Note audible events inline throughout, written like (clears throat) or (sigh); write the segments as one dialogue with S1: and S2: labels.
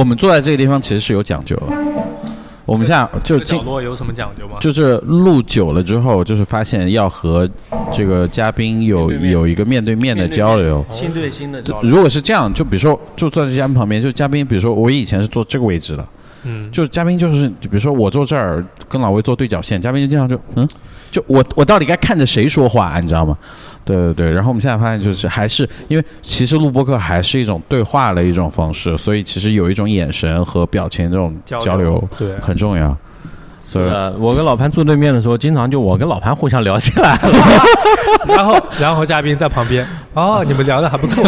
S1: 我们坐在这个地方其实是有讲究的。我们下就
S2: 这个
S1: 今
S2: 角落有什么讲究吗？
S1: 就是录久了之后，就是发现要和这个嘉宾有
S3: 面对面
S1: 有一个面对面的交流。
S3: 心对心的交流。
S1: 如果是这样，就比如说，就坐在嘉宾旁边，就嘉宾，比如说我以前是坐这个位置的，
S2: 嗯，
S1: 就是嘉宾就是，就比如说我坐这儿跟老魏坐对角线，嘉宾就经常就嗯，就我我到底该看着谁说话，你知道吗？对对对，然后我们现在发现就是还是因为其实录播课还是一种对话的一种方式，所以其实有一种眼神和表情这种
S2: 交
S1: 交流
S2: 对，
S1: 很重要。
S4: 是的，呃我跟老潘坐对面的时候，经常就我跟老潘互相聊起来了。
S2: 然后然后嘉宾在旁边，哦，你们聊的还不错，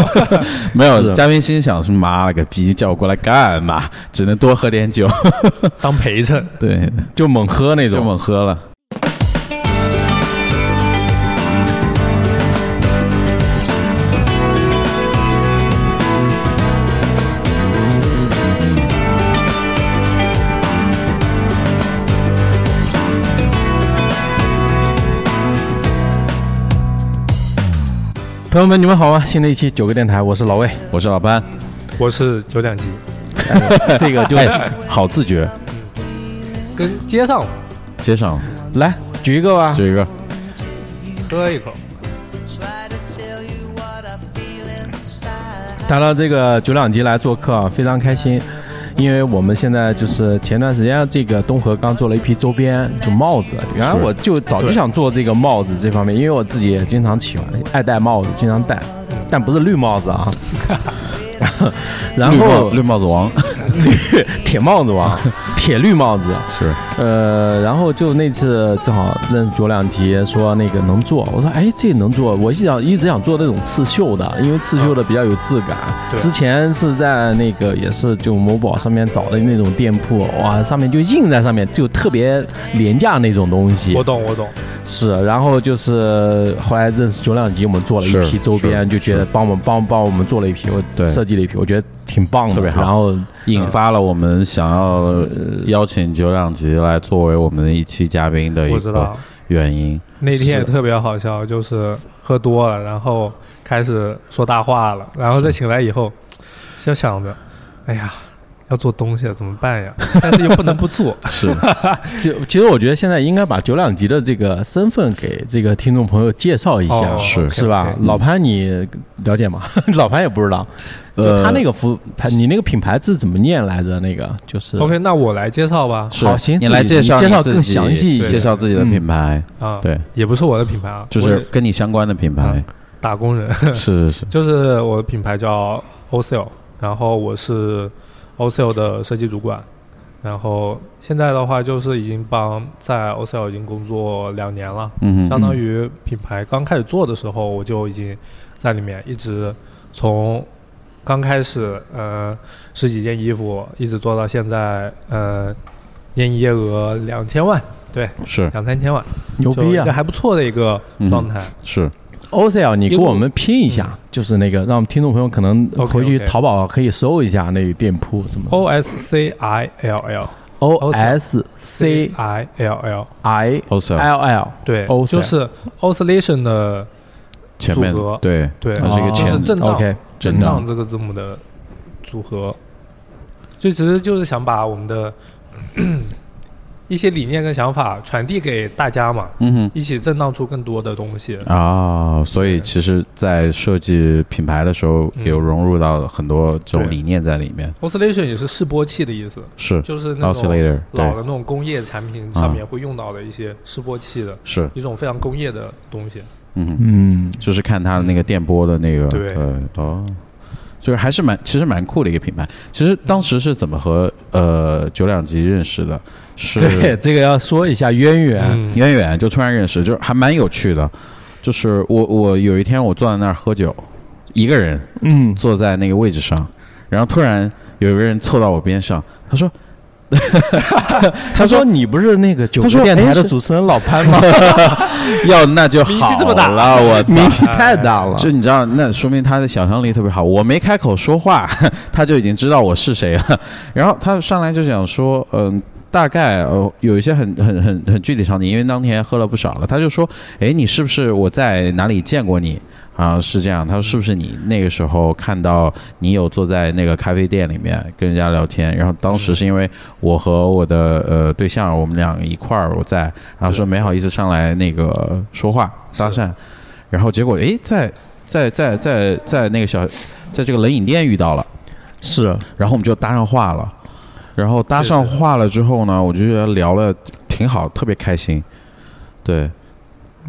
S1: 没有
S4: 是
S1: 嘉宾心想是妈了个逼，叫我过来干嘛？只能多喝点
S2: (laughs)
S1: 酒，
S2: 当陪衬。
S1: 对，
S4: (laughs) 就猛喝那
S1: 就
S4: 种。
S1: 猛喝了。
S4: 朋友们，你们好啊！新的一期九个电台，我是老魏。
S1: 我是老
S2: (laughs)
S1: 潘，
S2: 我是九两级，
S4: 这个就、
S1: 哎，好自觉，
S2: 跟街上
S1: 接上
S2: 啊
S4: 来举一个吧。
S1: 这个
S2: 喝一口，
S4: 谈到这个九两级来做客啊，非常开心，因为我们现在就是前段时间这个东河刚做了一批周边，就帽子。原来
S1: 是
S4: 我就早就想做这个帽子这方面，因为我自己也经常喜欢，爱戴帽子，经常戴，但不是绿帽子啊。 (laughs) 然
S1: 绿帽
S2: 哦
S4: 后
S1: 绿帽子王
S4: 绿 (laughs) 铁帽子王，铁绿帽子。啊
S1: 是
S4: 呃，然后就那次正好认识九两集，说那个能做，我说哎，这能做，我一直想一直想做那种刺绣的，因为刺绣的比较有质感。
S2: 对
S4: 之前是在那个也是就某宝上面找的那种店铺，哇，上面就印在上面，就特别廉价那种东西
S2: 我。懂我懂，
S4: 是，然后就是呃后来认识九两集，我们做了一
S1: 是
S4: 批周边，
S1: 是
S4: 就觉得
S1: 是
S4: 帮我们帮帮我们做了一批，我
S1: 对
S4: 设计了一批，我觉得挺棒的，
S1: 特别好
S4: 然后
S1: 引发了我们想要呃邀请九两级来作为我们的一期嘉宾的一
S2: 我知
S1: 个
S2: 道。
S1: 原因。
S2: 那天也
S4: 是
S2: 特别好笑，就是喝多了，然后开始说大话了，然后再醒来以后，就想着，哎呀，要做东西了啊怎么办呀？但是又不能不
S1: (laughs)
S2: 做，
S1: 是
S4: 就其实我觉得现在应该把九两级的这个身份给这个听众朋友介绍一下，
S2: 哦
S1: 是
S2: OK，OK
S4: 是吧？老潘你了解吗？ (laughs) 老潘也不知道，
S1: 呃，
S4: 他那个服牌，你那个品牌字怎么念来着？那个就是。
S2: OK，那我来介绍吧。
S1: 是
S4: 好行
S1: 你来
S4: 自己
S1: 介绍
S4: 你介绍
S1: 你自己
S4: 更详细一
S2: 些
S1: 介绍自己的
S4: 嗯
S1: 品牌，
S2: 啊，，
S1: 对，
S2: 也不是我的品牌啊，
S1: 就
S2: 我
S1: 是跟你相关的品牌，
S2: 打工人，
S1: (laughs) 是是是，
S2: 就是我的品牌叫 OSEL，然后我是 OSEL 的设计主管，然后现在的话就是已经帮在 OSEL 已经工作两年了。
S1: 嗯哼，
S2: 相当
S1: 于
S2: 于品牌刚开始做的时候，我就已经在里面一直从刚开始呃十几件衣服，一直做到现在呃年营业额两千万，对，
S1: 嗯是
S2: 两三千万，
S4: 牛
S2: 就
S4: 逼
S2: 一个
S4: 啊嗯
S2: 还不错的一个状态。
S1: 是
S4: o s e l 你给
S2: 因为
S4: 我们拼一下，就是那个让我们听众朋友可能
S2: OK，OK
S4: 回去淘宝可以搜一下那个店铺什么
S2: O S C I L L
S4: O S C
S2: I L L，
S4: I
S2: 哎
S1: OSO
S4: L L，
S2: 对
S4: Oscil
S2: 就是 oscillation 的
S1: 前面
S2: 组合
S1: 对
S2: 对，
S1: 它是一个
S4: 哦
S2: 就是
S1: 前
S2: 震荡
S4: OK，
S2: 震
S1: 震荡
S2: 荡这个字母的组合，就其实就是想把我们的一些理念跟想法传递给大家嘛，
S1: 嗯
S2: 一起震荡出更多的东西。
S1: 哼啊，所以其实，在设计品牌的时候，
S2: 嗯
S1: 有融入到很多这种
S2: 对
S1: 理念在里面，
S2: oscillation 也是示波器的意思，
S1: 是
S2: 就是那种
S1: oscillator，
S2: 老
S1: 对嗯
S2: 的，那种工业产品上面会用到的一些示波器的
S1: 是，
S2: 一种非常工业的东西。
S1: 嗯哼。
S4: 嗯，
S1: 就是看它的那个电波的那个，
S2: 对
S1: 呃，哦，就是还是蛮，其实蛮酷的一个品牌。其实当时是怎么和呃九两级认识的？
S4: 对，
S1: 是
S4: (laughs) 这个要说一下渊源，
S2: 嗯
S1: 远远就突然认识，就是还蛮有趣的。就是我我有一天我坐在那儿喝酒，一个人
S4: 嗯，
S1: 坐在那个位置上，然后突然有一个人凑到我边
S2: (laughs)
S1: 上，他说
S4: 他说你不是那个九
S1: 他
S4: 个
S1: 说
S4: 电台
S1: 哎
S4: 的
S1: 是
S4: 主持人老潘
S1: (laughs)
S4: 吗？
S1: 要那就
S2: 名
S1: 好
S2: 气这么大
S1: 了，我操！
S4: 名气太大了，
S1: 就你知道，那说明他的想象力特别好。我没开口说话， (laughs) 他就已经知道我是谁了。然后他上来就想说，嗯、大概呃有一些很很很很具体场景，因为当天喝了不少了，他就说，哎，你是不是我在哪里见过你？啊，是这样。他说是不是你那个时候看到你有坐在那个咖啡店里面跟人家聊天？然后当时是因为我和我的呃对象，我们俩一块儿我在，然后说没好意思上来那个呃说话搭讪，然后结果诶，在在在在在那个小，在这个冷饮店遇到了，
S4: 是
S1: 然后我们就搭上话了。然后搭上
S2: 是是
S1: 话了之后呢，我就觉得聊了挺好，特别开心。对，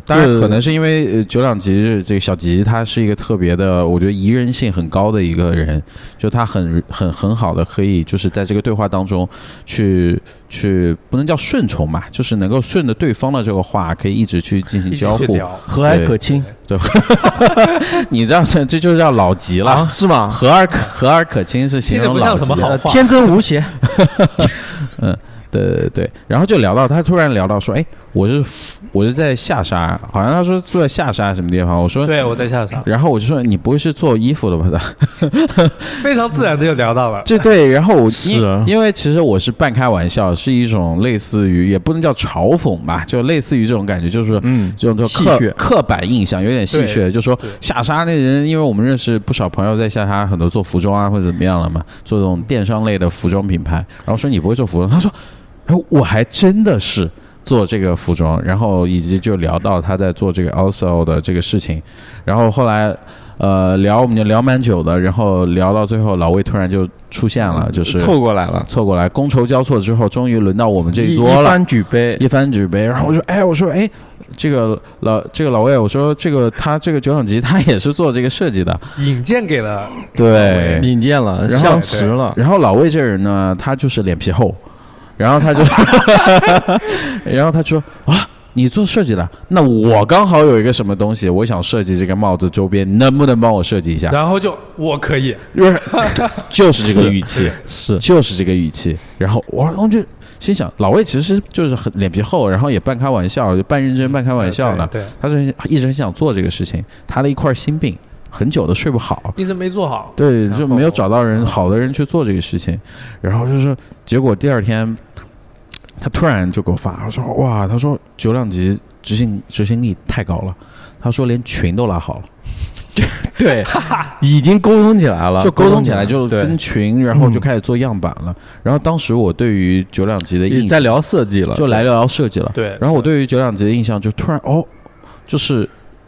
S1: 当然
S4: 这
S1: 可能是因为呃九两吉是这个小吉，他是一个特别的，我觉得宜人性很高的一个人，就他很很很好的可以就是在这个对话当中去去不能叫顺从嘛，就是能够顺着对方的这个话，可以一直去进行
S2: 一
S1: 交
S2: 起去
S1: 互。
S2: 聊，
S4: 和蔼可亲
S1: 你这样这这就叫老吉了。
S4: 啊？是吗？
S1: 和蔼可和蔼可亲是形
S2: 听着
S1: 容
S2: 不
S1: 老啊
S2: 像
S1: 吉
S2: 什么好
S4: 呃
S2: 话。
S4: (laughs) 天真无邪，
S1: 对对对，然后就聊到他突然聊到说，哎，我是我是在下沙，好像他说住在下沙什么地方，我说，
S2: 对，啊我在下场，
S1: 然后我就说你不会是做衣服的吧？
S2: 非常自然的就聊到了。
S1: 这对，然后我因
S4: 是
S2: 啊
S1: (laughs)
S4: 啊
S1: 因为其实我是半开玩笑，是一种类似于也不能叫嘲讽吧，就类似于这种感觉，就是。
S4: 嗯，
S1: 这种
S4: 戏
S1: 叫刻
S4: 谑
S1: 刻板印象，有点戏谑，
S2: 对
S1: 就说
S2: 对
S1: 下沙那人，因为我们认识不少朋友在下沙，很多做服装啊或者怎么样了嘛，做这种电商类的服装品牌，然后说你不会做服装，他说，哎，我还真的是做这个服装，然后以及就聊到他在做这个 also 的这个事情，然后后来。呃，聊我们就聊蛮久的，然后聊到最后，老魏突然就出现了，就是
S4: 凑过来了，
S1: 凑过来，觥筹交错之后，终于轮到我们这
S4: 一
S1: 桌
S4: 一
S1: 了。
S4: 般举杯，
S1: 一番举杯，然后我说，哎，我说，哎，这个老这个老魏，我说这个他这个九两级他也是做这个设计的，
S2: 引荐给了
S1: 对。
S4: 引荐了，
S1: 然后
S4: 相识了，
S1: 然后老魏这人呢，他就是脸皮厚，然后他就，然后他说啊，你做设计的，那我刚好有一个什么东西，我想设计这个帽子周边，能不能帮我设计一下？
S2: 然后就我可以，
S1: 就是就是这个语气，
S4: 是
S1: 就是这个语气。然后我我就心想，老魏其实就是很脸皮厚，然后也半开玩笑，就半认真半开玩笑的。
S2: 对，对
S1: 他是一直很想做这个事情，他的一块心病，很久都睡不好，
S2: 一直没做好。
S1: 对，
S2: 然后
S1: 就没有找到人好的人去做这个事情，然后就是结果第二天，他突然就给我发，我说哇，他说九两级执行执行力太高了，他说连群都拉好了。
S4: 对， (laughs) 已经沟通起来了，
S1: 就沟通起来，就
S4: 对
S1: 跟，群，然后就
S4: 嗯
S1: 开始做样板了。然后当时我对于九两级的印
S4: 也在聊设计了，呃
S1: 就来聊设计了。
S2: 对，
S1: 然后我对于九两级的印象就突然哦，就是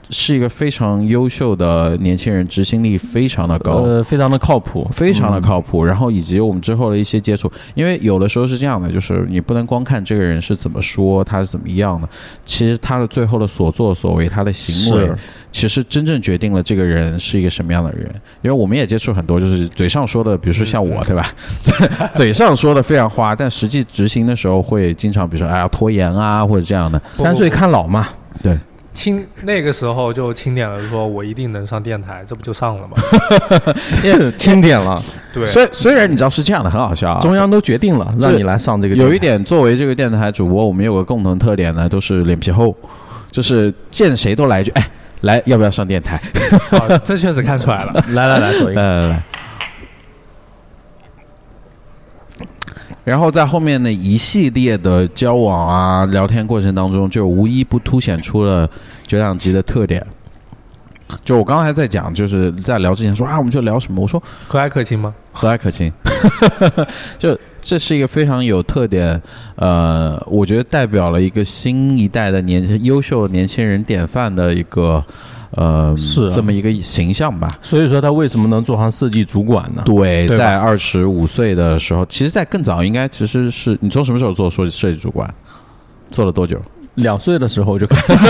S1: 是一个非常优秀的年轻人，执行力非常的高。
S4: 呃，非常的靠谱，
S1: 非常的
S4: 嗯
S1: 靠谱，然后以及我们之后的一些接触，因为有的时候是这样的，就是你不能光看这个人是怎么说，他是怎么样的，其实他的最后的所作所为，他的行为
S4: 是，
S1: 其实真正决定了这个人是一个什么样的人。因为我们也接触很多，就是嘴上说的，比如说像
S4: 嗯
S1: 我，对吧？ (laughs) 嘴上说的非常花，但实际执行的时候会经常，比如说哎呀拖延啊，或者这样的。
S2: 不
S4: 三岁看老
S1: (laughs)
S4: 嘛，
S2: 轻那个时候就轻点了，说我一定能上电台，这不就上
S1: (laughs)
S2: 了吗？
S4: 经典了，
S2: 对，
S1: 虽虽然你知道是这样的，很好笑啊。
S4: (laughs) 中央都决定了，
S1: 这
S4: 让你来上这个电台，
S1: 有一点，作为这个电台主播，我们有个共同特点呢，都是脸皮厚，就是见谁都来一句，哎，来，要不要上电台？
S2: 啊这确实看出来了。
S4: (laughs) 来来来，左一个，
S1: 来来来。然后在后面的一系列的交往啊、聊天过程当中，就无一不凸显出了九两级的特点。就我刚才在讲，就是在聊之前说啊，我们就聊什么？我说
S2: 和蔼可亲吗？
S1: 和蔼可亲， (laughs) 就这是一个非常有特点，呃，我觉得代表了一个新一代的年优秀年轻人典范的一个，呃，
S4: 是啊
S1: 这么一个形象吧。
S4: 所以说他为什么能做上设计主管呢？
S1: 对，
S4: 啊对吧
S1: 在二十五岁的时候，其实，在更早应该其实是你从什么时候做设设计主管？做了多久？
S4: 两岁的时候就开始，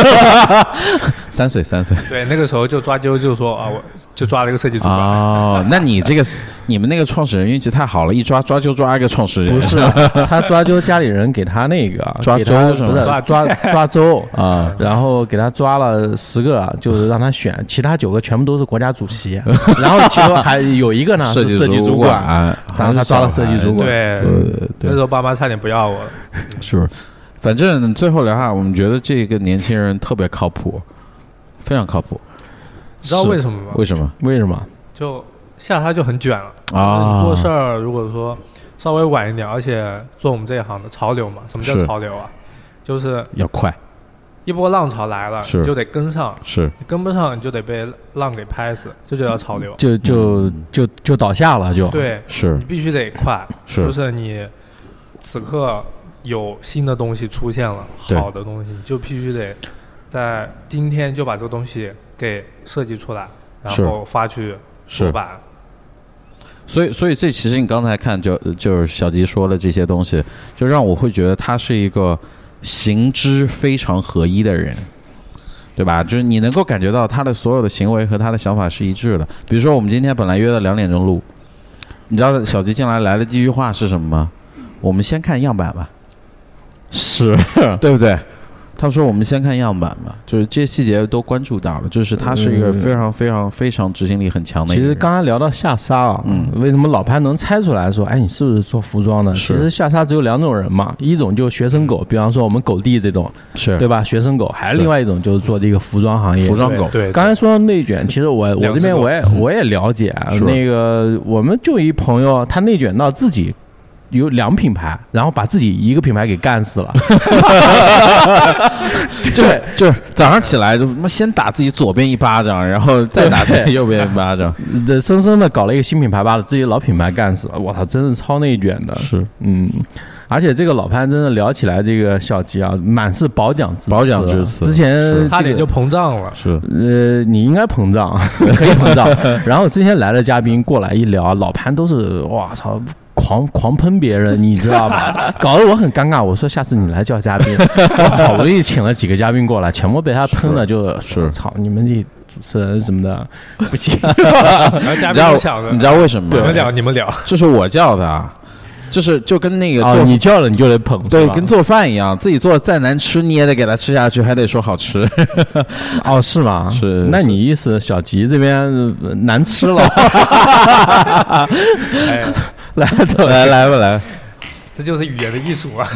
S1: 三岁，三岁。
S4: (laughs)
S2: 对，那个时候就抓阄就说啊，我就抓了一个设计主管。
S1: 哦，那你这个你们那个创始人运气太好了，一抓抓就抓一个创始人。
S4: 不是， (laughs) 他抓阄家里人给他那个
S1: 啊 (laughs) 抓
S4: 给他
S1: 周是吗
S4: 不是抓
S2: 抓
S4: 抓周
S1: (laughs) 啊，
S4: 然后给他抓了十个，就是让他选，其他九个全部都是国家主席，
S1: (laughs)
S4: 然后其中还有一个呢
S1: 设
S4: 是
S1: 计
S4: 设计主
S1: 主
S4: 管，然后他抓了设计主管
S2: 对，
S1: 呃，
S2: 那
S1: 对
S2: 时，候爸妈差点不要我了。
S1: 是，反正最后聊下，我们觉得这个年轻人特别靠谱，非常靠谱。
S2: 你知道
S4: 是
S2: 为什么吗？
S1: 为什么
S4: 为什么？
S2: 就下他就很卷了。就是
S1: 啊？
S2: 你做事儿如果说稍微晚一点，而且做我们这一行的潮流嘛，什么叫
S1: 是
S2: 潮流啊？就是
S1: 要快，
S2: 一波浪潮来了，
S1: 是
S2: 你就得跟上，
S1: 是
S2: 你跟不上你就得被浪给拍死，这就叫潮流。
S4: 就
S1: 嗯
S4: 就就就倒下了，就，
S2: 对，
S1: 是
S2: 你必须得快，
S1: 是
S2: 就是你此刻有新的东西出现了，
S1: 对
S2: 好的东西，你就必须得在今天就把这个东西给设计出来，然
S1: 是
S2: 后发去
S1: 是
S2: 出，版。
S1: 所以所以这其实你刚才看就就是小吉说了这些东西，就让我会觉得他是一个行之非常合一的人。对吧？就是你能够感觉到他的所有的行为和他的想法是一致的。比如说，我们今天本来约了两点钟录，你知道小吉进来来的第一句话是什么吗？我们先看样板吧。
S4: 是，
S1: 对不对？他说我们先看样板吧，就是这些细节都关注到了，就是他是一个非常非常非常执行力很强的
S4: 其
S1: 一个
S4: 实
S1: 人。
S4: 刚才聊到下沙啊，
S1: 嗯
S4: 为什么老潘能猜出来说，哎，你是不是做服装的？其
S1: 是嗯
S4: 实下沙只有两种人嘛，一种就学生狗，比方说我们狗弟这种，
S1: 是
S4: 对吧？学生狗，还有
S1: 是
S4: 另外一种就是做这个服装行业。
S1: 服装狗，
S2: 对，对
S4: 刚才说到内卷，其实我我
S2: 两
S4: 这
S2: 只
S4: 边
S2: 狗
S4: 我也我也了解啊
S1: 是，
S4: 那个我们就一朋友，他内卷到自己。有两品牌，然后把自己一个品牌给干死了。 (laughs)
S1: 就是就是早上起来就他妈先打自己左边一巴掌，然后再打自己右边一巴
S4: (laughs)
S1: 掌。
S4: 这生生的搞了一个新品牌，把自己老品牌干死了。我操，真是超内卷的。
S1: 是
S4: 嗯，而且这个老潘真的聊起来，这个小吉啊，满是褒奖之词啊
S1: 褒奖之词
S4: 之前、这个、
S2: 差点就膨胀了。
S1: 是
S4: 呃，你应该膨胀， (laughs) 可以膨胀。然后之前来的嘉宾过来一聊，老潘都是哇操。狂狂喷别人，你知道 (laughs) 吧？搞得我很尴尬。我说下次你来叫嘉 (laughs) 宾，我好不容易请了几个嘉宾过来，全部被他喷了，
S1: 是
S4: 就是
S1: 是
S4: 操你们这主持人什么的不行。啊 (laughs)
S2: 然后嘉
S1: 你
S2: 宾
S1: 知道
S2: 就想着
S1: 你知道为什么
S2: 你们
S1: 吗？
S2: 聊，你们聊，
S1: 就是我叫的，就是就跟那个
S4: 啊，
S1: 做
S4: 你叫了你就得捧，是
S1: 对
S4: 吧
S1: 跟做饭一样，自己做的再难吃你也得给它吃下去，还得说好吃。
S4: (laughs) 哦，是吗？
S1: 是
S4: 那你意思小吉这边呃难吃 (laughs) 了？
S2: 哎，
S4: 来，走
S1: 来来吧来，
S2: 这就是语言的艺术啊！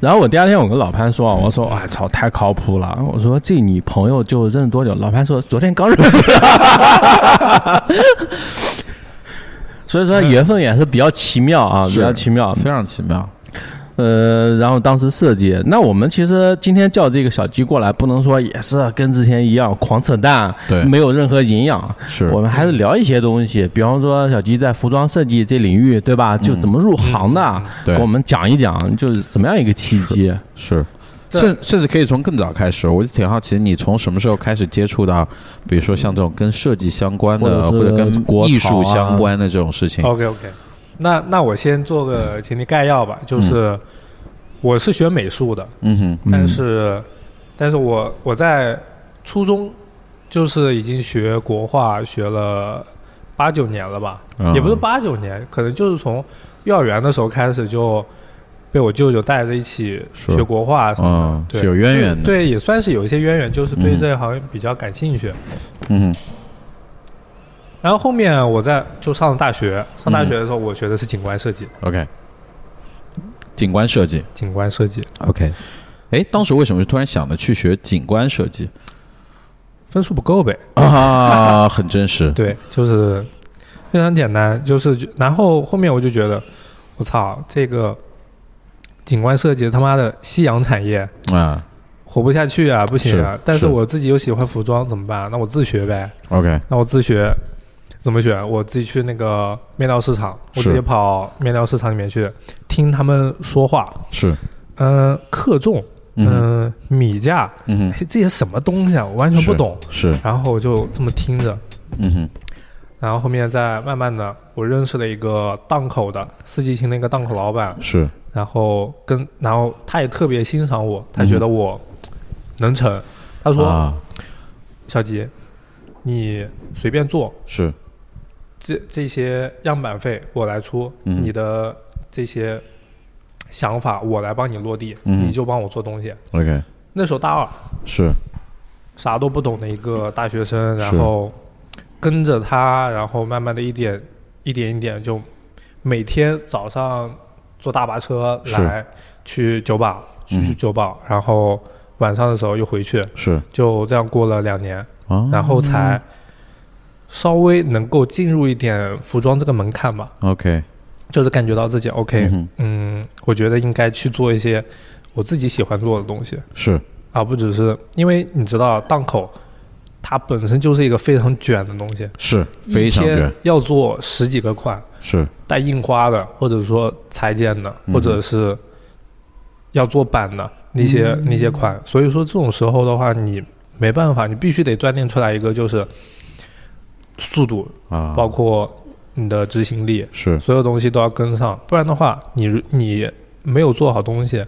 S4: 然后我第二天我跟老潘说，啊，
S1: 嗯
S4: 我说哇操，太靠谱了！我说这你朋友就认识多久？老潘说昨天刚认识。 (laughs) 所以说缘分也是比较奇妙啊，
S1: 嗯是
S4: 比较奇妙。
S1: 非常奇妙。
S4: 呃，然后当时设计，那我们其实今天叫这个小鸡过来，不能说也是跟之前一样狂扯淡，
S1: 对
S4: 没有任何营养。
S1: 是嗯
S4: 我们还是聊一些东西，比方说小鸡在服装设计这领域，对吧？就怎么入行的，
S1: 嗯
S2: 嗯
S1: 对
S4: 给我们讲一讲，就是怎么样一个契机。
S1: 是，
S2: 这
S1: 甚甚至可以从更早开始。我就挺好奇，你从什么时候开始接触到，比如说像这种跟设计相关的，
S4: 或者是
S1: 或者跟
S4: 国
S1: 艺
S4: 潮
S1: 术
S4: 啊
S1: 相关的这种事情？
S2: OK OK，那那我先做个前提概要吧，就是我是学美术的，
S1: 嗯哼，
S2: 但是但是我我在初中就是已经学国画学了八九年了吧，
S1: 嗯
S2: 也不是八九年，可能就是从幼儿园的时候开始就被我舅舅带着一起
S1: 是
S2: 学国画什么
S1: 嗯
S2: 的，对
S1: 是有渊源的
S2: 对，也算是有一些渊源，就是对
S1: 嗯
S2: 这一行比较感兴趣。
S1: 嗯哼，
S2: 然后后面我在就上了大学，
S1: 嗯
S2: 上大学的时候我学的是景观设计，
S1: ，OK，景观设计
S2: 景观设计
S1: ，OK。哎，当时为什么突然想着去学景观设计
S2: 分数不够呗，
S1: 啊？很真实，
S2: 对，就是非常简单，就是觉然后后面我就觉得，我操，这个景观设计他妈的夕阳产业
S1: 啊
S2: 活不下去啊，不行啊！
S1: 是
S2: 但
S1: 是
S2: 是我自己又喜欢服装，怎么办？啊那我自学呗，
S1: ，OK，
S2: 那我自学。怎么学？我自己去那个面料市场，我
S1: 是
S2: 直接跑面料市场里面去听他们说话。
S1: 是，
S2: 嗯、克重，
S1: 嗯哼
S2: 嗯、米价，
S1: 嗯哼，
S2: 哎，这些什么东西啊，我完全不
S1: 是
S2: 懂。
S1: 是，
S2: 然后我就这么听着，
S1: 嗯哼，
S2: 然后后面再慢慢的，我认识了一个档口的四季青的一个档口老板，
S1: 是，
S2: 然后跟然后他也特别欣赏我，他觉得我能成，
S1: 他
S2: 他说、
S1: 啊，
S2: 小吉，你随便做，
S1: 是，
S2: 这这些样板费我来出，
S1: 嗯
S2: 你的这些想法我来帮你落地，
S1: 嗯
S2: 你就帮我做东西。
S1: ，OK，
S2: 那时候大二，
S1: 是，
S2: 啥都不懂的一个大学生，
S1: 是
S2: 然后跟着他，然后慢慢的一点一点一点就每天早上坐大巴车来去酒保，去
S1: 嗯
S2: 去酒保，然后晚上的时候又回去，
S1: 是，
S2: 就这样过了两年，
S1: 啊
S2: 然后才稍微能够进入一点服装这个门槛吧，
S1: ，OK，
S2: 就是感觉到自己 OK，
S1: 嗯哼
S2: 嗯，我觉得应该去做一些我自己喜欢做的东西，
S1: 是
S2: 而啊不只是因为你知道档口它本身就是一个非常卷的东西，
S1: 是
S2: 一
S1: 非常
S2: 天
S1: 卷，
S2: 要做十几个款，
S1: 是
S2: 带印花的，或者说裁剪的，
S1: 嗯
S2: 或者是要做版的那些、那些款。所以说这种时候的话，你没办法，你必须得锻炼出来一个就是速度，
S1: 啊，
S2: 包括你的执行力，
S1: 是
S2: 所有东西都要跟上，不然的话，你如你没有做好东西，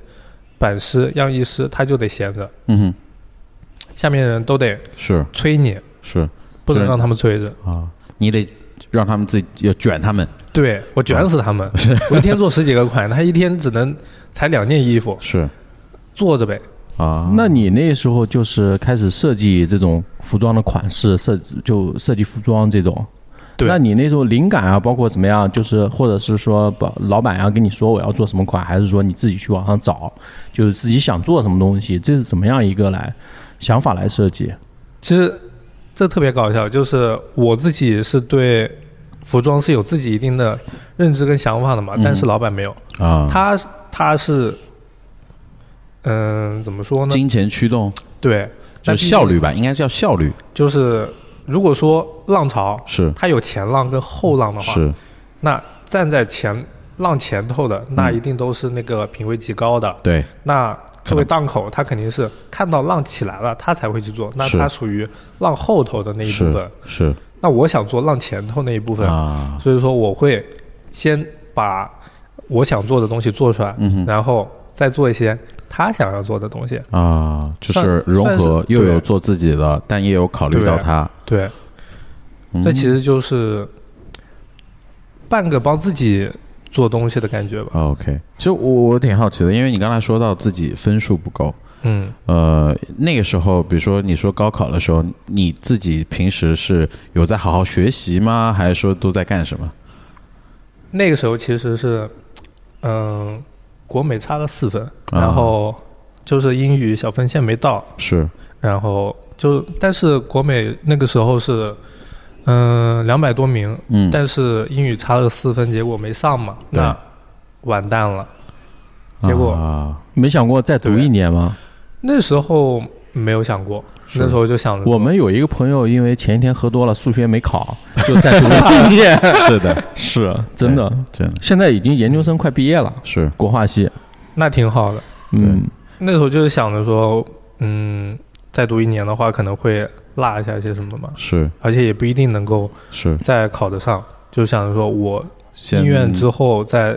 S2: 版师、样艺师他就得闲着，
S1: 嗯哼，
S2: 下面人都得
S1: 是
S2: 催你，
S1: 是
S2: 不能
S1: 是
S2: 让他们催着。
S1: 啊，你得让他们自己要卷他们，
S2: 对我卷死他们，
S1: 啊 (laughs)
S2: 我一天做十几个款，他一天只能裁两件衣服，
S1: 是
S2: 坐着呗。
S1: 啊，
S3: 那你那时候就是开始设计这种服装的款式，设就设计服装这种。
S2: 对
S3: 那你那时候灵感啊，包括怎么样，就是或者是说，把老板啊要、跟你说我要做什么款，还是说你自己去网上找，就是自己想做什么东西，这是怎么样一个来想法来设计？
S2: 其实这特别搞笑，就是我自己是对服装是有自己一定的认知跟想法的嘛，
S1: 嗯
S2: 但是老板没有，
S1: 啊，
S2: 他他是，嗯、怎么说呢？
S1: 金钱驱动
S2: 对，
S1: 就
S2: 但
S1: 是
S2: 毕竟
S1: 效率吧，应该叫效率，
S2: 就是如果说浪潮
S1: 是
S2: 它有前浪跟后浪的话，
S1: 是
S2: 那站在前浪前头的，那
S1: 嗯
S2: 一定都是那个品位极高的，
S1: 对，
S2: 那
S1: 可
S2: 作为
S1: 能
S2: 档口，他肯定是看到浪起来了，他才会去做。那
S1: 是
S2: 他属于浪后头的那一部
S1: 是
S2: 分。
S1: 是
S2: 那我想做浪前头那一部分，
S1: 啊，
S2: 所以说我会先把我想做的东西做出来，
S1: 嗯哼
S2: 然后再做一些他想要做的东西。
S1: 啊，就是
S2: 算
S1: 融
S2: 算是
S1: 合又有
S2: 对
S1: 做自己的，但也有考虑到
S2: 对
S1: 他。
S2: 对，
S1: 嗯
S2: 这其实就是半个帮自己做东西的感觉吧。
S1: OK，其实啊我我挺好奇的，因为你刚才说到自己分数不够，
S2: 嗯，
S1: 呃，那个时候，比如说你说高考的时候，你自己平时是有在好好学习吗？还是说都在干什么？
S2: 那个时候其实是，嗯、国美差了四分，
S1: 啊
S2: 然后就是英语小分线没到。
S1: 是
S2: 然后就但是国美那个时候是，嗯、2两百多名，
S1: 嗯，
S2: 但是英语差了四分，结果没上嘛，
S1: 对
S2: 那完蛋了。结果、
S1: 啊，
S3: 没想过再读
S2: 对
S3: 一年吗？
S2: 那时候没有想过，
S1: 是
S2: 那时候就想着
S3: 我们有一个朋友，因为前一天喝多了，数学没 (laughs) 考，就再读了一年。
S1: 是的，
S3: (laughs) 是真的，
S1: 真的
S3: 现在已经研究生快毕业了，
S1: 是
S3: 国画系。
S2: 那挺好的。
S3: 嗯，
S2: 那时候就是想着说，嗯，再读一年的话可能会落下些什么嘛，
S1: 是
S2: 而且也不一定能够
S1: 是，
S2: 再考得上。就想着说我
S1: 先
S2: 医院之后，在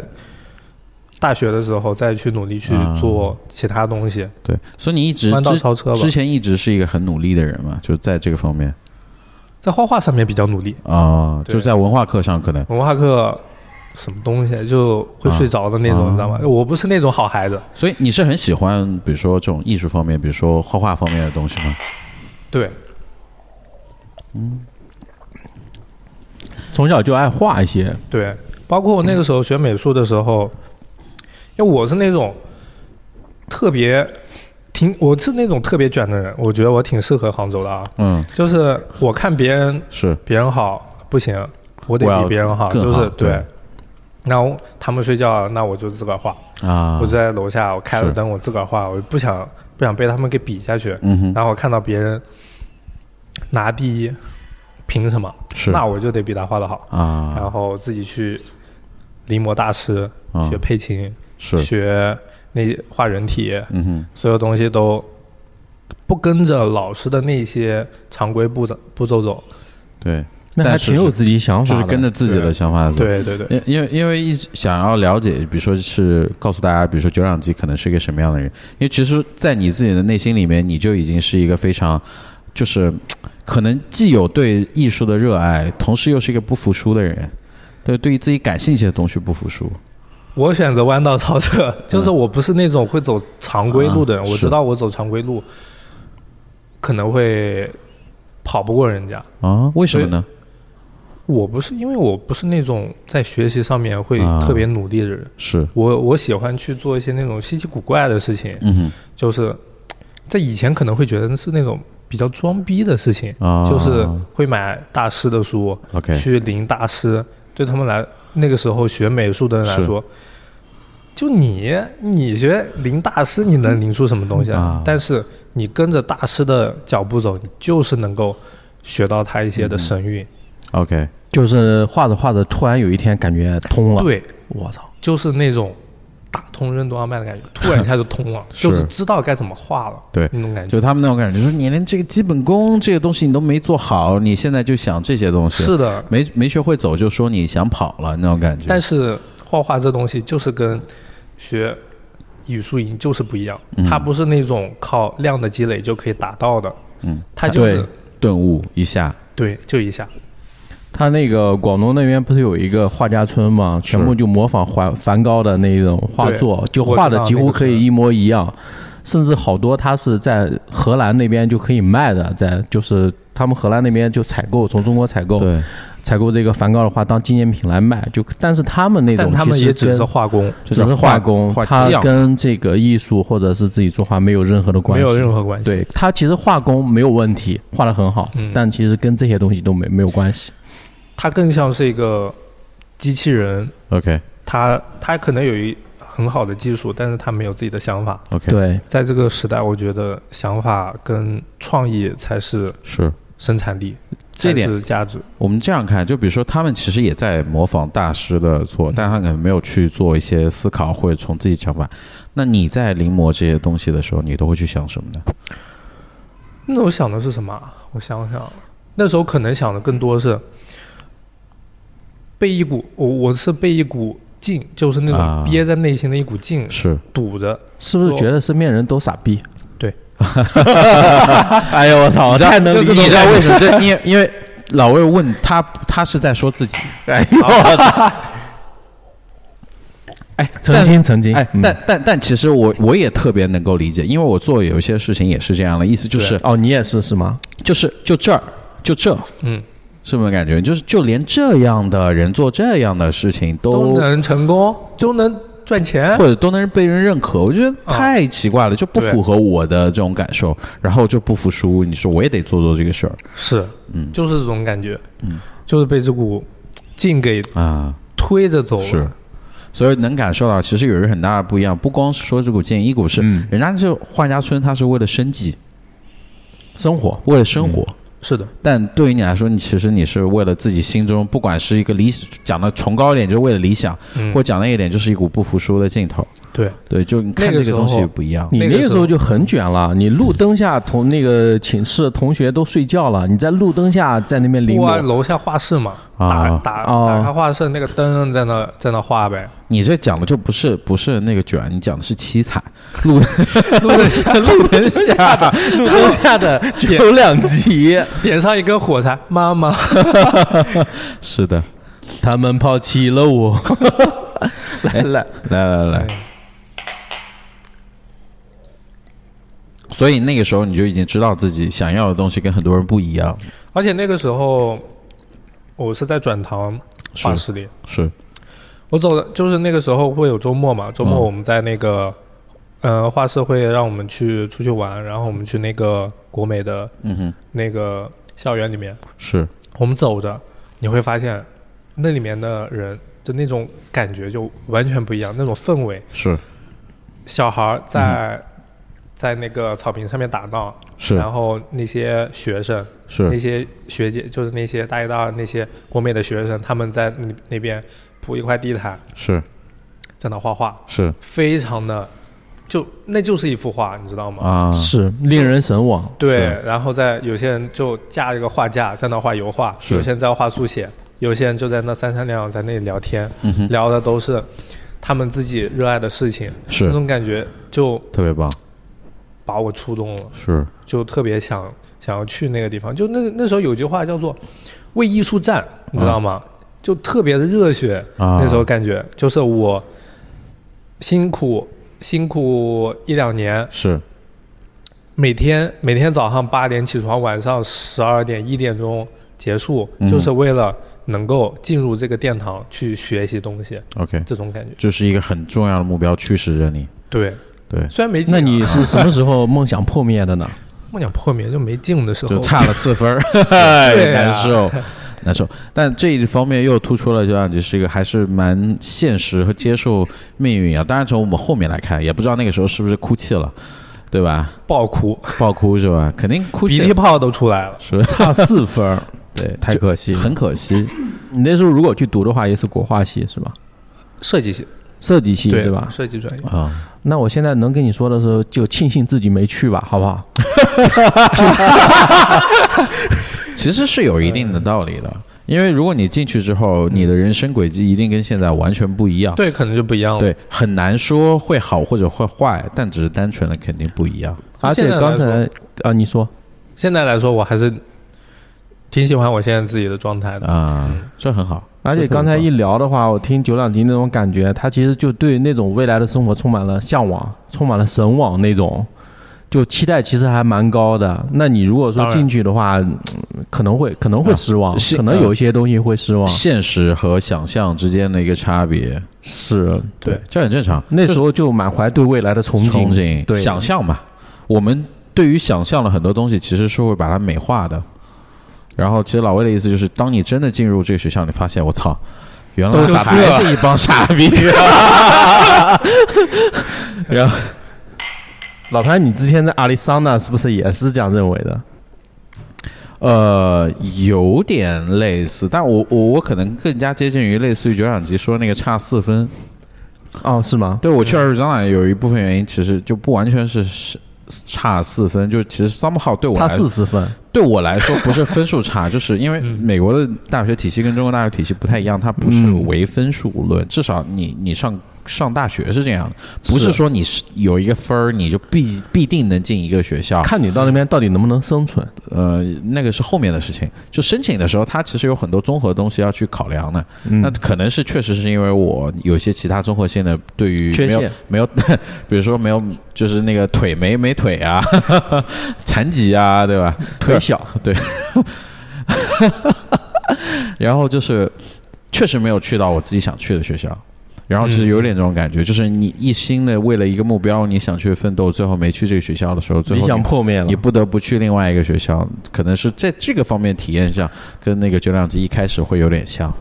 S2: 大学的时候再去努力去
S1: 啊
S2: 做其他东西，
S1: 对，所以你一直
S2: 弯道
S1: 之
S2: 超车吧
S1: 之。前一直是一个很努力的人嘛，就在这个方面
S2: 在画画上面比较努力，
S1: 啊，
S2: 对
S1: 就在文化课上可能
S2: 文化课什么东西就会睡着的那种，
S1: 啊
S2: 你知道吗？我不是那种好孩子，
S1: 所以你是很喜欢，比如说这种艺术方面，比如说画画方面的东西吗？
S2: 对
S3: 从小就爱画一些。
S2: 对。包括我那个时候学美术的时候，因为我是那种特别挺，我是那种特别卷的人，我觉得我挺适合杭州的啊。
S1: 嗯，
S2: 就是我看别人
S1: 是
S2: 别人好不行，我得
S1: 我要
S2: 比别人好，
S1: 更
S2: 就
S1: 好
S2: 是
S1: 对
S2: 对。那我他们睡觉了，那我就自个儿画。
S1: 啊，
S2: 我就在楼下，我开了
S1: 是
S2: 灯，我自个儿画，我不想不想被他们给比下去。
S1: 嗯哼，
S2: 然后我看到别人拿第一，凭什么？
S1: 是
S2: 那我就得比他画的好。
S1: 啊
S2: 然后自己去临摹大师，
S1: 啊
S2: 学配琴，
S1: 是
S2: 学那画人体，
S1: 嗯哼
S2: 所有东西都不跟着老师的那些常规步骤步骤走。
S1: 对，
S3: 那还
S1: 但是
S3: 挺有自己想法的，
S1: 就是跟着自己的想法走。
S2: 对对对，
S1: 因因为因为一直想要了解，比如说是告诉大家，比如说九两级可能是一个什么样的人，因为其实，在你自己的内心里面，你就已经是一个非常，就是可能既有对艺术的热爱，同时又是一个不服输的人，对，对于自己感兴趣的东西不服输。
S2: 我选择弯道超车，就是我不是那种会走常规路的
S1: 嗯
S2: 人，
S1: 啊
S2: 我
S1: 是
S2: 知道我走常规路可能会跑不过人家。
S1: 啊？为什么呢？
S2: 我不是因为我不是那种在学习上面会
S1: 啊
S2: 特别努力的人，
S1: 是，
S2: 我我喜欢去做一些那种稀奇古怪的事情，
S1: 嗯
S2: 就是在以前可能会觉得是那种比较装逼的事情，
S1: 哼，啊，
S2: 就是会买大师的书，
S1: OK，
S2: 去临大师，对他们来那个时候学美术的人来说，就你，你学临大师，你能临出什么东西
S1: 啊
S2: 但是你跟着大师的脚步走，你就是能够学到他一些
S1: 嗯
S2: 的神韵。
S1: OK，
S4: 就是画着画着，突然有一天感觉通了，
S2: 对，
S4: 我操，
S2: 就是那种打通任督二脉的感觉，突然一下就通了，
S1: (laughs) 是
S2: 就是知道该怎么画了，
S1: 对
S2: 那种感觉。
S1: 就他们那种感觉，就是你连这个基本功这个东西你都没做好，你现在就想这些东西，
S2: 是的，
S1: 没没学会走就说你想跑了那种感觉。
S2: 但
S1: 是
S2: 是画画这东西就是跟学语数营就是不一样，
S1: 嗯
S2: 它不是那种靠量的积累就可以达到的，
S1: 嗯，
S2: 它就是
S1: 顿悟一下，
S2: 对就一下，
S4: 他那个广东那边不是有一个画家村嘛，全部就模仿梵梵高的那种画作，就画的几乎可以一模一样，甚至好多他是在荷兰那边就可以卖的，在就是他们荷兰那边就采购，从中国采购，
S1: 对，
S4: 采购这个梵高的画当纪念品来卖，就但是他们那种
S2: 但他们
S4: 其实
S2: 也只
S4: 跟
S2: 是画工，
S4: 只是画工，
S1: 画
S4: 他
S1: 匠
S4: 跟这个艺术或者是自己作画没有任何的关
S2: 没
S4: 系，
S2: 有任何关系。，
S4: 对他其实画工没有问题，画的很好，
S2: 嗯
S4: 但其实跟这些东西都没没有关系。
S2: 它更像是一个机器人，
S1: OK
S2: 它它可能有一很好的技术，但是它没有自己的想法。
S1: OK，，
S4: 对，
S2: 在这个时代，我觉得想法跟创意才是
S1: 是
S2: 生产力，
S1: 这
S2: 才
S1: 点
S2: 是价值。
S1: 我们这样看，就比如说他们其实也在模仿大师的
S4: 嗯
S1: 错，但他可能没有去做一些思考或者从自己想法。那你在临摹这些东西的时候，你都会去想什么呢？
S2: 那我想的是什么啊？我想想，那时候可能想的更多是被一股我我是被一股劲，就是那
S1: 啊
S2: 种憋在内心的一股劲
S1: 是
S2: 堵着。
S4: 是不是
S2: 说
S4: 觉得身边人都傻逼？
S2: 对，
S4: (laughs) 哎呦我操，我太能理
S1: 你
S4: 解
S1: 知
S4: 了。
S1: 道为什么？这因为因为老魏问他，他是在说自己。
S4: 哎呦
S2: 啊
S4: 我操！哎，曾经曾经，
S1: 哎，
S4: 嗯
S1: 但但但其实我我也特别能够理解，因为我做有一些事情也是这样的，意思就是
S4: 哦，你也是是吗？
S1: 就是就这儿就这，
S2: 嗯，
S1: 是不是感觉？就是就连这样的人做这样的事情
S2: 都能成功，都能赚钱
S1: 或。者都能被人认
S2: 嗯
S1: 可，我觉得太奇怪了，就不符合我的这种感受，然后就不服输。你说我也得做做这个事儿
S2: 是，
S1: 嗯
S2: 就是这种感觉，嗯，就是被这股劲给
S1: 啊，
S2: 推着走了。
S1: 是。所以能感受到，其实有一个很大的不一样，不光是说这股建议，一股是、
S4: 嗯
S1: 人家就画家村，他是为了生计，
S4: 生活
S1: 为了生活。
S2: 是的，
S1: 但对于你来说，你其实你是为了自己心中，不管是一个理讲的崇高一点，就是为了理想，
S2: 嗯
S1: 或讲那一点，就是一股不服输的劲头。
S2: 对，
S1: 对，就你看
S2: 那
S1: 这
S2: 个
S1: 个
S2: 时候
S1: 东西不一样。
S4: 你
S2: 那个
S4: 那
S2: 时
S4: 时候
S2: 候
S4: 就很卷了，你路灯下同那个寝室同学都睡觉了，你在路灯下在那边临
S2: 我
S4: 摹，
S2: 楼下画室嘛，
S1: 啊
S2: 打打
S4: 哦
S2: 打开画室那个灯在那在那
S1: (laughs)
S2: 画呗，
S1: 你这讲的就不是不是那个卷，你讲的是七彩路
S2: 路灯
S1: 路灯 (laughs) 下，
S4: 路灯下的九两级，
S2: 点上一根火柴，妈妈，
S1: 是的，
S4: 他们抛弃了我。来来，
S1: 来来来。所以那个时候你就已经知道自己想要的东西跟很多人不一样，
S2: 而且那个时候我是在转塘画室里，
S1: 是
S2: 我走的就是那个时候会有周末嘛，周末
S1: 嗯
S2: 我们在那个。呃，画室会让我们去出去玩，然后我们去那个国美的
S1: 嗯哼，
S2: 那个校园里面，
S1: 是
S2: 我们走着，你会发现那里面的人的那种感觉就完全不一样，那种氛围。
S1: 是
S2: 小孩儿在、
S1: 嗯
S2: 在那个草坪上面打闹，
S1: 是
S2: 然后那些学生、那
S1: 是
S2: 些学姐，就是那些大一、大二那些国美的学生，他们在那那边铺一块地毯，
S1: 是
S2: 在那画画，
S1: 是
S2: 非常的，就那就是一幅画，你知道吗？
S1: 啊，
S4: 是令人神往。
S2: 对
S1: 是，
S2: 然后再有些人就架一个画架在那画油画，
S1: 是
S2: 有些人在画速写，有些人就在那三三两两在那里聊天，
S1: 嗯哼，
S2: 聊的都是他们自己热爱的事情，那
S1: 是
S2: 种感觉就
S1: 特别棒，
S2: 把我触动了，
S1: 是
S2: 就特别想想要去那个地方。就那那时候有句话叫做“为艺术战”，你知道吗？就特别的热血，
S1: 啊，
S2: 那时候感觉就是我辛苦辛苦一两年，
S1: 是
S2: 每天每天早上八点起床，晚上十二点一点钟结束，
S1: 嗯
S2: 就是为了能够进入这个殿堂去学习东西，
S1: OK，
S2: 这种感觉。
S1: 这是一个很重要的目标驱使着你，
S2: 对，
S1: 对，
S2: 虽
S3: (laughs)
S2: 然没进啊，
S4: 那你是什么时候梦想
S2: (laughs)
S4: 破灭的呢？
S2: 梦想破灭就没进的时候， (laughs)
S1: 就差了四分儿， (laughs)
S2: 对
S1: 太
S2: 啊
S1: 难受。难受。但这一方面又突出了九两级是一个还是蛮现实和接受命运啊。当然从我们后面来看，也不知道那个时候是不是哭泣了，对
S2: (laughs)
S1: 吧？
S2: 爆哭，
S1: 爆哭是吧？肯定哭
S2: 鼻
S1: 泣
S2: 涕泡都出来了。
S1: 是吧
S3: 差四分儿，
S1: 对，
S3: 太
S1: 就
S3: 可惜了。
S1: 很可惜。
S3: 你那时候如果去读的话，也是国画系是吧？
S2: 设计系
S3: 设计系
S2: 对
S3: 是吧？
S2: 设计专业，
S1: 啊、
S3: 那我现在能跟你说的时候，就庆幸自己没去吧，好不好？
S1: 其实是有一定的道理的，因为如果你进去之后，你的人生轨迹一定跟现在完全不一样。
S2: 对，可能就不一样了。
S1: 啊对，很难说会好或者会坏，但只是单纯的肯定不一样。
S3: 而且
S2: 现在来
S3: 刚
S2: 说
S3: 才啊，你说
S2: 现在来说，我还是挺喜欢我现在自己的状态的。
S1: 啊、这很好。
S3: 而且刚才一聊的话，我听九两迪那种感觉，他其实就对那种未来的生活充满了向往，充满了神往那种，就期待其实还蛮高的。那你如果
S2: 当
S3: 说
S2: 然啊
S3: 进去的话，嗯可能会可能会失望，
S1: 是
S3: 可能有一些东西会失望。
S1: 现实和想象之间的一个差别，
S3: 是，
S1: 对，这很正常。
S3: 那时候就满怀对未来的憧憬，
S1: 憧憬、
S3: 对
S1: 想象嘛，我们对于想象的很多东西，其实是会把它美化的。然后，其实老魏的意思就是，当你真的进入这个学校，你发现我操，原来
S2: 都是
S1: 还
S2: 这
S1: 是一帮傻逼。然后，
S3: 老潘，你之前在阿里桑那是不是也是这样认为的？
S1: (laughs) 呃，有点类似，但我我我可能更加接近于类似于九两级说那个差四分，
S3: 哦，是吗？
S1: 对我去二十张览有一部分原因，其实就不完全是是差四分，就其实 somehow 对我
S3: 差
S1: 来
S3: 四嗯十分，
S1: 对我来说不是分数差，就是因为美国的大学体系跟中国大学体系不太一样，它
S3: 嗯
S1: 不是唯分数论，至少你你上上大学是这样的，不是
S3: 是
S1: 说你是有一个分儿你就必必定能进一个学校，
S3: 看你到那边到底能不能生存。
S1: 呃，那个是后面的事情。就申请的时候，它其实有很多综合东西要去考量的。
S3: 嗯啊
S1: 那可能是确实是因为我有些其他综合性的对于
S3: 缺
S1: 没有
S3: 陷
S1: 没有， (laughs) 比如说没有就是那个腿没没腿啊， (laughs) 残疾啊，对吧？
S3: 腿小，
S1: 然后就是确实没有去到我自己想去的学校，然后其实有点这种感觉，就是你一心的为了一个目标你想去奋斗，最后没去这个学校的时候，最
S3: 理
S1: 后
S3: 想
S1: 你
S3: 破灭了
S1: 你。不得不去另外一个学校，可能是在这个方面体验上跟那个九两级一开始会有点像。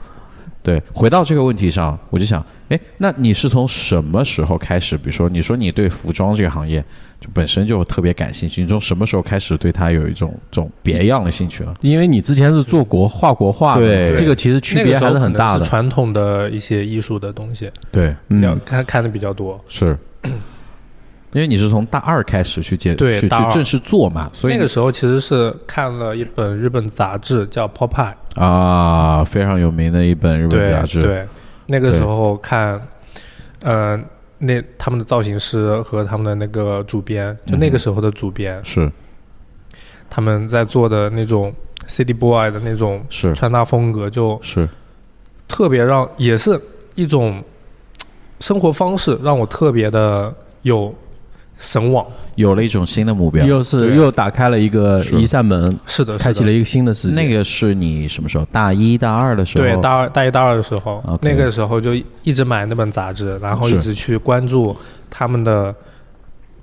S1: 对，回到这个问题上，我就想，哎，那你是从什么时候开始？比如说，你说你对服装这个行业就本身就特别感兴趣，你从什么时候开始对它有一种这种别样的兴趣了？
S3: 因为你之前是做国画国画的，
S1: 对
S3: 这个其实区
S2: 那个
S3: 别
S2: 时候
S3: 还很
S2: 可
S3: 大
S2: 能
S3: 的
S2: 是。传统的一些艺术的东西，
S1: 对，
S2: 要
S3: 嗯，
S2: 看看的比较多。
S1: 是， (clears throat) 因为你是从大二开始去接，
S2: 对
S1: 去
S2: 大
S1: 去
S2: 二
S1: 正式做嘛，所以
S2: 那个时候其实是看了一本日本杂志叫《Pop Eye》，
S1: 啊，非常有名的一本日本
S2: 对
S1: 杂志，
S2: 对，那个时候看，呃，那他们的造型师和他们的那个主编，就那个时候的主编，
S1: 是
S2: 他们在做的那种 City Boy 的那种
S1: 是，
S2: 穿搭风格，就是特别让，也是一种生活方式，让我特别的有神往。
S1: 有了一种新的目标。
S3: 又是
S2: 对
S3: 又打开了一个
S1: 是
S3: 一扇门，
S2: 是的，
S3: 开启了一个新啊的世界。
S1: 那个是你什么时候？大一大二的时候，
S2: 对，大二、大一、大二的时候
S1: OK
S2: 那个时候就一直买那本杂志，然后
S1: 是
S2: 一直去关注他们的，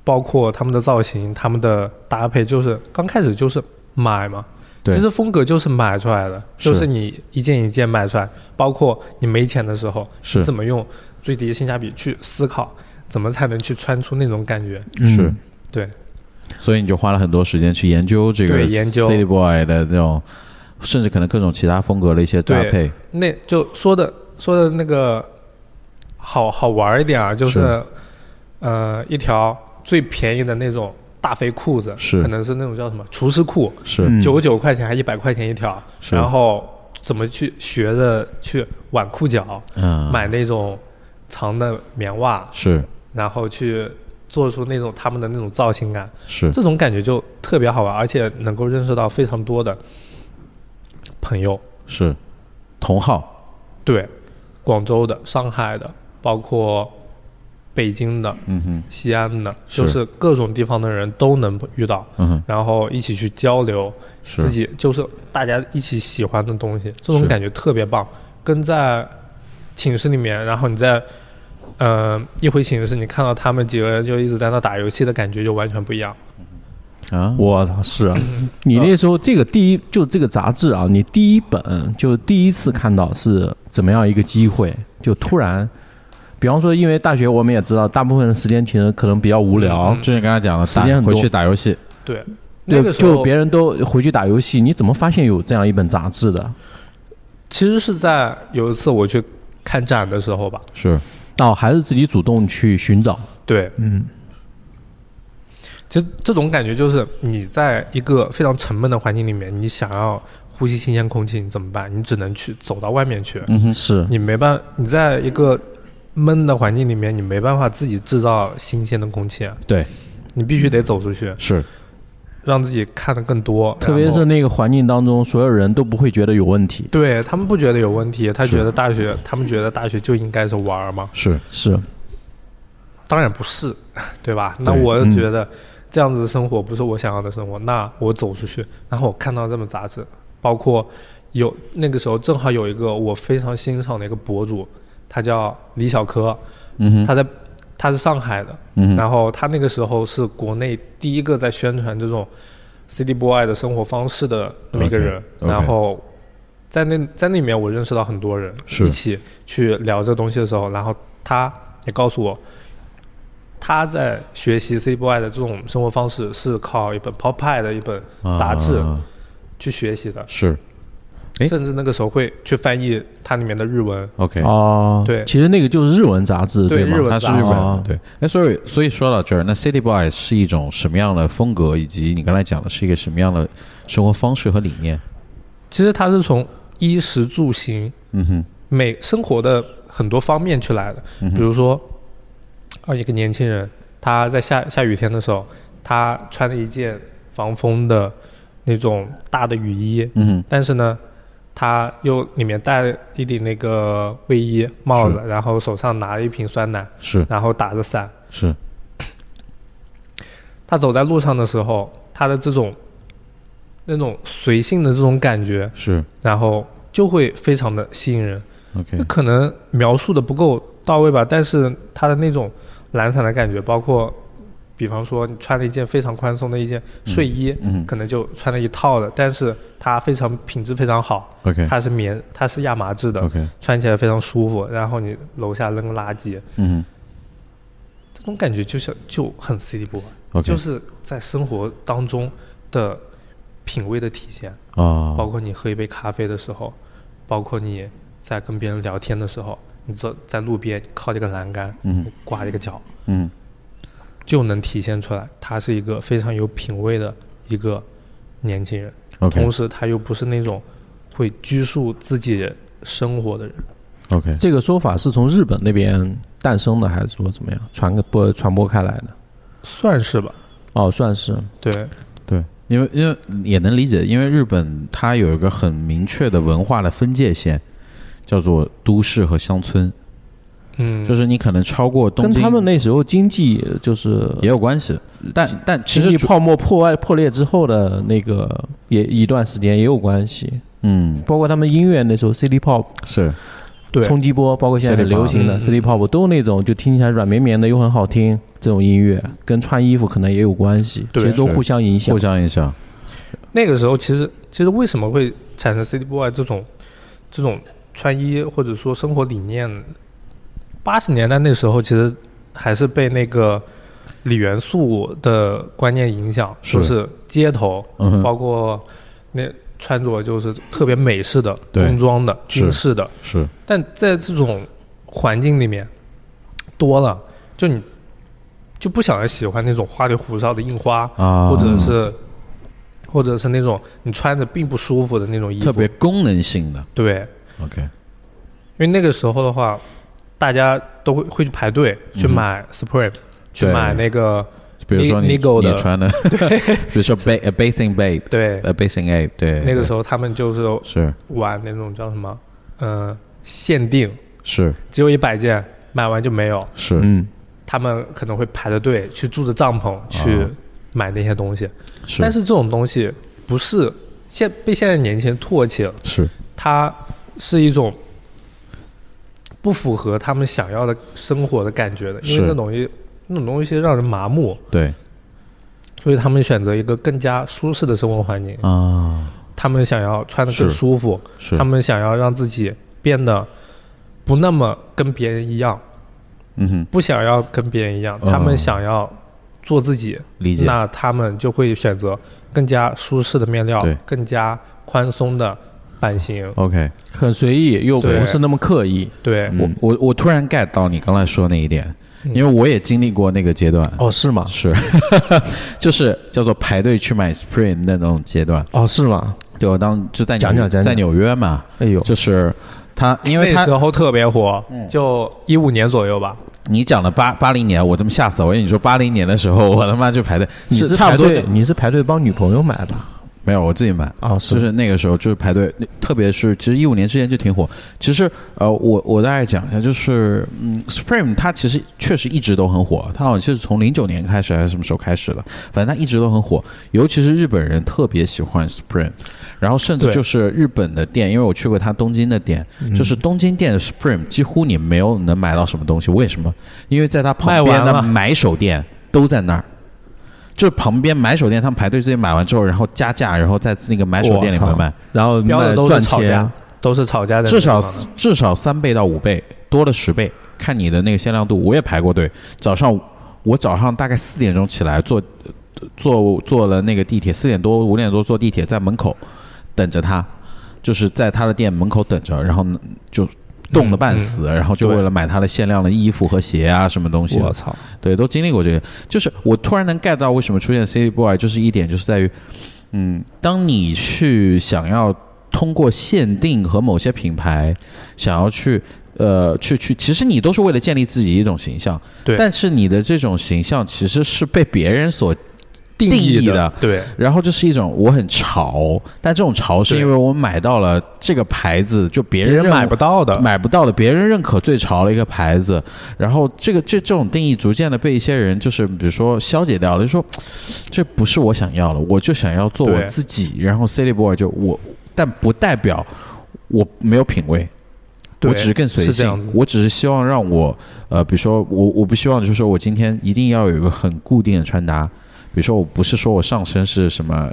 S2: 包括他们的造型、他们的搭配，就是刚开始就是买嘛。
S1: 对
S2: 其实风格就是买出来的，
S1: 是
S2: 就是你一件一件买出来，包括你没钱的时候，
S1: 是
S2: 你怎么用最低性价比去思考，怎么才能去穿出那种感觉？
S3: 嗯
S1: 是，
S2: 对，
S1: 所以你就花了很多时间去研究这个
S2: 对研究
S1: City Boy 的那种，甚至可能各种其他风格的一些搭
S2: 对
S1: 配。
S2: 那就说的说的那个好好玩一点啊，就是
S1: 是
S2: 呃一条最便宜的那种大肥裤子，
S1: 是
S2: 可能是那种叫什么厨师裤，
S1: 是、
S3: 嗯
S2: 九十九块钱还一百块钱一条，
S1: 是
S2: 然后怎么去学着去挽裤脚，
S1: 嗯，
S2: 买那种长的棉袜，
S1: 是
S2: 然后去做出那种他们的那种造型感，
S1: 是
S2: 这种感觉就特别好玩，而且能够认识到非常多的朋友。
S1: 是同号，
S2: 对，广州的、上海的，包括北京的、
S1: 嗯哼
S2: 西安的，
S1: 是
S2: 就是各种地方的人都能遇到，
S1: 嗯哼，
S2: 然后一起去交流，
S1: 是
S2: 自己就是大家一起喜欢的东西，这种
S1: 是
S2: 感觉特别棒。跟在寝室里面，然后你在。呃，一回寝室，你看到他们几个人就一直在那打游戏的感觉就完全不一样。
S1: 啊，
S4: 我操，是啊
S2: 嗯
S4: 你那时候这个第一就这个杂志啊，你第一本就啊第一次看到是怎么样一个机会，就突然，比方说，因为大学我们也知道，大部分的时间其实可能比较无聊，
S1: 之前跟他讲了，
S4: 时间
S1: 打
S4: 很
S1: 回
S4: 多
S1: 去打游戏，
S2: 对，嗯那
S4: 对，
S2: 个时候
S4: 就别人都回去打游戏，你怎么发现有这样一本杂志的？
S2: 其实是在有一次我去看展的时候吧，
S1: 是
S4: 哦，还是自己主动去寻找，
S2: 对，
S4: 嗯，
S2: 其实这种感觉就是你在一个非常沉闷的环境里面，你想要呼吸新鲜空气，你怎么办？你只能去走到外面去，
S1: 嗯哼，
S4: 是
S2: 你没办，你在一个闷的环境里面，你没办法自己制造新鲜的空气啊，
S1: 对，
S2: 你必须得走出去，
S1: 是
S2: 让自己看得更多，
S4: 特别
S2: 然后
S4: 是那个环境当中，所有人都不会觉得有问题。
S2: 对他们不觉得有问题，他觉得大学，他们觉得大学就应该是玩儿嘛，
S1: 是，
S4: 是，
S2: 当然不是， (laughs) 对吧？那
S1: 对
S2: 我
S4: 嗯
S2: 觉得这样子的生活不是我想要的生活。那我走出去，然后我看到这本杂志，包括有那个时候正好有一个我非常欣赏的一个博主，他叫李小柯，
S1: 嗯哼，
S2: 他在他是上海的，
S1: 嗯哼，
S2: 然后他那个时候是国内第一个在宣传这种 City Boy 的生活方式的那么一个人。
S1: OK，OK
S2: 然后在那在那里面，我认识到很多人，
S1: 是
S2: 一起去聊这东西的时候，然后他也告诉我，他在学习 City Boy 的这种生活方式是靠一本 Pop Pie 的一本杂志
S1: 啊
S2: 去学习的，
S1: 是诶
S2: 甚至那个时候会去翻译它里面的日文。
S1: OK，
S4: 哦，
S2: 对
S4: 其实那个就是日文杂志，
S2: 对
S4: 吗
S2: 日？文
S1: 它是
S2: 杂
S1: 日本
S4: 哦
S1: 的，对。哎，所以所以说到这儿，那 City Boy 是一种什么样的风格，以及你刚才讲的是一个什么样的生活方式和理念？
S2: 其实它是从衣食住行
S1: 嗯哼，
S2: 每生活的很多方面去来的。
S1: 嗯
S2: 比
S1: 哼，
S2: 如说，啊，一个年轻人他在下下雨天的时候，他穿了一件防风的那种大的雨衣，
S1: 嗯哼，
S2: 但是呢，他又里面戴了一顶那个卫衣帽子，然后手上拿了一瓶酸奶，
S1: 是
S2: 然后打着伞。
S1: 是，
S2: 他走在路上的时候，他的这种那种随性的这种感觉，
S1: 是
S2: 然后就会非常的吸引人。
S1: OK
S2: 那。可能描述的不够到位吧，但是它的那种懒散的感觉，包括比方说你穿了一件非常宽松的一件睡衣，
S1: 嗯
S2: 可能就穿了一套的，但是它非常品质非常好，
S1: ，OK
S2: 它是棉，它是亚麻质的，
S1: OK，
S2: 穿起来非常舒服。然后你楼下扔个垃圾，
S1: 嗯
S2: 这种感觉就像就很 city boy，、
S1: 哼，OK，
S2: 就是在生活当中的品味的体现，包
S1: 哦，
S2: 括你喝一杯咖啡的时候，包括你在跟别人聊天的时候，你走在路边靠这个栏杆，
S1: 嗯
S2: 挂一个脚，
S1: 嗯，
S2: 就能体现出来他是一个非常有品味的一个年轻人。
S1: ，OK
S2: 同时，他又不是那种会拘束自己生活的人。
S1: OK，
S4: 这个说法是从日本那边诞生的，还是说怎么样传个播传播开来的？
S2: 算是吧，
S4: 哦，算是
S2: 对，
S1: 对，因为因为也能理解，因为日本它有一个很明确的文化的分界线，叫做都市和乡村，
S2: 嗯，
S1: 就是你可能超过东
S4: 跟
S1: 京，
S4: 他们那时候经济就是
S1: 也有关系，但但其
S4: 经
S1: 实
S4: 济
S1: 主
S4: 泡沫破外破裂之后的那个也一段时间也有关系，
S1: 嗯
S4: 包括他们音乐那时候 City Pop
S1: 是
S2: 对，
S4: 冲击波，包括现在很
S1: City pop
S4: 流行的
S2: 嗯
S4: City Pop 都有那种就听起来软绵绵的又很好听这种音乐，跟穿衣服可能也有关系，其
S2: 对
S4: 实都互相影响
S1: 互。相影响，
S2: 那个时候其实其实为什么会产生 City Boy 啊这种这种穿衣或者说生活理念？八十年代那时候其实还是被那个李元素的观念影响，
S1: 是
S2: 就是街头，
S1: 嗯哼
S2: 包括那穿着就是特别美式的、
S1: 对
S2: 工装的、
S1: 是
S2: 军式的，
S1: 是
S2: 但在这种环境里面多了，就你就不想要喜欢那种花里胡哨的印花，
S1: 啊，
S2: 或者是、或者是那种你穿着并不舒服的那种衣服，
S1: 特别功能性的
S2: 对，因
S1: ，OK，
S2: 为那个时候的话，大家都会会去排队去买
S1: 嗯
S2: Supreme，、去
S1: 对
S2: 买那个
S1: 比如说你
S2: Nigo 的
S1: 你穿
S2: (laughs)
S1: 的，比如说 ba a bathing babe，
S2: 对，
S1: 呃 bathing ape，对，
S2: 那个时
S1: 候
S2: 候他们就是
S1: 是
S2: 玩那种叫什么，呃，限定
S1: 是
S2: 只有一百件，买完就没有，
S1: 是
S4: 嗯，
S2: 他们可能会排着队去住着帐篷去
S1: 啊
S2: 买那些东西，
S1: 是，
S2: 但是这种东西不是现被现在年轻人唾弃了。
S1: 是
S2: 它是一种不符合他们想要的生活的感觉的，因
S1: 是
S2: 为那种东西，那种东西让人麻木。
S1: 对
S2: 所以他们选择一个更加舒适的生活环境，
S1: 啊，
S2: 他们想要穿的
S1: 是
S2: 更舒服，
S1: 是
S2: 他们想要让自己变得不那么跟别人一样，
S1: 嗯哼，
S2: 不想要跟别人一样，
S1: 嗯
S2: 他们想要做自己，
S1: 理解，
S2: 那他们就会选择更加舒适的面料
S1: 对，
S2: 更加宽松的版型。
S1: OK，
S3: 很随意又
S2: 对
S3: 不是那么刻意。
S2: 对，
S1: 我我我突然 get 到你刚才说那一点，
S2: 嗯
S1: 因为我也经历过那个阶段，
S3: 哦，是吗？
S1: (laughs) 是，就是叫做排队去买 Spring 那种阶段。
S3: 哦，是吗？
S1: 对，我当就在纽
S3: 讲讲讲讲
S1: 在纽约嘛，
S3: 哎呦，
S1: 就是他，因为
S2: 那
S1: 他嗯
S2: 时候特别火，就一五年左右吧。
S1: 你讲了八八零年，我这么吓死我！我跟你说，八零年的时候，我他妈就排队，
S3: 你是
S1: 差
S3: 排
S1: 不多
S3: 队
S1: 的，，
S3: 你是排队帮女朋友买吧？
S1: 没有我自己买。
S3: 啊，
S1: 就，是那个时候，就是排队，那特别是其实一五年之前就挺火。其实呃，我我大概讲一下，就是嗯，Supreme 它其实确实一直都很火，它好像是从零九年开始还是什么时候开始的，反正它一直都很火。尤其是日本人特别喜欢 Supreme，然后甚至
S2: 对
S1: 就是日本的店，因为我去过它东京的店，
S3: 嗯
S1: 就是东京店的 Supreme 几乎你没有能买到什么东西，为什么？因为在它旁边
S2: 卖完
S1: 的
S2: 了
S1: 买手店都在那儿。就是旁边买手店，他们排队自己买完之后，然后加价，然后在那个买手
S3: 我
S1: 店里面
S3: 操
S1: 卖。
S3: 然后
S2: 标的
S3: 卖
S2: 都
S3: 赚
S2: 是吵
S3: 钱
S2: 架，，都是吵架的那种
S1: 至少
S2: 嘛，
S1: 至少三倍到五倍，多了十倍，看你的那个限量度。我也排过队，早上我早上大概四点钟起来坐坐坐了那个地铁，四点多五点多坐地铁，在门口等着他，就是在他的店门口等着，然后呢就。冻得半死，然后就为了买他的限量的衣服和鞋啊，什么东西的
S3: 我操，
S1: 对，都经历过这个。就是我突然能 get 到为什么出现 City Boy，就是一点就是在于，嗯，当你去想要通过限定和某些品牌，想要去呃去去，其实你都是为了建立自己一种形象，
S2: 对
S1: 但是你的这种形象其实是被别人所定义的。
S2: 对
S1: 然后这是一种我很潮，但这种潮是
S2: 对
S1: 因为我买到了这个牌子，就别
S2: 别
S1: 人
S2: 人
S1: 认
S2: 买不到的，
S1: 买不到的，别人认可最潮的一个牌子，然后这个这这种定义逐渐的被一些人就是比如说消解掉了，就说这不是我想要的，我就想要做我
S2: 对
S1: 自己，然后 City Boy 就我，但不代表我没有品味。
S2: 对
S1: 我只是更随
S2: 是这样
S1: 性
S2: 子，
S1: 我只是希望让我，呃，比如说我我不希望就是说我今天一定要有一个很固定的穿搭，比如说我不是说我上身是什么，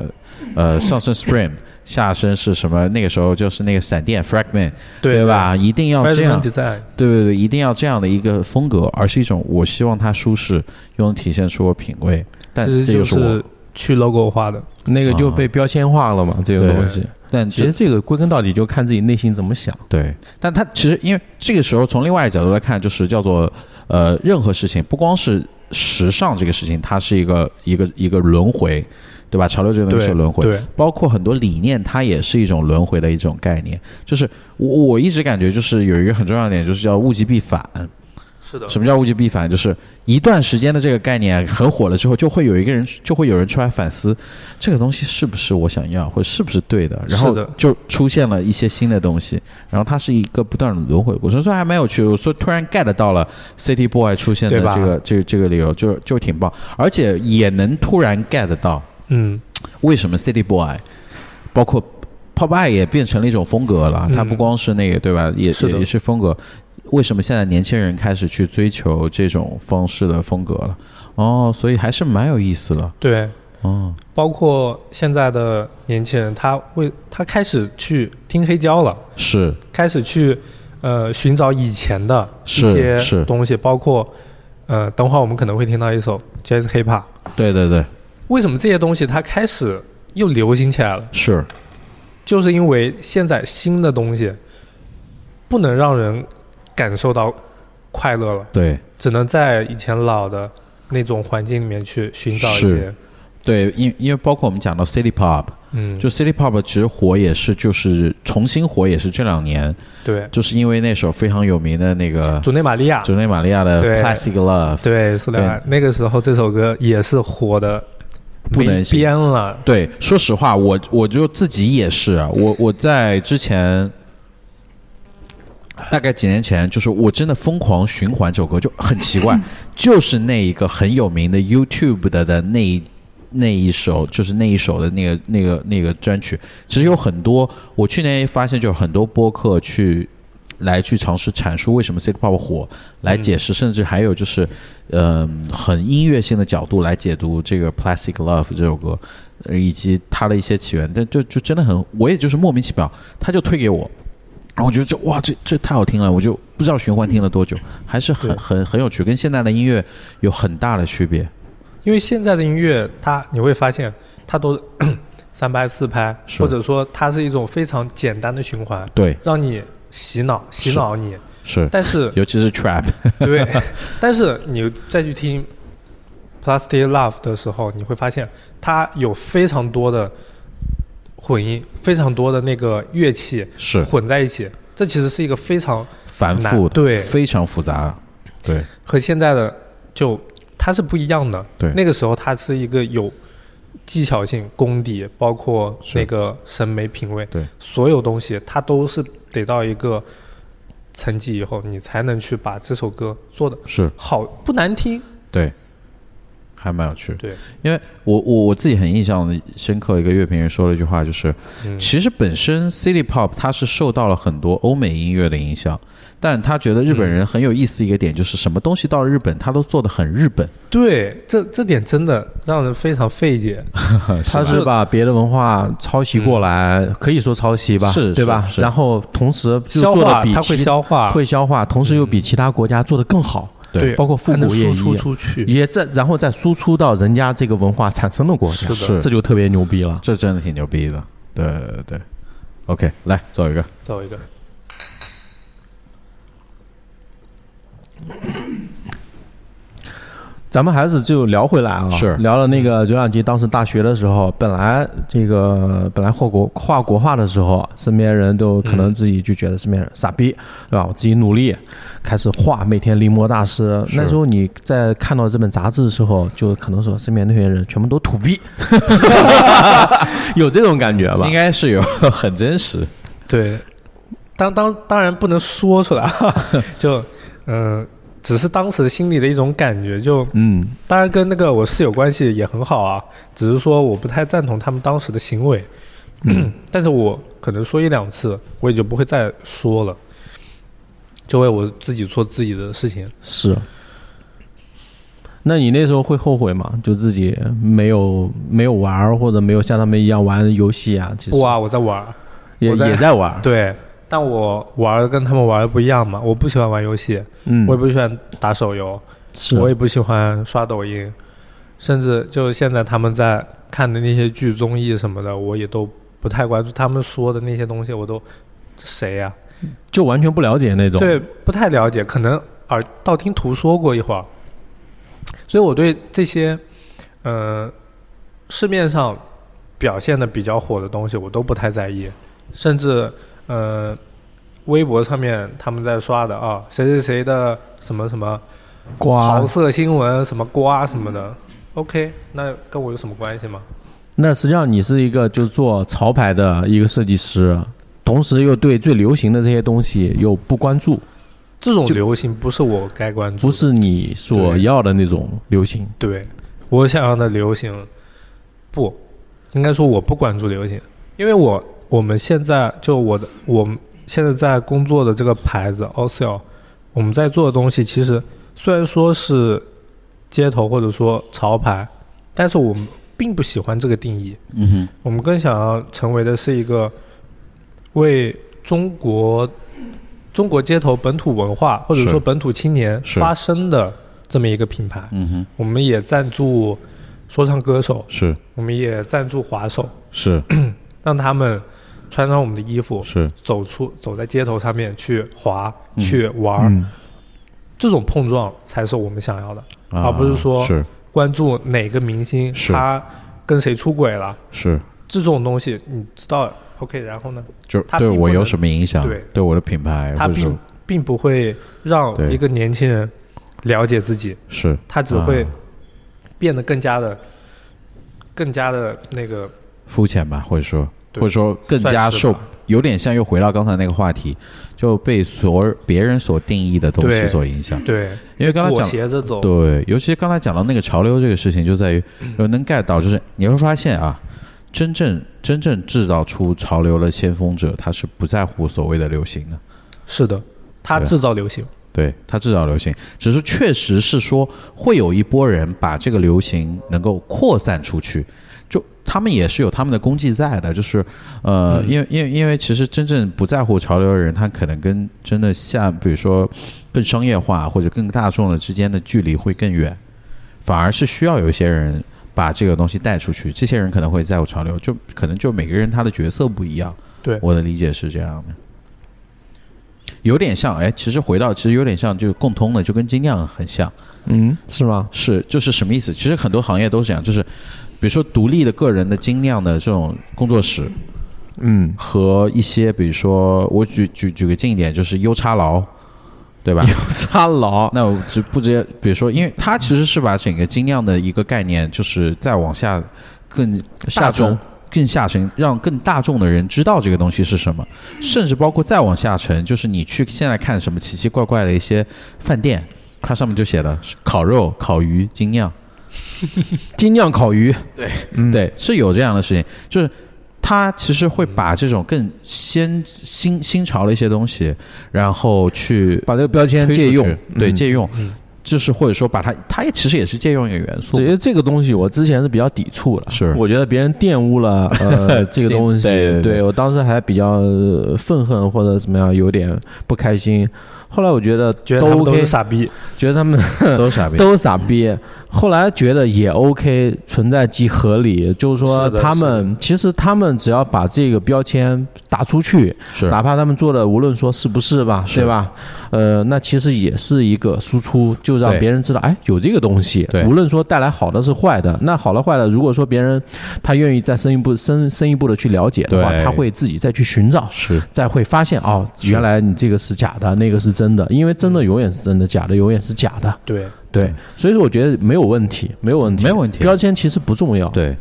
S1: 呃，上身 Spring，下身是什么，那个时候就是那个闪电 Fragment，
S2: 对
S1: 对？吧？一定要这
S2: Freshman
S1: 样，
S2: design，
S1: 对对对，一定要这样的一个风格，而是一种我希望它舒适，又能体现出我品味。但这
S2: 其实就
S1: 就是我，
S2: 是去 logo 化的，
S3: 那个就
S1: 啊
S3: 被标签化了嘛，这个
S1: 对
S3: 东西。
S1: 但
S3: 其
S1: 这
S3: 实这个归根到底就看自己内心怎么想。
S1: 对，但它其实因为这个时候从另外一个角度来看，就是叫做呃，任何事情不光是时尚这个事情，它是一个一个一个轮回，对吧？潮流这个东西
S2: 对
S1: 是轮回，
S2: 对
S1: 包括很多理念，它也是一种轮回的一种概念。就是我我一直感觉就是有一个很重要的点，就是叫物极必反。
S2: 是的
S1: 什么叫物极必反？就是一段时间的这个概念啊很火了之后，就会有一个人，就会有人出来反思，这个东西是不是我想要，或者是不是对的，然后
S2: 是的
S1: 就出现了一些新的东西，然后它是一个不断的轮回过程，所以还蛮有趣的。我说突然 get 到了 City Boy 出现的
S2: 对吧
S1: 这个这个这个理由，就就挺棒，而且也能突然 get 到
S2: 嗯，
S1: 为什么 City Boy，包括 Pop I 也变成了一种风格了，
S2: 嗯
S1: 它不光是那个对吧，也
S2: 是的
S1: 也也是风格。为什么现在年轻人开始去追求这种方式的风格了？哦，所以还是蛮有意思的。
S2: 对，
S1: 哦，
S2: 包括现在的年轻人，他会他开始去听黑胶了，
S1: 是
S2: 开始去呃寻找以前的一
S1: 是
S2: 些
S1: 是
S2: 东西，包括呃，等会儿我们可能会听到一首 Jazz Hip Hop。
S1: 对对对，
S2: 为什么这些东西它开始又流行起来了？
S1: 是
S2: 就是因为现在新的东西不能让人感受到快乐了，
S1: 对
S2: 只能在以前老的那种环境里面去寻找一些
S1: 是。对，因因为包括我们讲到 City Pop，
S2: 嗯，
S1: 就 City Pop 其实火也是就是重新火也是这两年，
S2: 对，
S1: 就是因为那首非常有名的那个
S2: 祖内玛利亚，
S1: 佐内玛利亚的
S2: 对
S1: Plastic Love，
S2: 对，苏联那个时候这首歌也是火的
S1: 不能
S2: 没
S1: 行
S2: 边了。
S1: 对，说实话，我我就自己也是啊，我我在之前大概几年前，就是我真的疯狂循环这首歌，就很奇怪， (laughs) 就是那一个很有名的 YouTube 的的那一。那一首就是那一首的那个那个那个专曲，其实有很多，我去年发现就有很多播客去来去尝试阐述为什么 City Pop 火，来解释，甚至还有就是，呃，很音乐性的角度来解读这个 Plastic Love 这首歌，呃以及它的一些起源，但就就真的很，我也就是莫名其妙，他就推给我。然后我觉得这哇，这这太好听了，我就不知道循环听了多久，还是很
S2: 对
S1: 很很有趣，跟现在的音乐有很大的区别。
S2: 因为现在的音乐，它你会发现它都三拍四拍，
S1: 是
S2: 或者说它是一种非常简单的循环，
S1: 对，
S2: 让你洗脑洗
S1: 是
S2: 脑你。
S1: 是，(laughs)
S2: 但是
S1: 尤其是 trap，
S2: 对，但是你再去听 Plastic Love 的时候，你会发现它有非常多的混音，非常多的那个乐器
S1: 是
S2: 混在一起，这其实是一个非常
S1: 繁
S2: 难
S1: 复的，
S2: 对
S1: 非常复杂，对，
S2: 和现在的就它是不一样的。
S1: 对
S2: 那个时候它是一个有技巧性、功底，包括
S1: 是
S2: 那个审美品味，
S1: 对，
S2: 所有东西它都是得到一个层级以后，你才能去把这首歌做的
S1: 是
S2: 好，不难听。
S1: 对，还蛮有趣。
S2: 对，
S1: 因为我我我自己很印象深刻，一个乐评人说了一句话，就是、
S2: 嗯
S1: 其实本身 City Pop 它是受到了很多欧美音乐的影响，但他觉得日本人很有意思一个点，就是什么东西到了日本，他都做的很日 (laughs) 本。
S2: 对，这这点真的让人非常费解。
S4: 他是把别的文化抄袭过来，可以说抄袭吧，
S1: 是
S4: 对吧
S1: 是？是
S4: 然后同时 (laughs) 就
S2: 消
S4: 做的
S2: 化
S4: 比
S2: 它
S4: 其
S2: 会消化，
S4: 会消化，同时又比其他国家做的更好，
S2: 对，
S4: 包括复
S2: 它能
S4: 古也
S2: 输出
S4: 一样，
S2: 出去。
S4: 也在然后再输出到人家这个文化产生的国家，
S2: 是
S1: 的
S4: 这就特别牛逼了。
S1: 这真的挺牛逼的。对对对，OK，来走一个，
S2: 找一个，
S4: 咱们还是就聊回来啊，
S1: 是
S4: 聊了那个刘亮吉当时大学的时候，本来这个本来画国画国画的时候，身边人都可能自己就觉得身边
S1: 嗯
S4: 人傻逼，对吧？我自己努力开始画，每天临摹大师。
S1: 是
S4: 那时候你在看到这本杂志的时候，就可能说身边那些人全部都
S1: (laughs)
S4: 土逼， (laughs) 有这种感觉吧
S1: 应？该是有很真实，
S2: 对，当当当然不能说出来，啊就嗯、呃只是当时心里的一种感觉。就
S4: 嗯，
S2: 当然跟那个我室友关系也很好啊，只是说我不太赞同他们当时的行为， (clears throat) 但是我可能说一两次，我也就不会再说了，就为我自己做自己的事情。
S4: 是。那你那时候会后悔吗？就自己没有没有玩儿，或者没有像他们一样玩游戏啊？其实
S2: 哇，我在玩儿，
S4: 也
S2: 我在
S4: 也在玩儿，
S2: 对，但我玩儿跟他们玩的不一样嘛，我不喜欢玩游戏，
S4: 嗯
S2: 我也不喜欢打手游，
S4: 是
S2: 我也不喜欢刷抖音，甚至就现在他们在看的那些剧、综艺什么的，我也都不太关注。他们说的那些东西，我都这谁呀、
S4: 就完全不了解那种。
S2: 对，不太了解，可能耳道听途说过一会儿，所以我对这些，呃，市面上表现的比较火的东西，我都不太在意，甚至呃，微博上面他们在刷的啊，谁谁谁的什么什么桃
S4: 瓜
S2: 色新闻，什么瓜什么的，OK，那跟我有什么关系吗？
S4: 那实际上你是一个就做潮牌的一个设计师，同时又对最流行的这些东西又不关注，
S2: 这种
S4: 就
S2: 流行不是我该关注的，
S4: 不是你所
S2: 对
S4: 要的那种流行。
S2: 对我想要的流行，不，应该说我不关注流行，因为我我们现在就我的我们现在在工作的这个牌子 o s e l 我们在做的东西其实虽然说是街头或者说潮牌，但是我们并不喜欢这个定义，
S1: 嗯哼，
S2: 我们更想要成为的是一个为中国中国街头本土文化或者
S1: 是
S2: 说本土青年
S1: 是
S2: 发声的这么一个品牌。
S1: 嗯哼，
S2: 我们也赞助说唱歌手，
S1: 是
S2: 我们也赞助滑手，
S1: 是
S2: 让他们穿上我们的衣服，
S1: 是，
S2: 走出走在街头上面去滑、去玩、
S4: 嗯，
S2: 这种碰撞才是我们想要的。
S1: 啊
S2: 哦而不是说
S1: 是
S2: 关注哪个明星，
S1: 是
S2: 他跟谁出轨了，
S1: 是。
S2: 这种东西你知道？OK，然后呢？
S1: 就
S2: 它
S1: 对
S2: 并不
S1: 我有
S2: 能
S1: 什么影响？
S2: 对
S1: 我的品牌，
S2: 他
S1: 或者
S2: 并并不会让
S1: 对
S2: 一个年轻人了解自己，
S1: 是
S2: 他只会
S1: 啊
S2: 变得更加的、更加的那个
S1: 肤浅吧，或者说，
S2: 对
S1: 或者说更加
S2: 算是
S1: 受
S2: 吧，
S1: 有点像又回到刚才那个话题，就被所别人所定义的东西
S2: 对
S1: 所影响。
S2: 对
S1: 因为刚才
S2: 裹
S1: 讲
S2: 挟着走。
S1: 对，尤其刚才讲到那个潮流这个事情，就在于呃能 get 到，就是你会发现啊，真正真正制造出潮流的先锋者，他是不在乎所谓的流行的。
S2: 是的，他
S1: 对
S2: 制造流行，
S1: 对它制造流行，只是确实是说会有一波人把这个流行能够扩散出去，就他们也是有他们的功绩在的，就是呃，因为因为因为其实真正不在乎潮流的人，他可能跟真的像比如说更商业化或者更大众的之间的距离会更远，反而是需要有一些人。把这个东西带出去，这些人可能会在乎潮流，就可能就每个人他的角色不一样。
S2: 对
S1: 我的理解是这样的。有点像，哎，其实回到其实有点像，就是共通的，就跟精酿很像，
S4: 嗯，是吗？
S1: 是就是什么意思？其实很多行业都是这样，就是比如说独立的个人的精酿的这种工作室
S4: (laughs) 嗯，
S1: 和一些，比如说我举举举个近一点，就是优叉劳，对吧？
S4: 差老，
S1: 那我直不直接，比如说，因为它其实是把整个精酿的一个概念，就是再往下更下
S4: 下沉
S1: 沉、更下沉，让更大众的人知道这个东西是什么，
S4: 嗯
S1: 甚至包括再往下沉，就是你去现在看什么奇奇怪怪的一些饭店，它上面就写的是烤肉、烤鱼、精酿，
S4: 精酿烤鱼，嗯
S1: 对，是有这样的事情，就是他其实会把这种更先新新潮的一些东西，然后去
S4: 把这个标签
S1: 推出
S4: 借
S1: 去
S4: 用，
S1: 对，
S4: 嗯
S1: 借用
S2: 嗯，
S1: 就是或者说把它，它也其实也是借用一个元素
S4: 只，是这个东西，我之前是比较抵触的，
S1: 是
S4: 我觉得别人玷污了
S2: (laughs)
S4: 呃这个东西，
S1: 对对对
S4: 我当时还比较呃愤恨或者怎么样，有点不开心。后来我觉得
S2: 觉得
S4: 都
S2: 他们都
S4: OK，
S2: 是傻逼，
S4: (laughs) 觉得他们
S1: 都是傻啊逼，
S4: 都傻逼。后来觉得也 OK，存在即合理，就是说
S2: 是的
S4: 他们其实他们只要把这个标签打出去，
S1: 是
S4: 哪怕他们做的无论说是不是吧，
S1: 是
S4: 对吧？呃，那其实也是一个输出，就让
S1: 对
S4: 别人知道，哎，有这个东西。
S1: 对
S4: 无论说带来好的是坏的，那好的坏的，如果说别人他愿意再深一步、深深一步的去了解的话，
S1: 对
S4: 他会自己再去寻找。
S1: 是
S4: 再会发现哦，
S1: 是
S4: 原来你这个是假的，那个是真的，因为真的永远是真的，假的永远是假的。
S2: 对，
S4: 对，所以说我觉得没有问题，没有问题，
S1: 没有问题
S4: 标签其实不重要。，
S1: 对。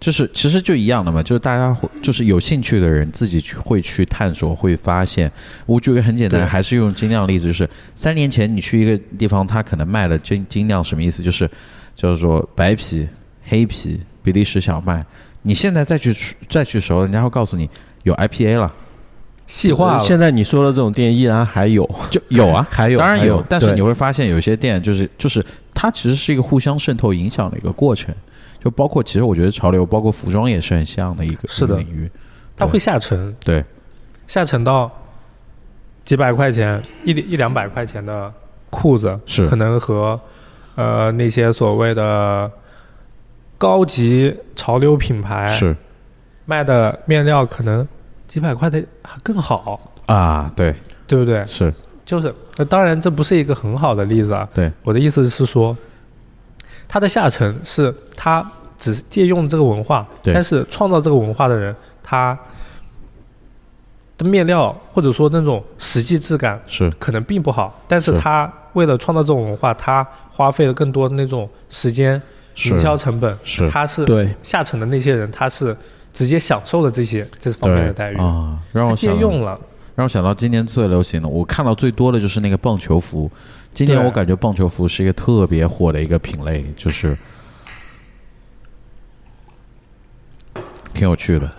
S1: 就是其实就一样的嘛，就是大家会就是有兴趣的人自己去会去探索，会发现。我举个很简
S4: 对
S1: 单，还是用精酿例子，就是三年前你去一个地方，他可能卖了精精酿，什么意思？就是叫做白啤、黑啤、比利时小麦。你现在再去再去熟，人家会告诉你有 IPA 了，
S2: 细化了，
S4: 呃现在你说的这种店依然还有，
S1: 就有啊，
S4: (laughs) 还有，
S1: 当然
S4: 还有
S1: 有，，但是
S4: 对
S1: 你会发现有些店就是就是它其实是一个互相渗透影响的一个过程，就包括其实我觉得潮流，包括服装也是很像的一个
S2: 是的
S1: 领域，
S2: 它会下沉，
S1: 对，
S2: 下沉到几百块钱、一一两百块钱的裤子，
S1: 是
S2: 可能和呃那些所谓的高级潮流品牌
S1: 是
S2: 卖的面料，可能几百块的还更好，
S1: 啊，对，
S2: 对不对？
S1: 是
S2: 就是，呃当然这不是一个很好的例子啊。
S1: 对，
S2: 我的意思是说，它的下沉是它只是借用这个文化，
S1: 对
S2: 但是创造这个文化的人，他的面料或者说那种实际质感
S1: 是
S2: 可能并不好，但是
S1: 是
S2: 他为了创造这种文化，他花费了更多的那种时间、营
S1: 是
S2: 销成本，
S1: 是
S2: 他是
S4: 对
S2: 下沉的那些人，他是直接享受了这些这方面的待遇，
S1: 啊，让
S2: 他
S1: 我
S2: 借
S1: 想到
S2: 哎用了，
S1: 让我想到今年最流行的，我看到最多的就是那个棒球服，今年
S2: 对
S1: 我感觉棒球服是一个特别火的一个品类，就是挺有趣的。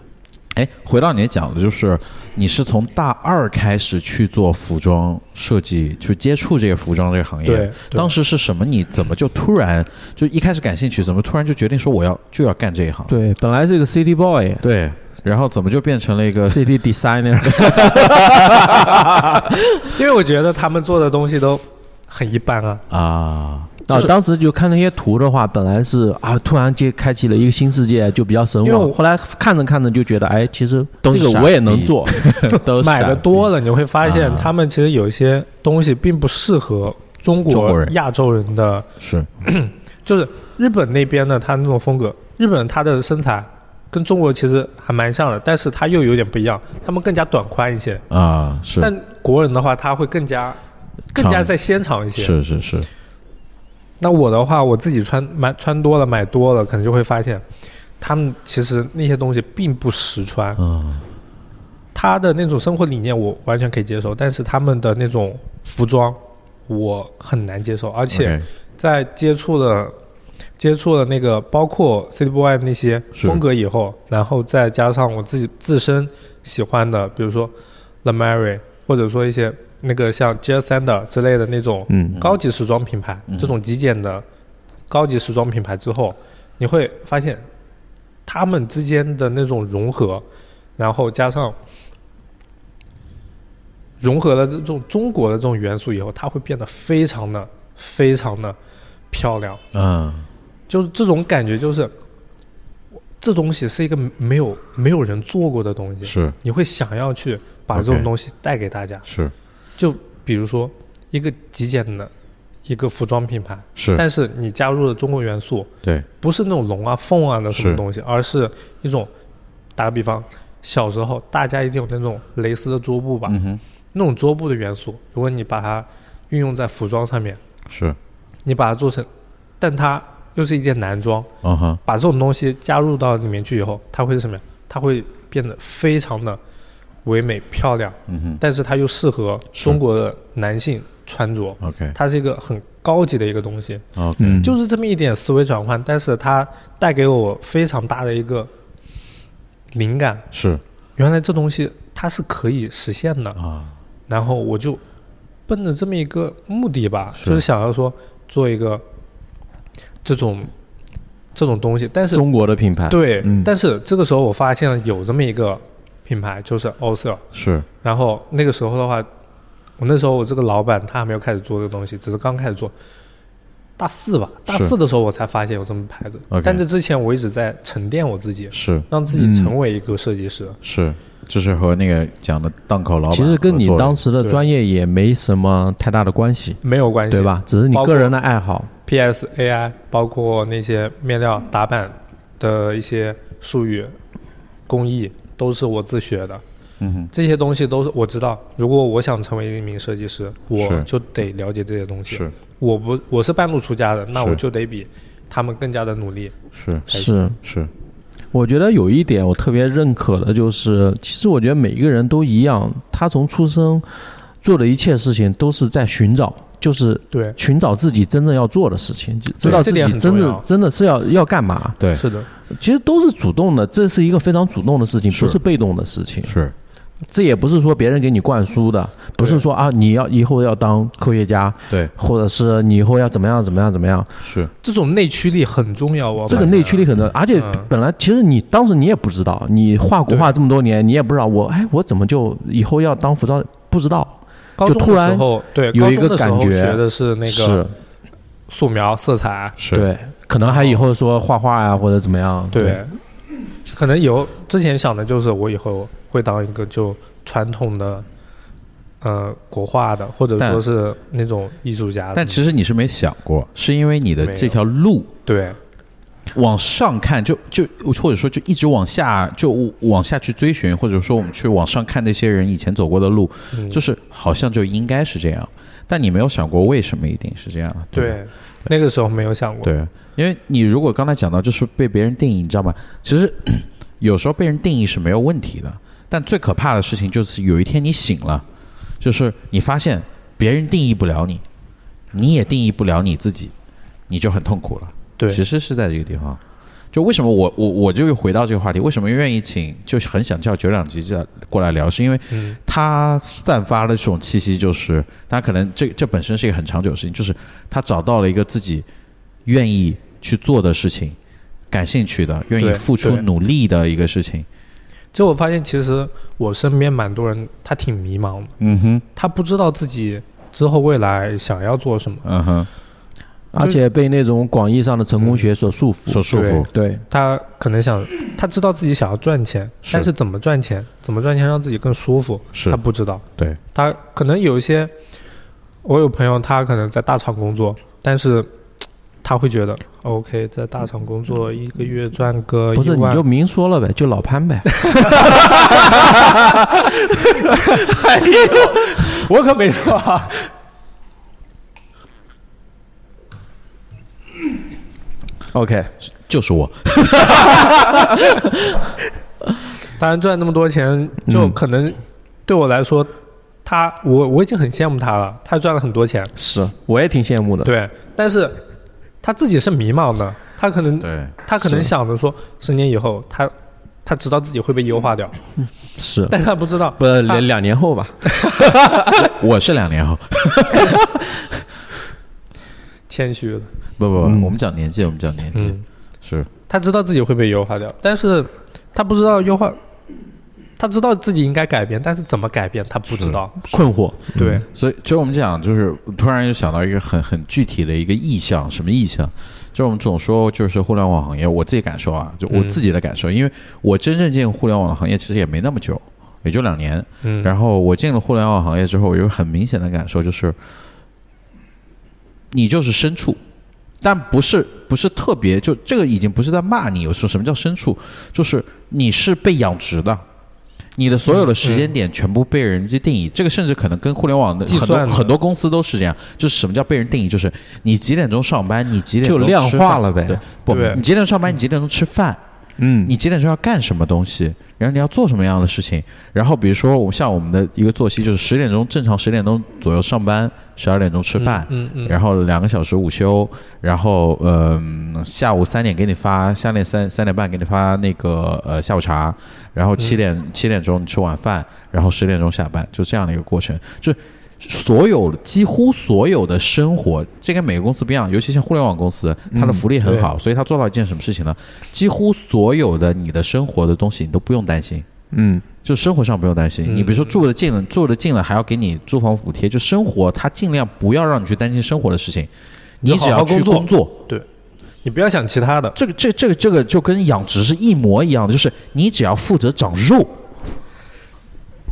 S1: 哎，回到你讲的，就是你是从大二开始去做服装设计，去接触这个服装这个行业。
S2: 对，对
S1: 当时是什么？你怎么就突然就一开始感兴趣，怎么突然就决定说我要就要干这一行？
S4: 对，本来是个 City Boy。
S1: 对，然后怎么就变成了一个
S4: City designer，啊
S2: 因为我觉得他们做的东西都很一般啊，
S1: 啊？ (laughs)
S4: 啊，当时就看那些图的话，本来是啊，突然间开启了一个新世界，就比较神
S2: 因为我
S4: 往。后来看着看着就觉得，哎，其实
S1: 都
S4: 这
S1: 是
S4: 个
S1: 傻
S4: 我也能
S1: 逼
S4: 做，
S1: 都
S2: 买的多
S1: 了，
S2: 了，你会发现
S1: 啊
S2: 他们其实有一些东西并不适合
S1: 中
S2: 中
S1: 国
S2: 国
S1: 人
S2: 亚洲人的，
S1: 是
S2: 就是日本那边的他那种风格，日本他的身材跟中国其实还蛮像的，但是他又有点不一样，他们更加短宽一些，
S1: 啊，是
S2: 但国人的话他会更加更加再纤长一些。
S1: 是是是，
S2: 那我的话，我自己穿买穿多了买多了，可能就会发现，他们其实那些东西并不实穿。
S1: 嗯，
S2: 他的那种生活理念我完全可以接受，但是他们的那种服装我很难接受，而且
S1: OK，
S2: 在接触了接触了那个包括 City Boy 那些
S1: 是
S2: 风格以后，然后再加上我自己自身喜欢的，比如说 La Mary，或者说一些那个像 j e r Sander 之类的那种
S4: 嗯
S2: 高级时装品牌，
S1: 嗯
S2: 这种极简的高级时装品牌之后，你会发现他们之间的那种融合，然后加上融合了这种中国的这种元素以后，它会变得非常的非常的漂亮。
S1: 嗯
S2: 就是这种感觉，就是我这东西是一个没有没有人做过的东西，
S1: 是
S2: 你会想要去把这种
S1: OK
S2: 东西带给大家。
S1: 是
S2: 就比如说一个极简的一个服装品牌，
S1: 是，
S2: 但是你加入了中国元素，
S1: 对，
S2: 不是那种龙啊凤啊的什
S1: 是
S2: 么东西，而是一种打个比方，小时候大家一定有那种蕾丝的桌布吧，
S1: 嗯哼，
S2: 那种桌布的元素，如果你把它运用在服装上面，
S1: 是，
S2: 你把它做成，但它又是一件男装。
S1: 嗯哼，
S2: 把这种东西加入到里面去以后，它会是什么呀？它会变得非常的唯美漂亮，
S1: 嗯哼
S2: 但是它又适合
S1: 是
S2: 中国的男性穿着，
S1: ，OK
S2: 它是一个很高级的一个东西，
S1: OK，
S4: 嗯，
S2: 就是这么一点思维转换，但是它带给我非常大的一个灵感，
S1: 是
S2: 原来这东西它是可以实现的，
S1: 啊，
S2: 然后我就奔着这么一个目的吧，
S1: 是
S2: 就是想要说做一个这种这种东西，但是
S4: 中国的品牌，
S2: 对，
S4: 嗯
S2: 但是这个时候我发现了有这么一个品牌，就是 o s e r
S1: 是
S2: 然后那个时候的话，我那时候我这个老板他还没有开始做这个东西，只是刚开始做。大四吧，大四的时候我才发现有这么牌子
S1: OK，
S2: 但这之前我一直在沉淀我自己，
S1: 是
S2: 让自己成为一个设计师。
S1: 是，就是和那个讲的档口老板合
S4: 其
S1: 作的，
S4: 实跟你当时的
S2: 对
S4: 专业也没什么太大的关系，
S2: 没有关系，
S4: 对？吧？只是你
S2: 包括
S4: 个人的爱好。
S2: PS、AI，包括那些面料、打板的一些术语、工艺，都是我自学的。
S1: 嗯哼，
S2: 这些东西都是我知道。如果我想成为一名设计师，我
S1: 是
S2: 就得了解这些东西。
S1: 是
S2: 我不我是半路出家的，那
S1: 是
S2: 我就得比他们更加的努力。
S1: 是
S2: 才
S4: 是，
S1: 是，
S4: 我觉得有一点我特别认可的就是，其实我觉得每一个人都一样，他从出生做的一切事情都是在寻找，就是
S2: 对，
S4: 寻找自己真正要做的事情，就知道
S2: 这
S4: 自
S2: 点
S4: 己
S2: 很
S4: 真
S2: 重要
S4: 的真的是要要干嘛。
S1: 对
S2: 是的，
S4: 其实都是主动的，这是一个非常主动的事情，
S1: 是
S4: 不是被动的事情。
S1: 是
S4: 这也不是说别人给你灌输的，不是说啊你要以后要当科学家，
S1: 对
S4: 或者是你以后要怎么样怎么样怎么样。
S1: 是
S2: 这种内驱力很重要。我
S4: 这个内驱力很重要，而且
S2: 嗯
S4: 本来其实你当时你也不知道，你画国画这么多年，你也不知道我哎我怎么就以后要当服装不知道。
S2: 高中
S4: 就突
S2: 的
S4: 然
S2: 时候，对，
S4: 有一个
S2: 高中的时候
S4: 感觉
S2: 学的是那个
S4: 是，
S2: 素描、色彩，
S1: 是，
S4: 对，可能还以后说画画呀、或者怎么样。
S2: 对，可能有之前想的就是我以后会当一个就传统的。呃，国画的，或者
S1: 但
S2: 说是那种艺术家的，
S1: 但其实你是没想过，是因为你的
S2: 没有
S1: 这条路
S2: 对，
S1: 往上看，就就或者说就一直往下，就往下去追寻，或者说我们去往上看那些人以前走过的路，
S2: 嗯
S1: 就是好像就应该是这样，但你没有想过为什么一定是这样，吧
S2: 对，那个时候没有想过。
S1: 对，因为你如果刚才讲到就是被别人定义，你知道吗？其实有时候被人定义是没有问题的，但最可怕的事情就是有一天你醒了，就是你发现别人定义不了你，你也定义不了你自己，你就很痛苦了。
S2: 对
S1: 其实是在这个地方。就为什么我我我就又回到这个话题，为什么愿意请，就是很想叫九两级这过来聊，是因为
S2: 嗯，
S1: 他散发的这种气息，就是他可能这这本身是一个很长久的事情，就是他找到了一个自己愿意去做的事情，感兴趣的，愿意
S2: 对
S1: 付出
S2: 对
S1: 努力的一个事情。
S2: 就我发现，其实我身边蛮多人，他挺迷茫的，
S1: 嗯哼，
S2: 他不知道自己之后未来想要做什么，
S1: 嗯哼，
S4: 而且被那种广义上的成
S2: 嗯
S4: 功学所束缚。
S1: 所束缚，
S4: 对，
S2: 他可能想，他知道自己想要赚钱，
S1: 是
S2: 但是怎么赚钱，怎么赚钱让自己更舒服，
S1: 是
S2: 他不知道。
S1: 对，
S2: 他可能有一些，我有朋友，他可能在大厂工作，但是。他会觉得 OK，在大厂工作一个月赚个
S4: 不是
S2: 一
S4: 你
S2: 万
S4: 就明说了呗，就老潘
S2: (laughs)
S4: 呗。
S2: 哎我可没说、啊。
S4: OK，
S1: 就是我，
S2: 当然赚那么多钱，就
S4: 嗯
S2: 可能对我来说，他我我已经很羡慕他了，他赚了很多钱，
S4: 是，我也挺羡慕的。
S2: 对，但是他自己是迷茫的，他可能
S1: 对，
S2: 他可能
S4: 是
S2: 想着说，十年以后他他知道自己会被优化掉，
S4: 是，
S2: 但他不知道
S4: 不两两年后吧？
S1: 我是两年后，
S2: 谦虚了。
S1: 不不不，
S3: 嗯
S1: 我们讲年纪，我们讲年纪、
S2: 嗯，
S1: 是
S2: 他知道自己会被优化掉，但是他不知道优化，他知道自己应该改变，但是怎么改变他不知道。
S3: 困惑，
S2: 对，
S1: 所以，其实我们讲，就是突然又想到一个很很具体的一个意向，什么意向？就是我们总说，就是互联网行业，我自己感受啊，就我
S2: 嗯
S1: 自己的感受，因为我真正进入互联网的行业其实也没那么久，也就两年。
S2: 嗯，
S1: 然后我进了互联网行业之后，我有个很明显的感受就是，你就是牲畜，但不是不是特别，就这个已经不是在骂你。有时候什么叫牲畜，就是你是被养殖的。你的所有的时间点全部被人去定义，这个甚至可能跟互联网的
S2: 计
S1: 很多
S2: 算的
S1: 很多公司都是这样。就是什么叫被人定义？就是你几点钟上班，你几点
S3: 就
S1: 钟
S3: 量
S1: 吃
S3: 化
S1: 饭
S3: 了呗
S1: 对，不，
S2: 对
S1: 你几点钟上班，你几点钟吃饭，
S3: 嗯，
S1: 你几点钟要干什么东西，然后你要做什么样的事情。然后比如说，我像我们的一个作息就是十点钟正常十点钟左右上班，十二点钟吃饭，
S2: 嗯嗯，
S1: 然后两个小时午休，然后嗯、下午三点给你发，下点三三点半给你发那个呃下午茶，然后七点七、点钟你吃晚饭，然后十点钟下班，就这样的一个过程，就是。所有几乎所有的生活，这跟每个公司不一样，尤其像互联网公司，它的福利很好，所以它做到一件什么事情呢？几乎所有的你的生活的东西，你都不用担心。
S3: 嗯
S1: 就生活上不用担心，
S2: 嗯
S1: 你比如说住的近了，住的近了还要给你租房补贴，就生活他尽量不要让你去担心生活的事情，
S2: 你
S1: 你
S2: 就
S1: 只
S2: 好
S1: 要
S2: 好
S1: 去
S2: 工作
S1: 工作，
S2: 你不要想其他的，
S1: 这个这这个这个就跟养殖是一模一样的，就是你只要负责长肉，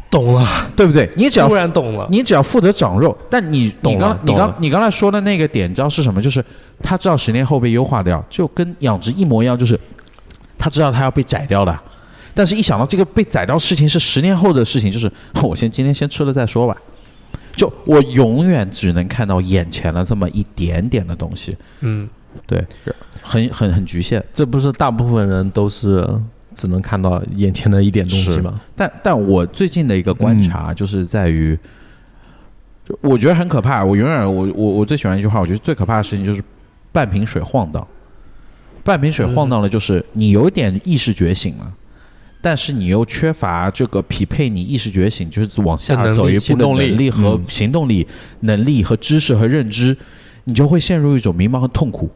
S2: 懂了，
S1: 对不对？你只要
S2: 突然懂了。
S1: 你只要负责长肉，但你你
S3: 懂了
S1: 刚你
S3: 懂
S1: 刚
S3: 了
S1: 你刚才说的那个点，你知道是什么？就是他知道十年后被优化掉，就跟养殖一模一样，就是他知道他要被宰掉的，但是一想到这个被宰掉的事情是十年后的事情，就是哦我先今天先吃了再说吧。就我永远只能看到眼前的这么一点点的东西，
S2: 嗯，
S1: 对，很很很局限。
S3: 这不是大部分人都是只能看到眼前的一点东西
S1: 是
S3: 吗？
S1: 但但我最近的一个观察就是在于，就我觉得很可怕。我永远我我我最喜欢一句话，我觉得最可怕的事情就是半瓶水晃荡。半瓶水晃荡了，就是你有点意识觉醒了，但是你又缺乏这个匹配你意识觉醒，就是往
S2: 的
S1: 下
S2: 能力
S1: 走一步
S3: 行
S1: 的
S3: 动力
S1: 能力和
S3: 嗯
S1: 行动力、能力和知识和认知，你就会陷入一种迷茫和痛苦。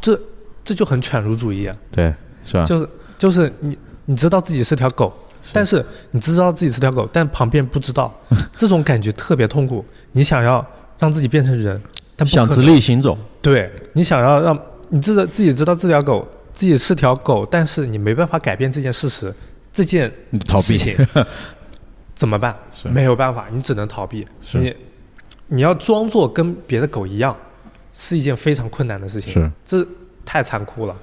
S2: 这这就很犬儒主义啊，
S1: 对，是吧？
S2: 就是就是你你知道自己是条狗，但是你知道自己是条狗，但旁边不知道，这种感觉特别痛苦。你想要让自己变成人，但不可
S3: 想
S2: 能
S3: 直立行走，
S2: 对你想要让你自自己知道这条狗自己是条狗，但是你没办法改变这件事实，这件
S1: 你逃
S2: 事
S1: 避。
S2: 情 (laughs) 怎么办？
S1: 是
S2: 没有办法，你只能逃避。
S1: 是
S2: 你你要装作跟别的狗一样，是一件非常困难的事情。
S1: 是，
S2: 这太残酷了。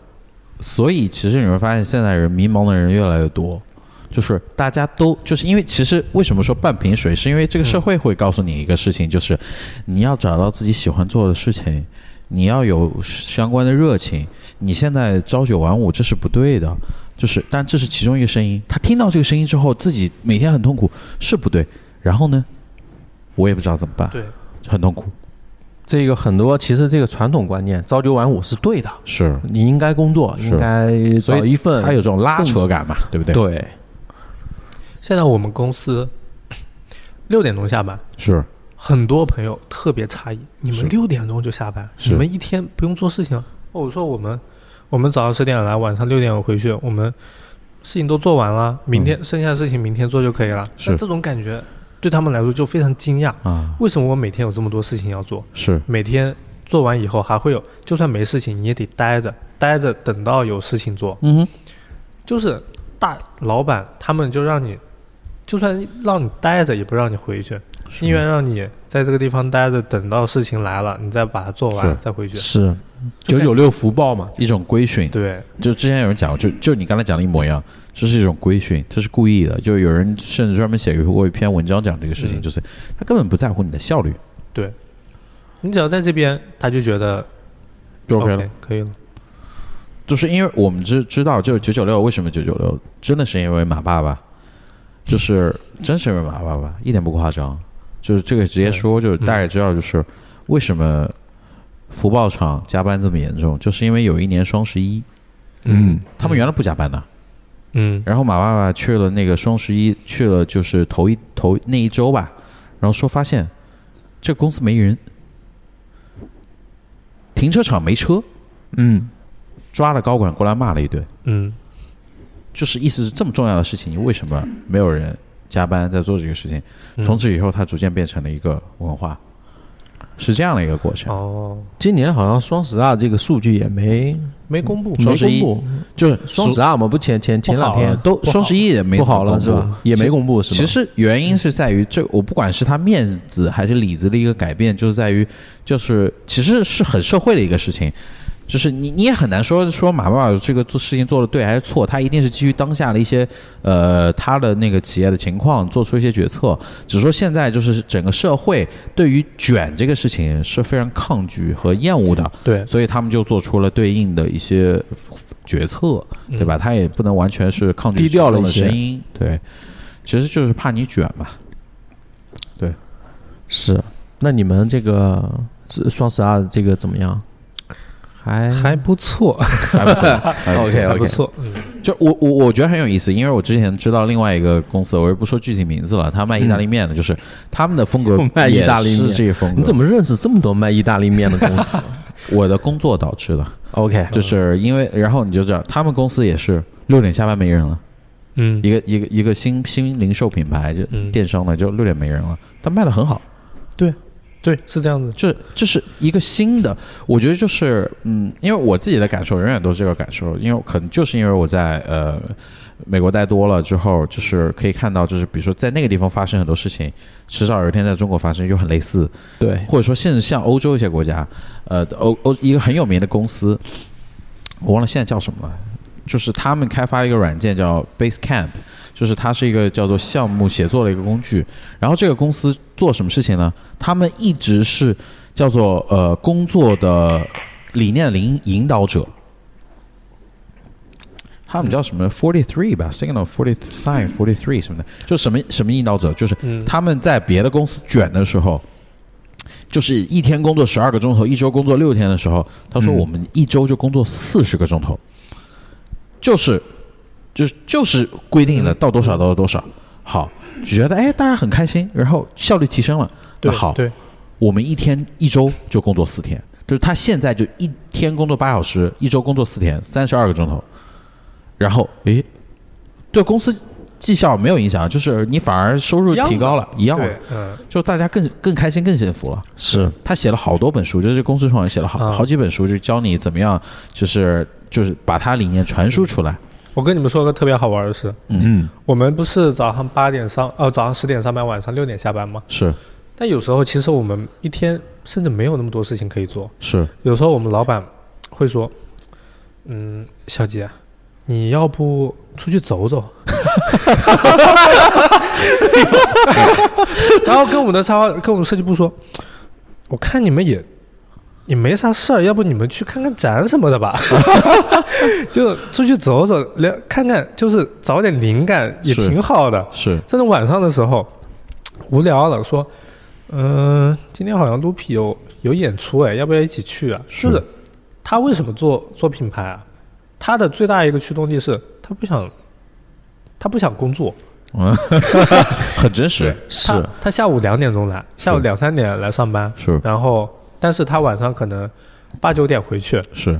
S1: 所以其实你会发现，现在人迷茫的人越来越多，就是大家都就是因为其实为什么说半瓶水，是因为这个社会会告诉你一个事情，就是你要找到自己喜欢做的事情，你要有相关的热情。你现在朝九晚五这是不对的，就是但这是其中一个声音。他听到这个声音之后，自己每天很痛苦是不对。然后呢，我也不知道怎么办，
S2: 对，
S1: 很痛苦。
S3: 这个很多其实这个传统观念，朝九晚五是对的，
S1: 是，
S3: 你应该工作，
S1: 是
S3: 应该
S1: 所以
S3: 找一份
S1: 他有这种拉扯感嘛，对不对？，
S3: 对，
S2: 现在我们公司六点钟下班，
S1: 是
S2: 很多朋友特别诧异：你
S1: 是
S2: 们六点钟就下班，
S1: 是
S2: 你们一天不用做事情啊？哦，我说我们我们早上十点来，晚上六点回去，我们事情都做完了，明天、剩下的事情明天做就可以了。
S1: 嗯是
S2: 那这种感觉对他们来说就非常惊讶，
S1: 啊，
S2: 为什么我每天有这么多事情要做？
S1: 是
S2: 每天做完以后还会有，就算没事情你也得待着，待着等到有事情做。
S1: 嗯哼，
S2: 就是大老板他们就让你，就算让你待着，也不让你回去，宁愿让你在这个地方待着，等到事情来了，你再把它做
S1: 是
S2: 完再回去。
S3: 是
S2: 就
S3: 九
S2: 感
S3: 九六福报嘛，
S1: 一种规训。
S2: 对，
S1: 就之前有人讲过，就就你刚才讲的一模一样，这是一种规训，这是故意的。就有人甚至专门写过一篇文章讲这个事情，
S2: 嗯
S1: 就是他根本不在乎你的效率，
S2: 你只要在这边，他就觉得
S1: 就
S2: OK 可以了。
S1: 就是因为我们知知道，就是九九六为什么九九六，真的是因为马爸爸，就是真是因为马爸爸，一点不夸张，就是这个直接说，就是大概知道，就是为什么福报厂加班这么严重，就是因为有一年双十一，
S3: 嗯，
S1: 他们原来不加班的，
S2: 嗯
S1: 然后马爸爸去了那个双十一，去了就是头一头那一周吧，然后说发现这公司没人，停车场没车，
S4: 嗯，
S1: 抓了高管过来骂了一顿，
S2: 嗯
S1: 就是意思是这么重要的事情，你为什么没有人加班在做这个事情？
S2: 嗯
S1: 从此以后，它逐渐变成了一个文化，是这样的一个过程。
S2: 哦，
S4: 今年好像双十二啊这个数据也没
S2: 没公布，
S1: 双十一
S4: 没公布
S1: 就是
S4: 双十
S1: 二
S4: 二嘛，不前前前两天
S1: 都双十一也没
S4: 不好
S1: 怎么
S4: 了是
S1: 公布
S4: 吧？也没公布是吧？
S1: 其实原因是在于这，我不管是他面子还是里子的一个改变，就是在于，就是其实是很社会的一个事情，就是你你也很难说说马爸爸这个做事情做的对还是错，他一定是基于当下的一些呃他的那个企业的情况做出一些决策，只是说现在就是整个社会对于卷这个事情是非常抗拒和厌恶的，
S2: 对，
S1: 所以他们就做出了对应的一些决策，对吧？他也不能完全是抗拒
S4: 嗯低调了
S1: 群众
S4: 一
S1: 的
S4: 些
S1: 声音，对，其实就是怕你卷嘛。
S4: 是。那你们这个是双十二这个怎么样？还
S2: 还不错
S1: 还不
S4: (laughs)
S1: 错还不错
S4: OK，OK
S2: 还不错，嗯
S1: 就我我我觉得很有意思，因为我之前知道另外一个公司，我也不说具体名字了，他卖意大利面的，就是他们的风格
S4: 嗯 (laughs) 卖意大利面
S1: 也是这个风格。
S4: 你怎么认识这么多卖意大利面的公司
S1: 我的工作导致的，
S4: ？OK，
S1: 就是因为然后你就知道，他们公司也是六点下班没人了，
S2: 嗯
S1: 一个一个一个新新零售品牌就
S2: 嗯
S1: 电商的就六点没人了，但卖的很好。
S2: 对，是这样子，
S1: 这这是一个新的，我觉得就是嗯，因为我自己的感受永远都是这个感受，因为可能就是因为我在呃美国待多了之后，就是可以看到，就是比如说在那个地方发生很多事情，迟早有一天在中国发生就很类似，
S4: 对，
S1: 或者说甚至像欧洲一些国家，呃，欧欧一个很有名的公司，我忘了现在叫什么了，就是他们开发了一个软件叫 Basecamp，就是它是一个叫做项目协作的一个工具。然后这个公司做什么事情呢？他们一直是叫做呃工作的理念的引引导者。他们叫什
S2: 嗯
S1: 么 Forty Three 吧，Signal Forty Sign Forty Three 什么的，就什么什么引导者，就是
S2: 嗯，
S1: 他们在别的公司卷的时候，就是一天工作十二个钟头，一周工作六天的时候，他说
S4: 嗯
S1: 我们一周就工作四十个钟头，就是就是就是规定
S2: 嗯
S1: 的到多少到多少。好，觉得哎大家很开心，然后效率提升了。
S2: 对
S1: 那好，
S2: 对，
S1: 我们一天一周就工作四天，就是他现在就一天工作八小时，一周工作四天，三十二个钟头。然后，诶，对公司绩效没有影响，就是你反而收入
S2: 一样的
S1: 提高了，一样了
S2: 对，，嗯
S1: 就大家更更开心、更幸福了。
S4: 是
S1: 他写了好多本书，就是公司创始人写了好、
S2: 啊
S1: 好几本书，就教你怎么样，就是就是把他理念传输出来。
S2: 我跟你们说个特别好玩的事，
S4: 嗯，
S2: 我们不是早上八点上，哦，早上十点上班，晚上六点下班吗？
S1: 是
S2: 但有时候其实我们一天甚至没有那么多事情可以做，
S1: 是，
S2: 有时候我们老板会说：“嗯，小杰，你要不出去走 (laughs) 走？”然后跟我们的策划，跟我们设计部说：“我看你们也也没啥事儿，要不你们去看看展什么的吧？ (laughs) 就出去走走，聊看看，就是找点灵感也
S1: 是
S2: 挺好的。”
S1: 是
S2: 甚至晚上的时候无聊了，说，嗯、今天好像卢皮有有演出哎，要不要一起去啊？
S1: 是
S2: 就是他为什么做做品牌啊？他的最大一个驱动力是他不想，他不想工作，
S1: 很真实，
S2: 他他下午两点钟来，下午
S1: 是
S2: 两三点来上班，
S1: 是
S2: 然后但是他晚上可能八九点回去，
S1: 是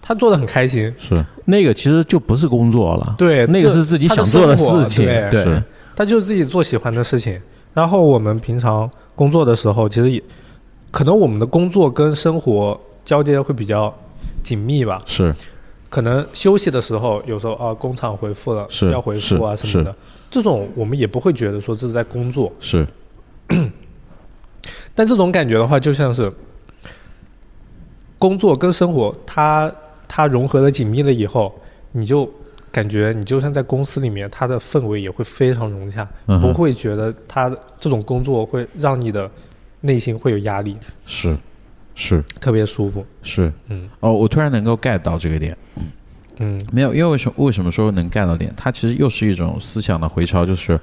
S2: 他做的很开心，
S1: 是
S4: 那个其实就不是工作了，
S2: 对，
S4: 那个
S2: 就是
S4: 自己
S2: 他
S4: 想做
S2: 的
S4: 的
S2: 生活
S4: 事情，
S2: 对
S4: 对
S1: 是，
S2: 他就自己做喜欢的事情。然后我们平常工作的时候，其实也可能我们的工作跟生活交接会比较紧密吧。
S1: 是
S2: 可能休息的时候，有时候啊，工厂回复了
S1: 是
S2: 要回复啊
S1: 是
S2: 什么的，这种我们也不会觉得说这是在工作。
S1: 是
S2: 但这种感觉的话，就像是工作跟生活它它融合的紧密了以后，你就感觉你就算在公司里面，它的氛围也会非常融洽，
S1: 嗯哼
S2: 不会觉得它这种工作会让你的内心会有压力，
S1: 是是
S2: 特别舒服。
S1: 是，
S2: 嗯
S1: 哦，我突然能够 get 到这个点。
S2: 嗯
S1: 没有，因为为什么为什么说能 get 到点？它其实又是一种思想的回潮，就是，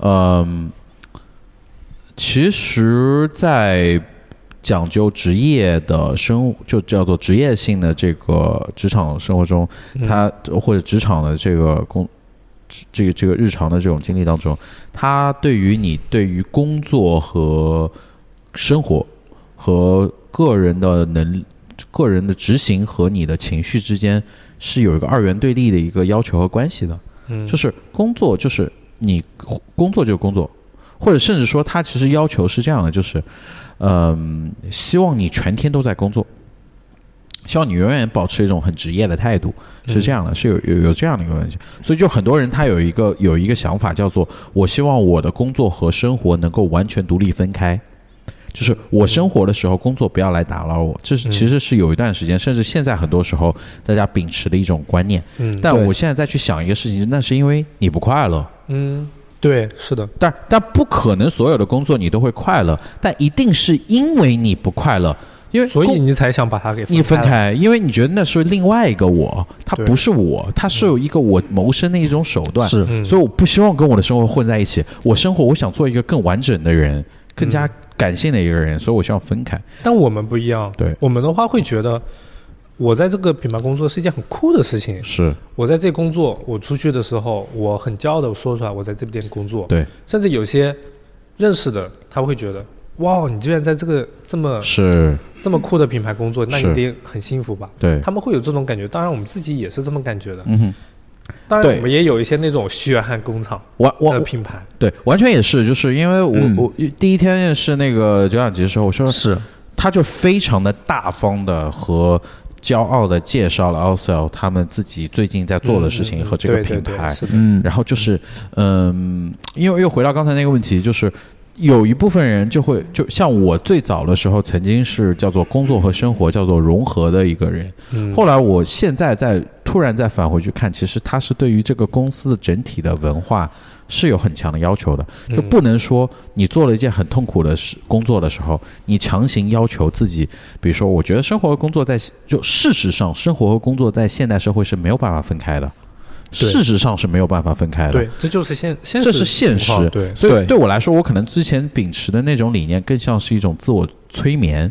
S1: 嗯、其实，在讲究职业的生物，就叫做职业性的这个职场生活中，
S2: 嗯
S1: 它或者职场的这个工这个这个日常的这种经历当中，它对于你对于工作和生活和个人的能、个人的执行和你的情绪之间是有一个二元对立的一个要求和关系的。
S2: 嗯，
S1: 就是工作就是你工作就是工作，或者甚至说他其实要求是这样的，就是嗯、希望你全天都在工作，希望你永远保持一种很职业的态度，
S2: 嗯
S1: 是这样的，是有有有这样的一个问题，所以就很多人他有一个有一个想法叫做我希望我的工作和生活能够完全独立分开。就是我生活的时候，工作不要来打扰我。这是
S2: 嗯
S1: 其实是有一段时间，甚至现在很多时候，大家秉持的一种观念。
S2: 嗯，
S1: 但
S4: 对
S1: 我现在再去想一个事情，那是因为你不快乐。
S2: 嗯，对，是的，
S1: 但但不可能所有的工作你都会快乐，但一定是因为你不快乐，因为
S2: 所以
S1: 工
S2: 你才想把它给
S1: 你分
S2: 开了，
S1: 开，因为你觉得那是另外一个我，他
S2: 对
S1: 不是我，他是有一个我谋生的一种手段。
S4: 是
S2: 嗯，
S1: 所以我不希望跟我的生活混在一起。我生活，我想做一个更完整的人，更
S2: 嗯
S1: 加感性的一个人，所以我希望分开。
S2: 但我们不一样，
S1: 对
S2: 我们的话会觉得，我在这个品牌工作是一件很酷的事情。
S1: 是
S2: 我在这工作，我出去的时候，我很骄傲的说出来，我在这边工作。
S1: 对，
S2: 甚至有些认识的，他会觉得，哇，你居然在这个这么
S1: 是，
S2: 这么酷的品牌工作，那你
S1: 是
S2: 一定很幸福吧？
S1: 对，
S2: 他们会有这种感觉，当然我们自己也是这么感觉的。
S1: 嗯哼，
S2: 当然，
S1: 对
S2: 我们也有一些那种血汗工厂
S1: 我我
S2: 的品牌，
S1: 对，完全也是，就是因为我、
S4: 嗯
S1: 我第一天认识那个九两级的时候，我说
S4: 是
S1: 他就非常的大方的和骄傲的介绍了 Elsel 他们自己最近在做的事
S2: 嗯嗯
S1: 情
S2: 嗯
S1: 和这个
S2: 对对
S1: 品
S2: 对
S1: 牌。
S2: 是的
S4: 嗯，
S1: 然后就是，嗯，因为又回到刚才那个问题，就是有一部分人就会，就像我最早的时候，曾经是叫做工作和生活叫做融合的一个人。
S2: 嗯，
S1: 后来我现在在突然再返回去看，其实他是对于这个公司的整体的文化是有很强的要求的，就
S2: 嗯
S1: 不能说你做了一件很痛苦的事工作的时候，你强行要求自己，比如说，我觉得生活和工作在就事实上，生活和工作在现代社会是没有办法分开的，
S2: 对
S1: 事实上是没有办法分开的。
S2: 对，这就是现现实
S1: 这是现
S2: 情况
S1: 实。
S2: 对，
S1: 所以
S4: 对
S1: 对我来说，我可能之前秉持的那种理念，更像是一种自我催眠，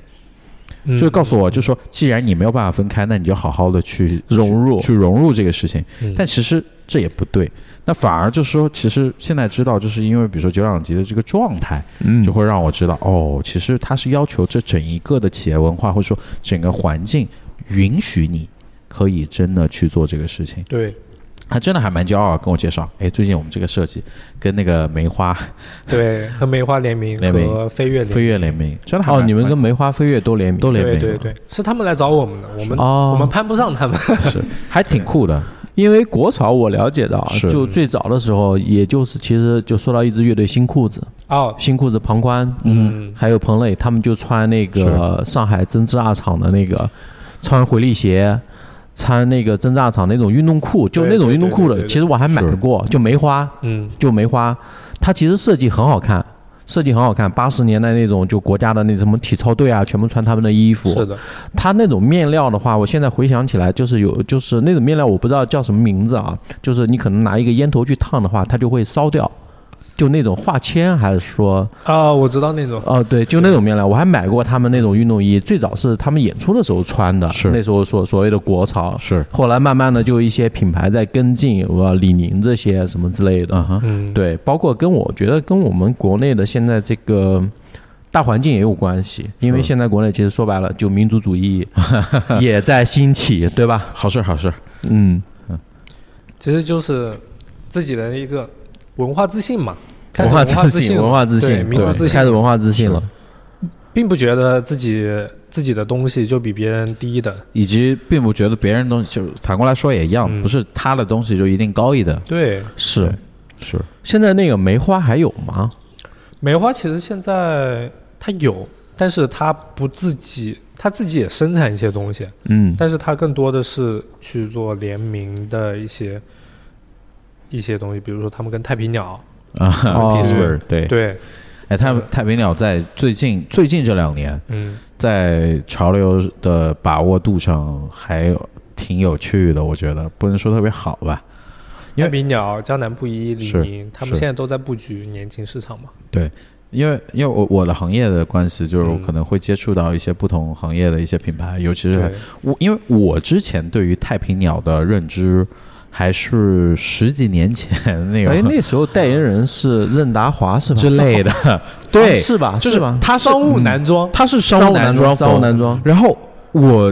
S2: 嗯
S1: 就是告诉我，就是说，既然你没有办法分开，那你就好好的去
S4: 融入
S1: 去融入这个事情。
S2: 嗯
S1: 但其实这也不对，那反而就是说，其实现在知道，就是因为比如说九两级的这个状态，
S4: 嗯
S1: 就会让我知道，哦，其实它是要求这整一个的企业文化，或者说整个环境允许你可以真的去做这个事情。
S2: 对
S1: 他真的还蛮骄傲，跟我介绍，哎，最近我们这个设计跟那个梅花
S2: 对，和梅花联名
S1: 联名
S2: 和飞跃联
S1: 飞
S2: 名，
S1: 跃联名，真的还蛮
S4: 哦，你们跟梅花飞跃都联名
S1: 都联
S2: 对
S1: 名，
S2: 对，对，是他们来找我们的，我们
S4: 哦，
S2: 我们攀不上他们，
S1: 是 (laughs) 还挺酷的，
S4: 因为国潮我了解到啊，
S1: 是
S4: 就最早的时候，也就是其实就说到一支乐队新裤子，
S2: 哦，
S4: 新裤子庞宽，
S2: 嗯
S4: 还有彭磊，他们就穿那个上海针织二厂的那个，穿回力鞋，穿那个针织二厂那种运动裤，就
S2: 对
S4: 那种
S2: 对
S4: 运动裤
S2: 对对
S4: 的，
S2: 对
S4: 其实我还买
S1: 是
S4: 过，就梅花，
S2: 嗯
S4: 就梅花，它其实设计很好看。设计很好看，八十年代那种就国家的那什么体操队啊，全部穿他们的衣服。
S2: 是的，
S4: 它那种面料的话，我现在回想起来，就是有就是那种面料，我不知道叫什么名字啊，就是你可能拿一个烟头去烫的话，它就会烧掉，就那种化纤还是说，
S2: 哦，我知道那种，
S4: 哦、对，就那种面料，我还买过他们那种运动衣，最早是他们演出的时候穿的，
S1: 是
S4: 那时候所所谓的国潮，
S1: 是，
S4: 后来慢慢的就一些品牌在跟进，我李宁这些什么之类的，
S1: 嗯哼，
S2: 嗯，
S4: 对，包括跟我觉得跟我们国内的现在这个大环境也有关系，因为
S1: 是
S4: 现在国内其实说白了就民族主
S1: (laughs)
S4: 义也在兴起，对吧？
S1: 好事好事，
S4: 嗯，
S2: 其实就是自己的一个文化自信嘛，开
S4: 文
S2: 始
S4: 化
S2: 自
S4: 自信，
S2: 了
S4: 文化自
S2: 对
S4: 信，
S2: 民族
S4: 对
S2: 自信
S4: 开始文化自信了，
S2: 并不觉得自己自己的东西就比别人低的，
S1: 以及并不觉得别人的东西，就反过来说也一样，
S2: 嗯
S1: 不是他的东西就一定高一等，
S2: 对，
S4: 是
S1: 对。是
S4: 现在那个梅花还有吗？
S2: 梅花其实现在它有，但是它不自己，它自己也生产一些东西，
S4: 嗯，
S2: 但是它更多的是去做联名的一些一些东西，比如说他们跟太平鸟，
S1: (laughs) 啊
S4: 哦
S1: ，Pittsburgh，对，
S2: 对，
S1: 哎，太太平鸟在最近最近这两年，
S2: 嗯，
S1: 在潮流的把握度上还有挺有趣的，我觉得不能说特别好吧，因为
S2: 太平鸟、江南布衣、李
S1: 是
S2: 宁，他们
S1: 是
S2: 现在都在布局年轻市场嘛，
S1: 因为因为我我的行业的关系，就是我
S2: 嗯
S1: 可能会接触到一些不同行业的一些品牌，尤其是
S2: 对，
S1: 我，因为我之前对于太平鸟的认知还是十几年前那
S4: 哎，
S1: 种
S4: 那时候代言人是任达华是吧？
S1: 之类的，
S4: 哦
S1: 对，
S4: 是吧？
S1: 就是
S4: 吧？嗯
S1: 他是
S2: 商务男装，
S1: 他是商
S4: 商
S1: 务
S4: 务男
S1: 装，
S4: 商务男装，
S1: 然后我，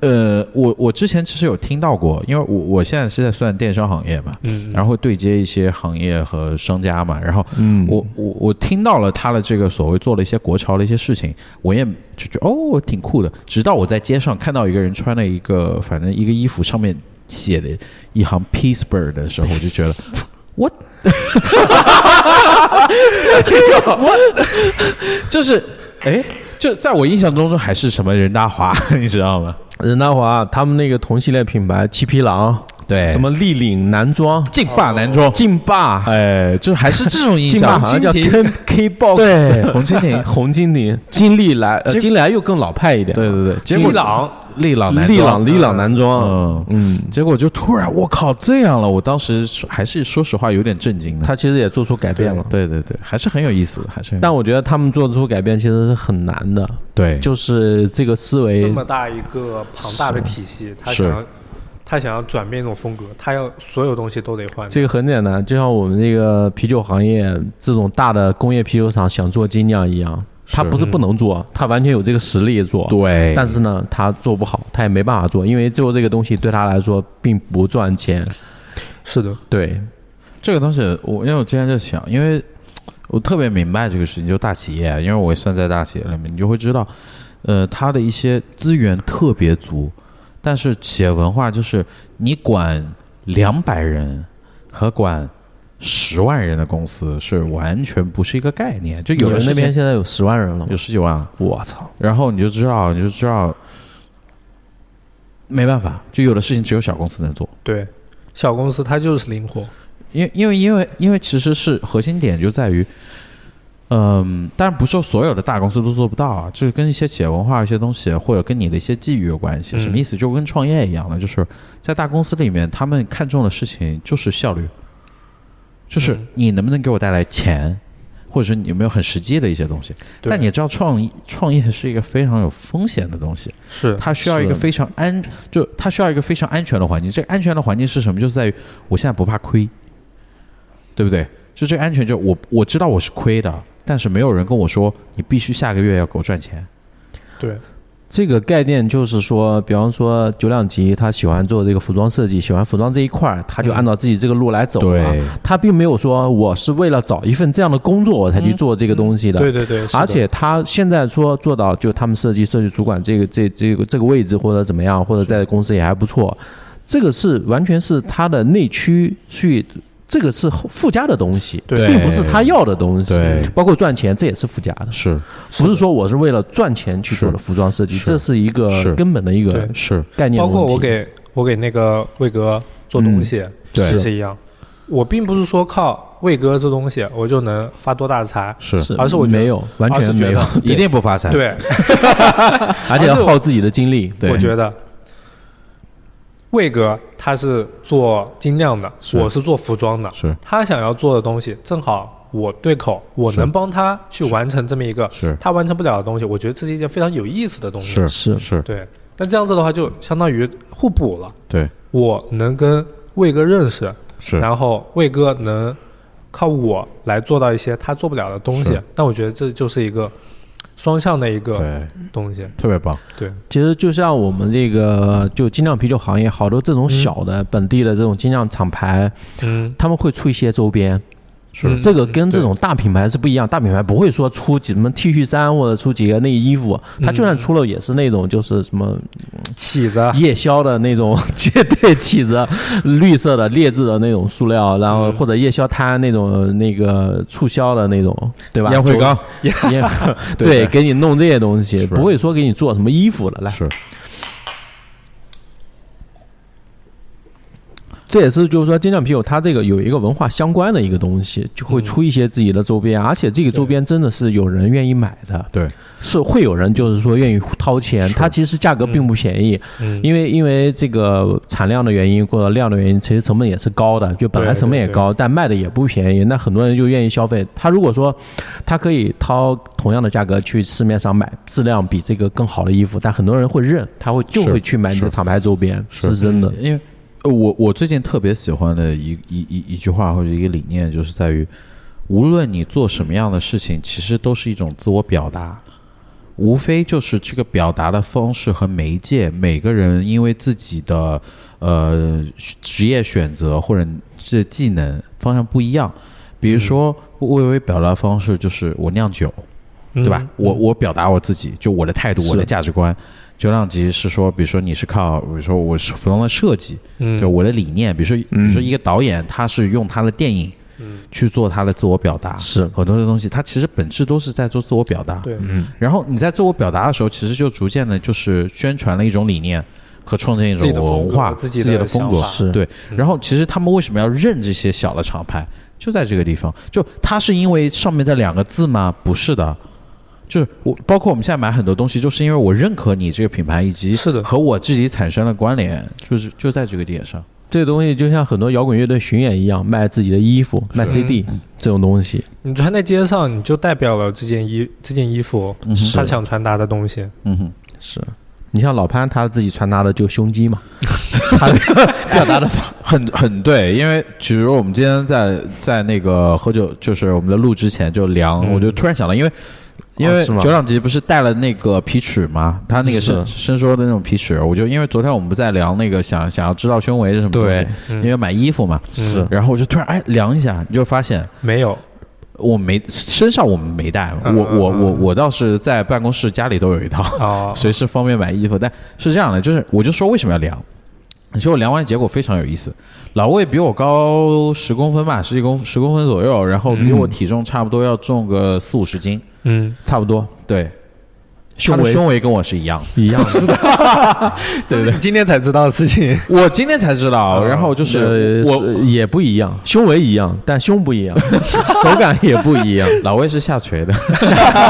S1: 呃，我我之前其实有听到过，因为我我现在是在算电商行业嘛，
S2: 嗯，
S1: 然后会对接一些行业和商家嘛，然后
S4: 嗯，
S1: 我我我听到了他的这个所谓做了一些国潮的一些事情，我也就觉得哦挺酷的。直到我在街上看到一个人穿了一个反正一个衣服上面写的一行 Peace Bird 的时候，我就
S4: (laughs)
S1: 觉得 what。我就是，哎，就在我印象中还是什么任达华， (laughs) 你知道吗？
S4: 任达华他们那个同系列品牌七匹狼，
S1: 对，
S4: 什么立领男装、
S1: 劲霸男装，
S4: 劲霸，
S1: 哎，就还是这种印
S4: 劲霸
S1: 象
S4: 哦好。像叫
S2: 蜻
S1: (laughs)
S4: K K box，
S1: 对，红蜻蜓，
S4: (laughs) 红金领，金利来，呃
S1: 结
S4: 金利来又更老派一点，啊
S1: 对对对，结
S2: 布
S1: 果
S2: 朗，
S1: 利朗男装，
S4: 利朗利朗男装，
S1: 嗯，
S4: 嗯，
S1: 结果就突然我靠这样了，我当时还是说实话有点震惊的。
S4: 他其实也做出改变了。
S1: 对对对，还是很有意思的，还是很有意思。
S4: 但我觉得他们做出改变其实是很难的，
S1: 对
S4: 就是这个思
S2: 这
S4: 维
S2: 么大一个庞大的体系，他
S1: 是
S2: 想要他想要转变一种风格，他要所有东西都得换。
S4: 这个很简单，就像我们这个啤酒行业这种大的工业啤酒厂想做精酿一样，它不是不能做，它完全有这个实力做。
S1: 嗯对，
S4: 但是呢，它做不好，它也没办法做，因为最后这个东西对他来说并不赚钱。
S2: 是的，
S4: 对，
S1: 这个东西我因为我之前就想，因为我特别明白这个事情，就大企业，啊因为我也算在大企业里面，你就会知道，呃，它的一些资源特别足，但是企业文化就是你管两百人和管十万人的公司是完全不是一个概念，就有
S4: 人
S1: 的
S4: 那
S1: 事
S4: 边
S1: 情
S4: 现在有十万人了吗
S1: 有？十几万了。
S4: 我操！
S1: 然后你就知道，你就知道，没办法，就有的事情只有小公司能做，
S2: 对，小公司它就是灵活，
S1: 因为因为因为因为其实是核心点就在于，嗯，当然不是说所有的大公司都做不到啊，就是跟一些企业文化一些东西，或者跟你的一些际遇有关系。
S2: 嗯
S1: 什么意思？就跟创业一样的，就是在大公司里面，他们看重的事情就是效率，就是
S2: 嗯
S1: 你能不能给我带来钱，或者是你有没有很实际的一些东西。
S2: 对
S1: 但你也知道创意创业是一个非常有风险的东西。
S2: 是
S1: 它需要一个非常安，就它需要一个非常安全的环境。这个安全的环境是什么？就是在于我现在不怕亏，对不对？就这个安全，就我我知道我是亏的，但是没有人跟我说你必须下个月要给我赚钱。
S2: 对，
S4: 这个概念就是说，比方说九两级，他喜欢做这个服装设计，喜欢服装这一块儿，他就
S2: 嗯
S4: 按照自己这个路来走了。
S1: 对
S4: 他并没有说我是为了找一份这样的工作我才去做这个东西的。
S2: 对对对，是的
S4: 而且他现在说做到就他们设计设计主管这个这这个这个位置或者怎么样，或者在公司也还不错，这个是完全是他的内驱去，这个是后附加的东西，
S2: 对
S4: 并不是他要的东西
S1: 对，
S4: 包括赚钱这也是附加的。
S1: 是
S4: 不是说我是为了赚钱去做的服装设计，
S1: 是
S4: 这是一
S1: 是
S4: 个根本的一个
S2: 对
S1: 是，
S4: 概念的
S2: 包
S4: 问题。
S2: 括我给我给那个魏哥做东西，
S1: 对
S2: 也是一样。我并不是说靠魏哥这东西我就能发多大的财，
S1: 是
S4: 是，
S2: 而是我觉得
S4: 没有，完
S2: 而是
S4: 全
S2: 觉
S4: 没有
S2: 得，
S1: 一定不发财。
S2: (laughs) 对，
S4: 而且要耗自己的精力。
S1: 对
S2: 我觉得魏哥他是做精酿的，
S1: 是
S2: 我是做服装的，
S1: 是
S2: 他想要做的东西正好我对口，我
S1: 是
S2: 能帮他去完成这么一个
S1: 是
S2: 他完成不了的东西，我觉得这是一件非常有意思的东西。
S1: 是
S4: 是
S1: 是，
S2: 对，那这样子的话就相当于互补了，
S1: 对
S2: 我能跟魏哥认识，
S1: 是
S2: 然后魏哥能靠我来做到一些他做不了的东西
S1: 是，
S2: 但我觉得这就是一个双向的一个
S1: 对，
S2: 东西。
S1: 特别棒。
S2: 对，
S4: 其实就像我们这个就精酿啤酒行业，好多这种小的本地的这种精酿厂牌，
S2: 嗯，
S4: 他们会出一些周边。
S2: 嗯
S4: 这个跟这种大品牌是不一样，大品牌不会说出几什么 T 恤衫或者出几个内衣衣服，
S2: 嗯
S4: 他就算出了也是那种就是什么
S2: 起子，
S4: (laughs)
S2: 啊
S4: 夜宵的那种 (laughs) 绝对起子，绿色的劣质的那种塑料，然后
S2: 嗯
S4: 或者夜宵摊那种那个促销的那种，对吧？
S1: 烟灰缸
S4: 烟， (laughs)
S1: 对
S4: 对，
S1: 对
S4: 给你弄这些东西，
S1: 是
S4: 不会说给你做什么衣服的。来，
S1: 是
S4: 这也是就是说精酿啤酒它这个有一个文化相关的一个东西，就会
S2: 嗯
S4: 出一些自己的周边，而且这个周边真的是有人愿意买的，
S1: 对
S4: 是会有人就是说愿意掏钱，
S1: 是
S4: 它其实价格并不便宜，
S2: 嗯，
S4: 因为因为这个产量的原因或者量的原因，其实成本也是高的，就本来成本也高，但卖的也不便宜，那很多人就愿意消费。他如果说他可以掏同样的价格去市面上买质量比这个更好的衣服，但很多人会认，他会就是会去买你的
S1: 是
S4: 厂牌周边，
S1: 是
S4: 是真的。
S1: 因为呃我我最近特别喜欢的一一一一句话或者一个理念，就是在于，无论你做什么样的事情，其实都是一种自我表达，无非就是这个表达的方式和媒介，每个人因为自己的呃职业选择或者这技能方向不一样。比如说，微微表达方式就是我酿酒，
S2: 嗯
S1: 对吧？我我表达我自己，就我的态度，
S4: 是
S1: 我的价值观。酒量级是说，比如说你是靠，比如说我是服装的设计，
S2: 嗯
S1: 对我的理念，比如说，比如说一个导演，他是用他的电影
S2: 嗯
S1: 去做他的自我表达，
S4: 是
S1: 很多的东西，他其实本质都是在做自我表达。
S2: 对，
S1: 然后你在自我表达的时候，其实就逐渐的就是宣传了一种理念和创建一
S2: 自己的
S1: 种文化、
S2: 自
S1: 自
S2: 己
S1: 己
S2: 的
S1: 的风格
S2: 想法。
S4: 是
S1: 对，
S2: 嗯
S1: 然后其实他们为什么要认这些小的厂牌？就在这个地方，就它是因为上面的两个字吗？不是的，就是我包括我们现在买很多东西，就是因为我认可你这个品牌，以及
S2: 是的
S1: 和我自己产生了关联，就是就在这个点上。
S4: 这东西就像很多摇滚乐队巡演一样，卖自己的衣服、卖 CD 这种东西，
S2: 你穿在街上，你就代表了这件衣这件衣服
S1: 嗯哼
S2: 他想传达的东西。
S1: 嗯哼，
S4: 是。你像老潘他自己传达的就胸肌 (laughs) 嘛，他的表达的方
S1: 很很对，因为其实我们今天在在那个喝酒，就是我们的录之前就量，
S2: 嗯
S1: 我就突然想到，因为。因为
S4: 是吗
S1: 九两级不是带了那个皮尺吗？他那个伸伸缩的那种皮尺，我就因为昨天我们不在量那个想想要知道胸围是什么东西
S4: 对，
S2: 嗯
S1: 因为买衣服嘛，
S4: 是
S1: 然后我就突然哎量一下，你就发现
S2: 没有，
S1: 我没身上我们没带，我
S2: 嗯嗯
S1: 我
S2: 嗯
S1: 我我倒是在办公室家里都有一套，
S2: 哦，
S1: 随时方便买衣服。但是这样的，就是我就说为什么要量？其实我量完结果非常有意思，老魏比我高十公分吧，十几公十公分左右，然后比
S4: 嗯
S1: 我体重差不多要重个四五十斤，
S2: (laughs) 嗯，
S4: (laughs) 差不多
S1: 对，他
S4: 胸
S1: 的
S4: 围
S1: 胸围跟我是一样。
S4: 一样。
S2: 对对，今天才知道的事情。
S1: 我今天才知道，啊然后就是
S4: 呃
S1: 我
S4: 是也不一样，胸围一样，但胸不一样， (laughs) 手感也不一样。
S1: 老魏是下垂的，
S4: (laughs)
S1: (laughs)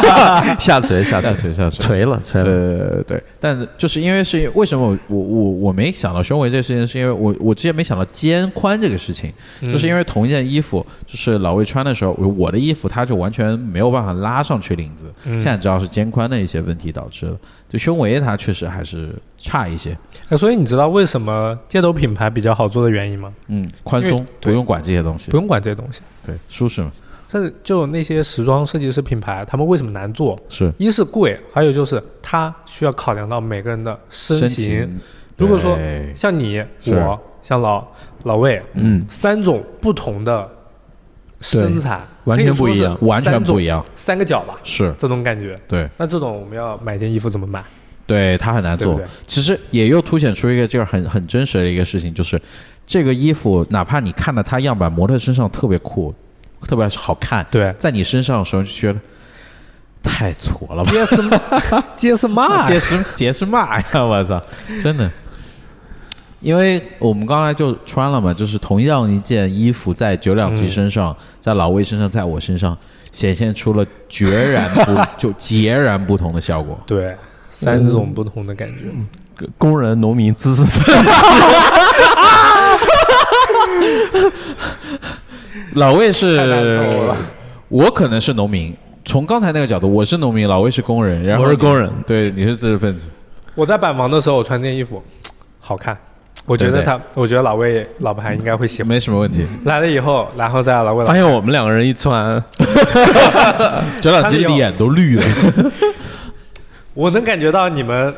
S4: 下垂，下
S1: 下垂
S4: 垂，
S1: 下垂。
S4: 垂了，垂了。
S1: 呃，对，但就是因为是为什么我我我我没想到胸围这个事情，是因为我我之前没想到肩宽这个事情，就是因为同一件衣服，就是老魏穿的时候，我我的衣服它就完全没有办法拉上去领子，现在知道是肩宽的一些问题导致的，就胸围它确实还是差一些，
S2: 哎，所以你知道为什么街头品牌比较好做的原因吗？
S1: 嗯，宽松不用管这些东西
S2: 不，用管这些东西，
S1: 对，舒适嘛，
S2: 但是就那些时装设计师品牌，他们为什么难做？
S1: 是
S2: 一是贵，还有就是它需要考量到每个人的身形。
S1: 形，
S2: 如果说
S1: 对
S2: 像你、
S1: 是
S2: 我、像老老魏
S4: 嗯，
S2: 三种不同的身材，
S4: 完全不一样
S1: 完全不一
S2: 样，
S1: 样，
S2: 三个角吧，
S1: 是
S2: 这种感觉。
S1: 对。
S2: 那这种我们要买件衣服怎么买？
S1: 对他很难做。
S2: 对不对
S1: 其实也又凸显出一个就是很很真实的一个事情，就是这个衣服，哪怕你看到它样板模特身上特别酷，特别好看， (laughs)
S2: 对
S1: 在你身上的时候就觉得太挫了
S2: (laughs)
S1: 吧。
S2: 杰斯杰斯嘛，
S1: 杰什杰什嘛呀！我操，真的，因为我们刚才就穿了嘛，就是同样一件衣服，在九两级身上，在老魏身上，在我身上，显现出了决然不 (laughs) 就截然不同的效果。
S2: 对，三种不同的感觉。
S4: 工人、农民、知识分子，
S1: 老魏
S2: 太难
S1: 是
S2: 受了，
S1: 我可能是农民。从刚才那个角度，我是农民，老魏是工人，然后
S4: 我是
S1: 你
S4: 工人
S1: 对，你是知识分子，
S2: 我在板房的时候，我穿这件衣服好看，我觉得
S1: 对对
S2: 他，我觉得老魏老潘应该会喜欢。
S1: 没什么问题。
S2: 来了以后， (laughs) 然后再老魏老
S4: (laughs) 发现我们两个人一穿，
S1: 这两天脸都绿
S2: (laughs)
S1: 了，
S2: 我能感觉到你们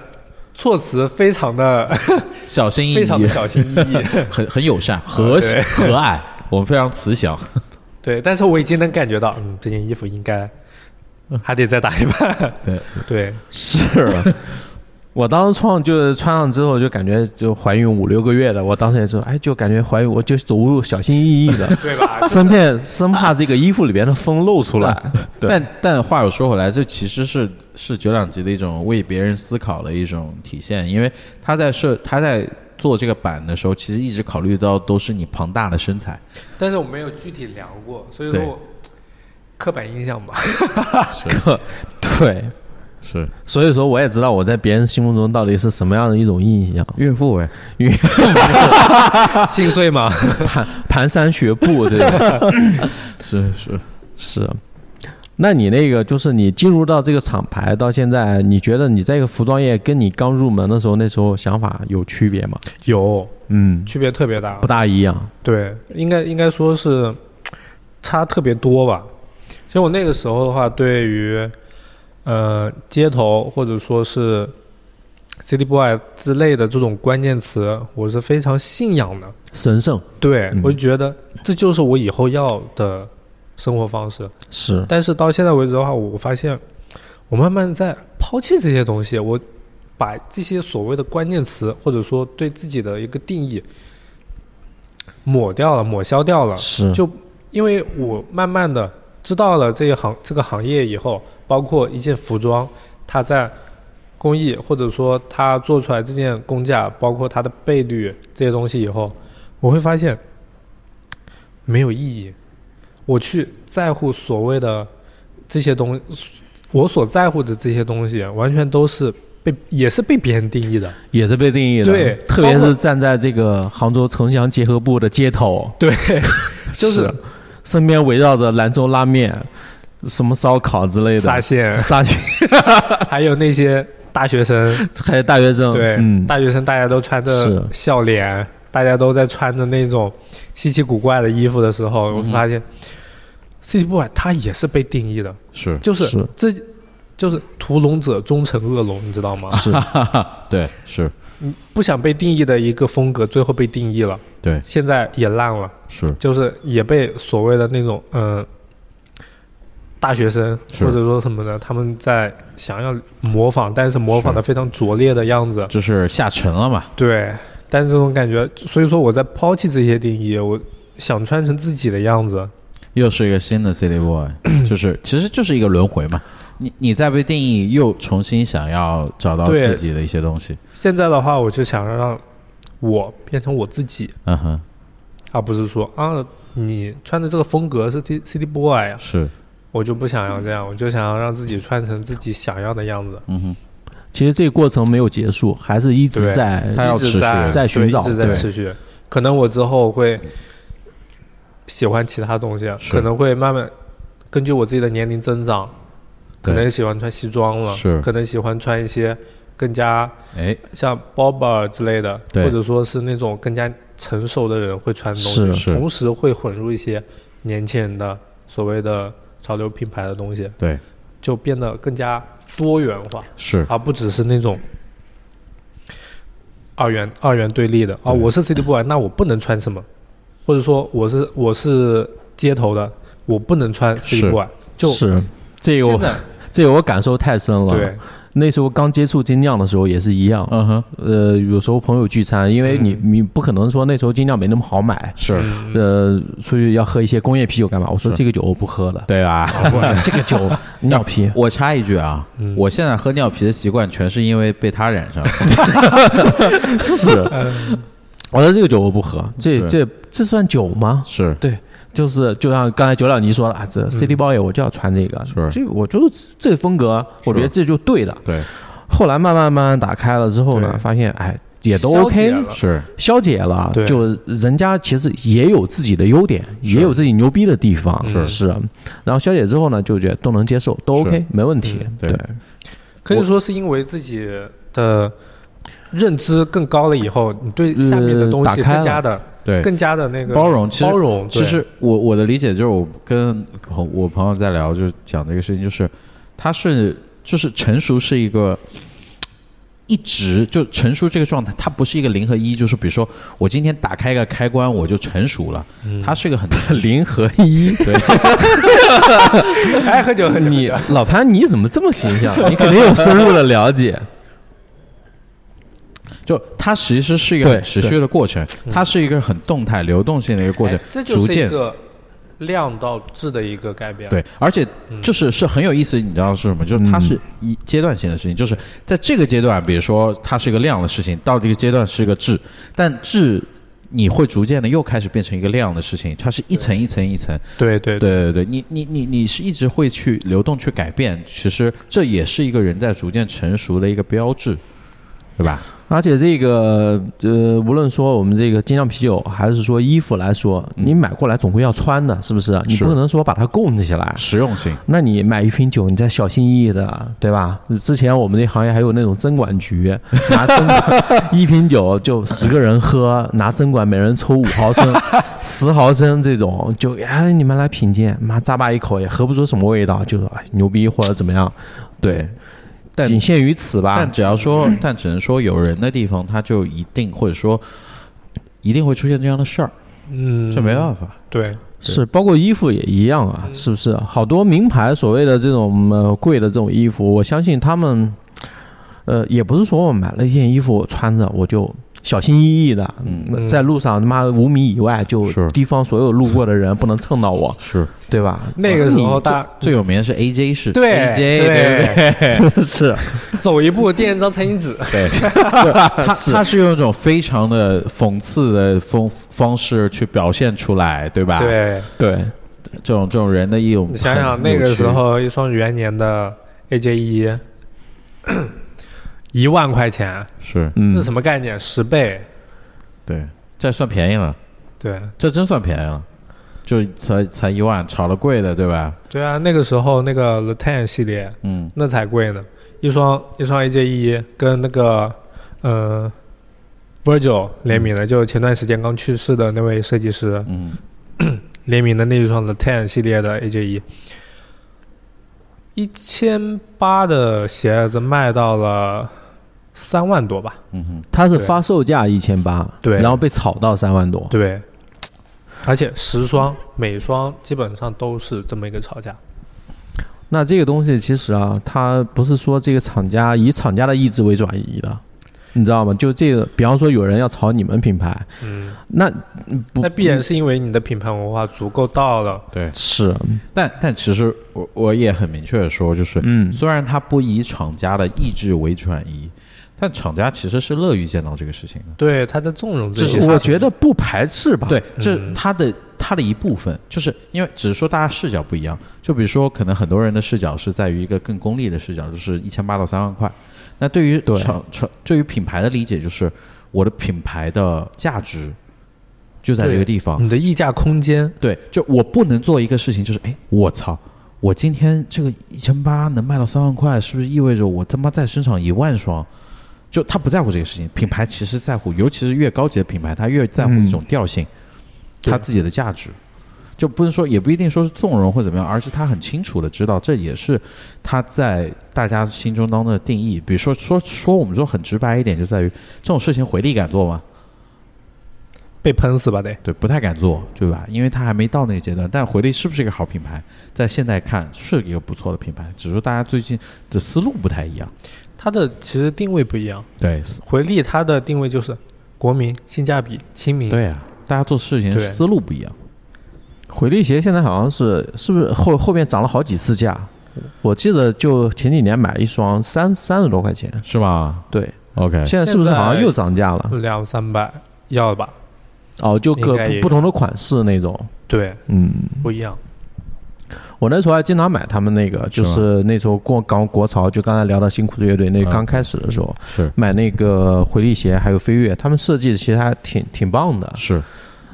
S2: 措辞非常的
S1: 小心翼翼，
S2: (laughs) 非常的小心翼翼，
S1: (laughs) 很很友善，和谐 (laughs)
S2: 对
S1: 和蔼，我们非常慈祥。
S2: 对，但是我已经能感觉到，嗯，这件衣服应该还得再打一半，
S1: 对，
S2: (laughs) 对，
S4: 是。
S2: 啊
S4: 我当时穿就是穿上之后就感觉就怀孕五六个月的，我当时也说，哎，就感觉怀孕，我就走路小心翼翼的，
S2: 对吧？
S4: 生怕生怕这个衣服里边的风露出
S1: (laughs)
S4: 来。对
S1: (laughs) 但但话又说回来，这其实是是九两级的一种为别人思考的一种体现，因为他在设他在做这个版的时候，其实一直考虑到都是你庞大的身材，
S2: 但是我没有具体量过，所以说
S1: 对
S2: 我刻板印象吧，啊
S4: 可对，
S1: 是
S4: 所以说我也知道我在别人心目中到底是什么样的一种印象，
S1: 孕妇哎，
S4: 因为
S2: 心碎吗？
S4: 蹒蹒跚学步这个
S1: 是是。
S4: 是。那你那个就是你进入到这个厂牌到现在，你觉得你在一个服装业跟你刚入门的时候那时候想法有区别吗？
S2: 有，
S3: 嗯，
S2: 区别特别大
S4: 不。大一样。
S2: 对，应该应该说是差特别多吧。其实我那个时候的话，对于呃街头或者说是 City Boy 之类的这种关键词，我是非常信仰的。
S4: 神圣
S2: 对，
S4: 嗯
S2: 我就觉得这就是我以后要的生活方式。
S4: 是
S2: 但是到现在为止的话，我我发现我慢慢在抛弃这些东西，我把这些所谓的关键词或者说对自己的一个定义抹掉了、抹消掉了。
S4: 啊是，
S2: 就因为我慢慢的知道了这一行这个行业以后，包括一件服装，它在工艺或者说它做出来这件工架，包括它的倍率这些东西以后，我会发现没有意义。我去在乎所谓的这些东，我所在乎的这些东西，完全都是被也是被别人定义的。
S4: 也是被定义的。
S2: 对
S4: 特别
S2: 包括
S4: 是站在这个杭州城乡结合部的街头，
S2: 对， (laughs) 就是
S4: 是身边围绕着兰州拉面、什么烧烤之类的
S2: 沙县，
S4: 沙县，
S2: 还有那些大学生。
S4: 还有大学生，
S2: 对，
S4: 嗯，
S2: 大学生大家都穿着
S4: 是
S2: 笑脸，大家都在穿着那种稀奇古怪的衣服的时候，
S4: 嗯
S2: 我发现 City Boy 它也是被定义的，
S1: 是
S2: 就是
S4: 是
S2: 这就是屠龙者终成恶龙，你知
S4: (laughs)
S2: 道吗？
S1: 对是
S2: 不想被定义的一个风格，最后被定义了，
S1: 对
S2: 现在也烂了，
S1: 是
S2: 就是也被所谓的那种嗯。呃大学生
S1: 是
S2: 或者说什么的，他们在想要模仿，但是模仿的非常拙劣的样子，
S1: 就是下沉了嘛，
S2: 对，但是这种感觉，所以说我在抛弃这些定义，我想穿成自己的样子。
S1: 又是一个新的 City Boy，就是
S2: (clears throat)
S1: 其实就是一个轮回嘛。你你在被定义，又重新想要找到
S2: 对
S1: 自己的一些东西。
S2: 现在的话，我就想让我变成我自己，
S1: 嗯哼，
S2: 而不是说啊，你穿的这个风格是 C City Boy 啊，
S1: 是，
S2: 我就不想要这样，我就想要让自己穿成自己想要的样子，
S1: 嗯哼，
S4: 其实这个过程没有结束，还是一直
S2: 对
S4: 在
S1: 他要
S2: 一
S1: 持续
S2: 直在
S4: 在寻找
S2: 对一直在
S4: 对
S2: 持续。可能我之后会喜欢其他东西，啊
S1: 是
S2: 可能会慢慢根据我自己的年龄增长，可
S1: 对
S2: 能喜欢穿西装了，
S1: 是
S2: 可能喜欢穿一些更加
S1: 哎，
S2: 像 boba 之类的，
S1: 对
S2: 或者说是那种更加成熟的人会穿的东
S4: 是
S2: 西，
S1: 是
S2: 同时会混入一些年轻人的所谓的潮流品牌的东西，
S1: 对，
S2: 就变得更加多元化，
S1: 是
S2: 而不只是那种二元二元对立的啊，
S1: 对
S2: 我是 city boy，那我不能穿什么，或者说我是我是街头的，我不能穿 city
S1: 是
S2: boy，就是
S4: 这个
S2: 现
S4: 我
S2: 在 (laughs)
S4: 这个我感受太深了。
S2: 对，
S4: 那时候刚接触精酿的时候也是一样，
S1: 嗯哼，
S4: 呃，有时候朋友聚餐，因为你、你不可能说那时候精酿没那么好买，
S1: 是，
S2: 嗯
S4: 呃，出去要喝一些工业啤酒干嘛？我说
S1: 是
S4: 这个酒我不喝
S1: (laughs)
S4: 了，
S1: 对啊。
S4: 这个酒 (laughs) 尿啤。
S1: 我插一句啊，
S2: 嗯
S1: 我现在喝尿皮的习惯全是因为被他染
S2: (laughs)
S1: 上。
S4: 我说这个酒我不喝，这
S1: 对
S4: 这这算酒吗？
S1: 是
S4: 对，就是就像刚才九两你说了啊，这 CD 包也我就要穿这个，
S1: 是
S4: 这我就是这个风格，我觉得这就对了。
S1: 对，
S4: 后来慢慢慢慢打开了之后呢
S2: 对，
S4: 发现哎也都
S2: 消解
S4: OK，
S2: 了
S1: 是
S4: 消解了，
S2: 对
S4: 就人家其实也有自己的优点，
S1: 是
S4: 也有自己牛逼的地方，
S2: 是
S4: 是。啊然后消解之后呢，就觉得都能接受，都
S1: 是
S4: OK，没问题。
S2: 嗯
S1: 对
S4: 对，
S2: 可以说是因为自己的认知更高了以后，你对下面的东
S4: 呃
S2: 西
S4: 打开了
S2: 更加的、
S1: 对，
S2: 更加的那个
S1: 哎包容其实
S2: 包容。
S1: 其实我我的理解就是，我跟朋我朋友在聊，就是讲这个事情，就是他是就是成熟是一个一直就成熟这个状态，它不是一个零和一，就是比如说我今天打开一个开关我就成熟了，它是一个很
S4: (laughs) 零和一，
S2: 对哎爱
S1: 哎
S2: 喝酒，喝酒，
S4: 你
S2: 喝酒
S4: 老潘你怎么这么形象？你肯定有深入的了解。
S1: 就它其实是一个
S4: 对
S1: 很持续的过程，它是一个很动态流动性的一个过程
S2: 哎，这就
S1: 逐
S2: 是一
S1: 渐
S2: 个量到质的一个改变。，
S1: 对，而且
S2: 嗯
S1: 就是是很有意思，你知道是什么？就是它是一阶段性的事情，就是在这个阶段，比如说它是一个量的事情，到这个阶段是一个质，但质你会逐渐的又开始变成一个量的事情，它是一层一层一层。
S2: 对对
S1: 对对对，你你你你是一直会去流动去改变，其实这也是一个人在逐渐成熟的一个标志，对吧？
S4: 而且这个呃，无论说我们这个精酿啤酒，还是说衣服来说，你买过来总归要穿的，是不是？你
S1: 是
S4: 不可能说把它供起来。
S1: 实用性，
S4: 那你买一瓶酒，你再小心翼翼的，对吧？之前我们这行业还有那种针管局，拿针管一瓶酒就十个人喝，拿针管每人抽五毫升、 (laughs) 十毫升这种，就哎你们来品鉴，妈咂巴一口也喝不出什么味道，就说哎牛逼或者怎么样，对，啊
S1: 但
S4: 仅限于此吧
S1: 但。只要说，但只能说有人的地方，他就一定或者说一定会出现这样的事儿，
S2: 嗯，
S1: 这没办法。
S2: 对，嗯
S4: 是，包括衣服也一样啊，是不是？好多名牌所谓的这种呃贵的这种衣服，我相信他们，呃，也不是说我买了一件衣服我穿着我就小心翼翼的，
S1: 嗯
S4: 在路上他妈五米以外就是提防所有路过的人不能蹭到我，
S1: 是
S4: 对吧？
S2: 那个时候大
S1: 最有名的是 AJ 是
S2: 对
S1: AJ 对
S2: 对
S4: 是
S2: (laughs) 走一步垫一张餐
S1: (laughs)
S2: 巾纸， (laughs)
S1: 对，他他是用一种非常的讽刺的方方式去表现出来，对吧？，
S2: 对，
S4: 对，
S1: 这种这种人的一种
S2: 你想想
S1: 很
S2: 那个
S1: 扭曲
S2: 时候一双元年的 AJ 一，一万块钱，
S1: 是
S4: 嗯
S2: 这，什么概念？十倍，
S1: 对，这算便宜了，
S2: 对
S1: 这真算便宜了，就才才一万，炒了贵的，对吧？
S2: 对啊，那个时候那个 l a t a n 系列
S1: 嗯，
S2: 那才贵呢，一双一双 AJ 一跟那个呃 Virgil 联名的，就前段时间刚去世的那位设计师
S1: 嗯，
S2: 联名的那一双 The Ten 系列的 AJ 一，一千八的鞋子卖到了三万多吧？
S4: 他是发售价一千八，
S2: 对
S4: 然后被炒到三万多，
S2: 对，而且十双，每双基本上都是这么一个吵架。
S4: 那这个东西其实啊，它不是说这个厂家以厂家的意志为转移的，你知道吗？就这个，比方说有人要炒你们品牌，
S2: 嗯，
S4: 那不
S2: 那必然是因为你的品牌文化足够到了。
S1: 对。
S4: 是
S1: 但但其实我我也很明确的说，就是
S4: 嗯
S1: 虽然他不以厂家的意志为转移，但厂家其实是乐于见到这个事情的。
S2: 对，他在纵容自己。
S4: 我觉得不排斥吧？，
S1: 对，这
S2: 嗯
S1: 它的它的一部分，就是因为只是说大家视角不一样。就比如说，可能很多人的视角是在于一个更功利的视角，就是一千八到三万块。那对于
S4: 对
S1: 厂厂对于品牌的理解，就是我的品牌的价值就在这个地
S4: 嗯
S1: 方。
S2: 你的溢价空间，
S1: 对，就我不能做一个事情，就是哎，我操，我今天这个一千八能卖到三万块，是不是意味着我他妈再生产一万双？就他不在乎这个事情，品牌其实在乎，尤其是越高级的品牌，他越在乎一种调性，
S2: 对
S1: 他自己的价值。就不是说，也不一定说是纵容或怎么样，而是他很清楚的知道，这也是他在大家心中当中的定义。比如说，说说我们说很直白一点，就在于这种事情回力敢做吗？
S2: 被喷死吧得。
S1: 对，不太敢做，对吧？因为它还没到那个阶段。但回力是不是一个好品牌，在现在看是一个不错的品牌，只是大家最近的思路不太一样。
S2: 它的其实定位不一样，
S1: 对，
S2: 回力它的定位就是国民、性价比、亲民。
S1: 对啊，大家做事情
S2: 对
S1: 思路不一样。
S4: 回力鞋现在好像是是不是后后面涨了好几次价？我记得就前几年买一双三三十多块钱，
S1: 是吧
S4: 对，
S2: 哎
S1: ？OK，
S4: 现在是不是好像又涨价了？
S2: 两三百要吧？
S4: 哦，就各
S2: 应该也有
S4: 不同的款式那种，
S2: 对，
S4: 嗯。
S2: 不一样。
S4: 我那时候还经常买他们那个，就是是那时候过港国潮，就刚才聊到新裤子乐队那
S1: 嗯
S4: 刚开始的时候，
S1: 是
S4: 买那个回力鞋还有飞跃，他们设计的其实还挺挺棒的。
S1: 是，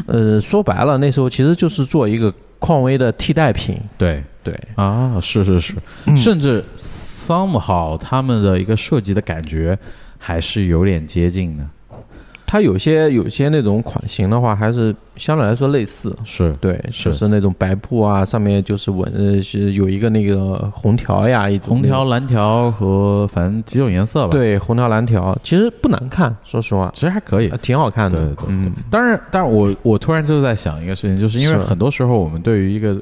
S4: 呃，说白了，那时候其实就是做一个匡威的替代品。
S1: 对
S4: 对，
S1: 啊，是是是，甚至 somehow 他们的一个设计的感觉还是有点接近的。
S4: 它有些有些那种款型的话，还是相对来说类似。
S1: 是
S4: 对，
S1: 是
S4: 就是那种白布啊，上面就是纹呃是有一个那个红条呀，一种
S1: 红
S4: 那
S1: 条、
S4: 种
S1: 蓝条和反正几种颜色吧。，
S4: 对红条蓝条，其实不难看，说实话，
S1: 其实还可以
S4: 呃。挺好看的。
S1: 对对对
S4: 嗯，
S1: 当然，但是我我突然就在想一个事情，就是因为
S4: 是
S1: 很多时候我们对于一个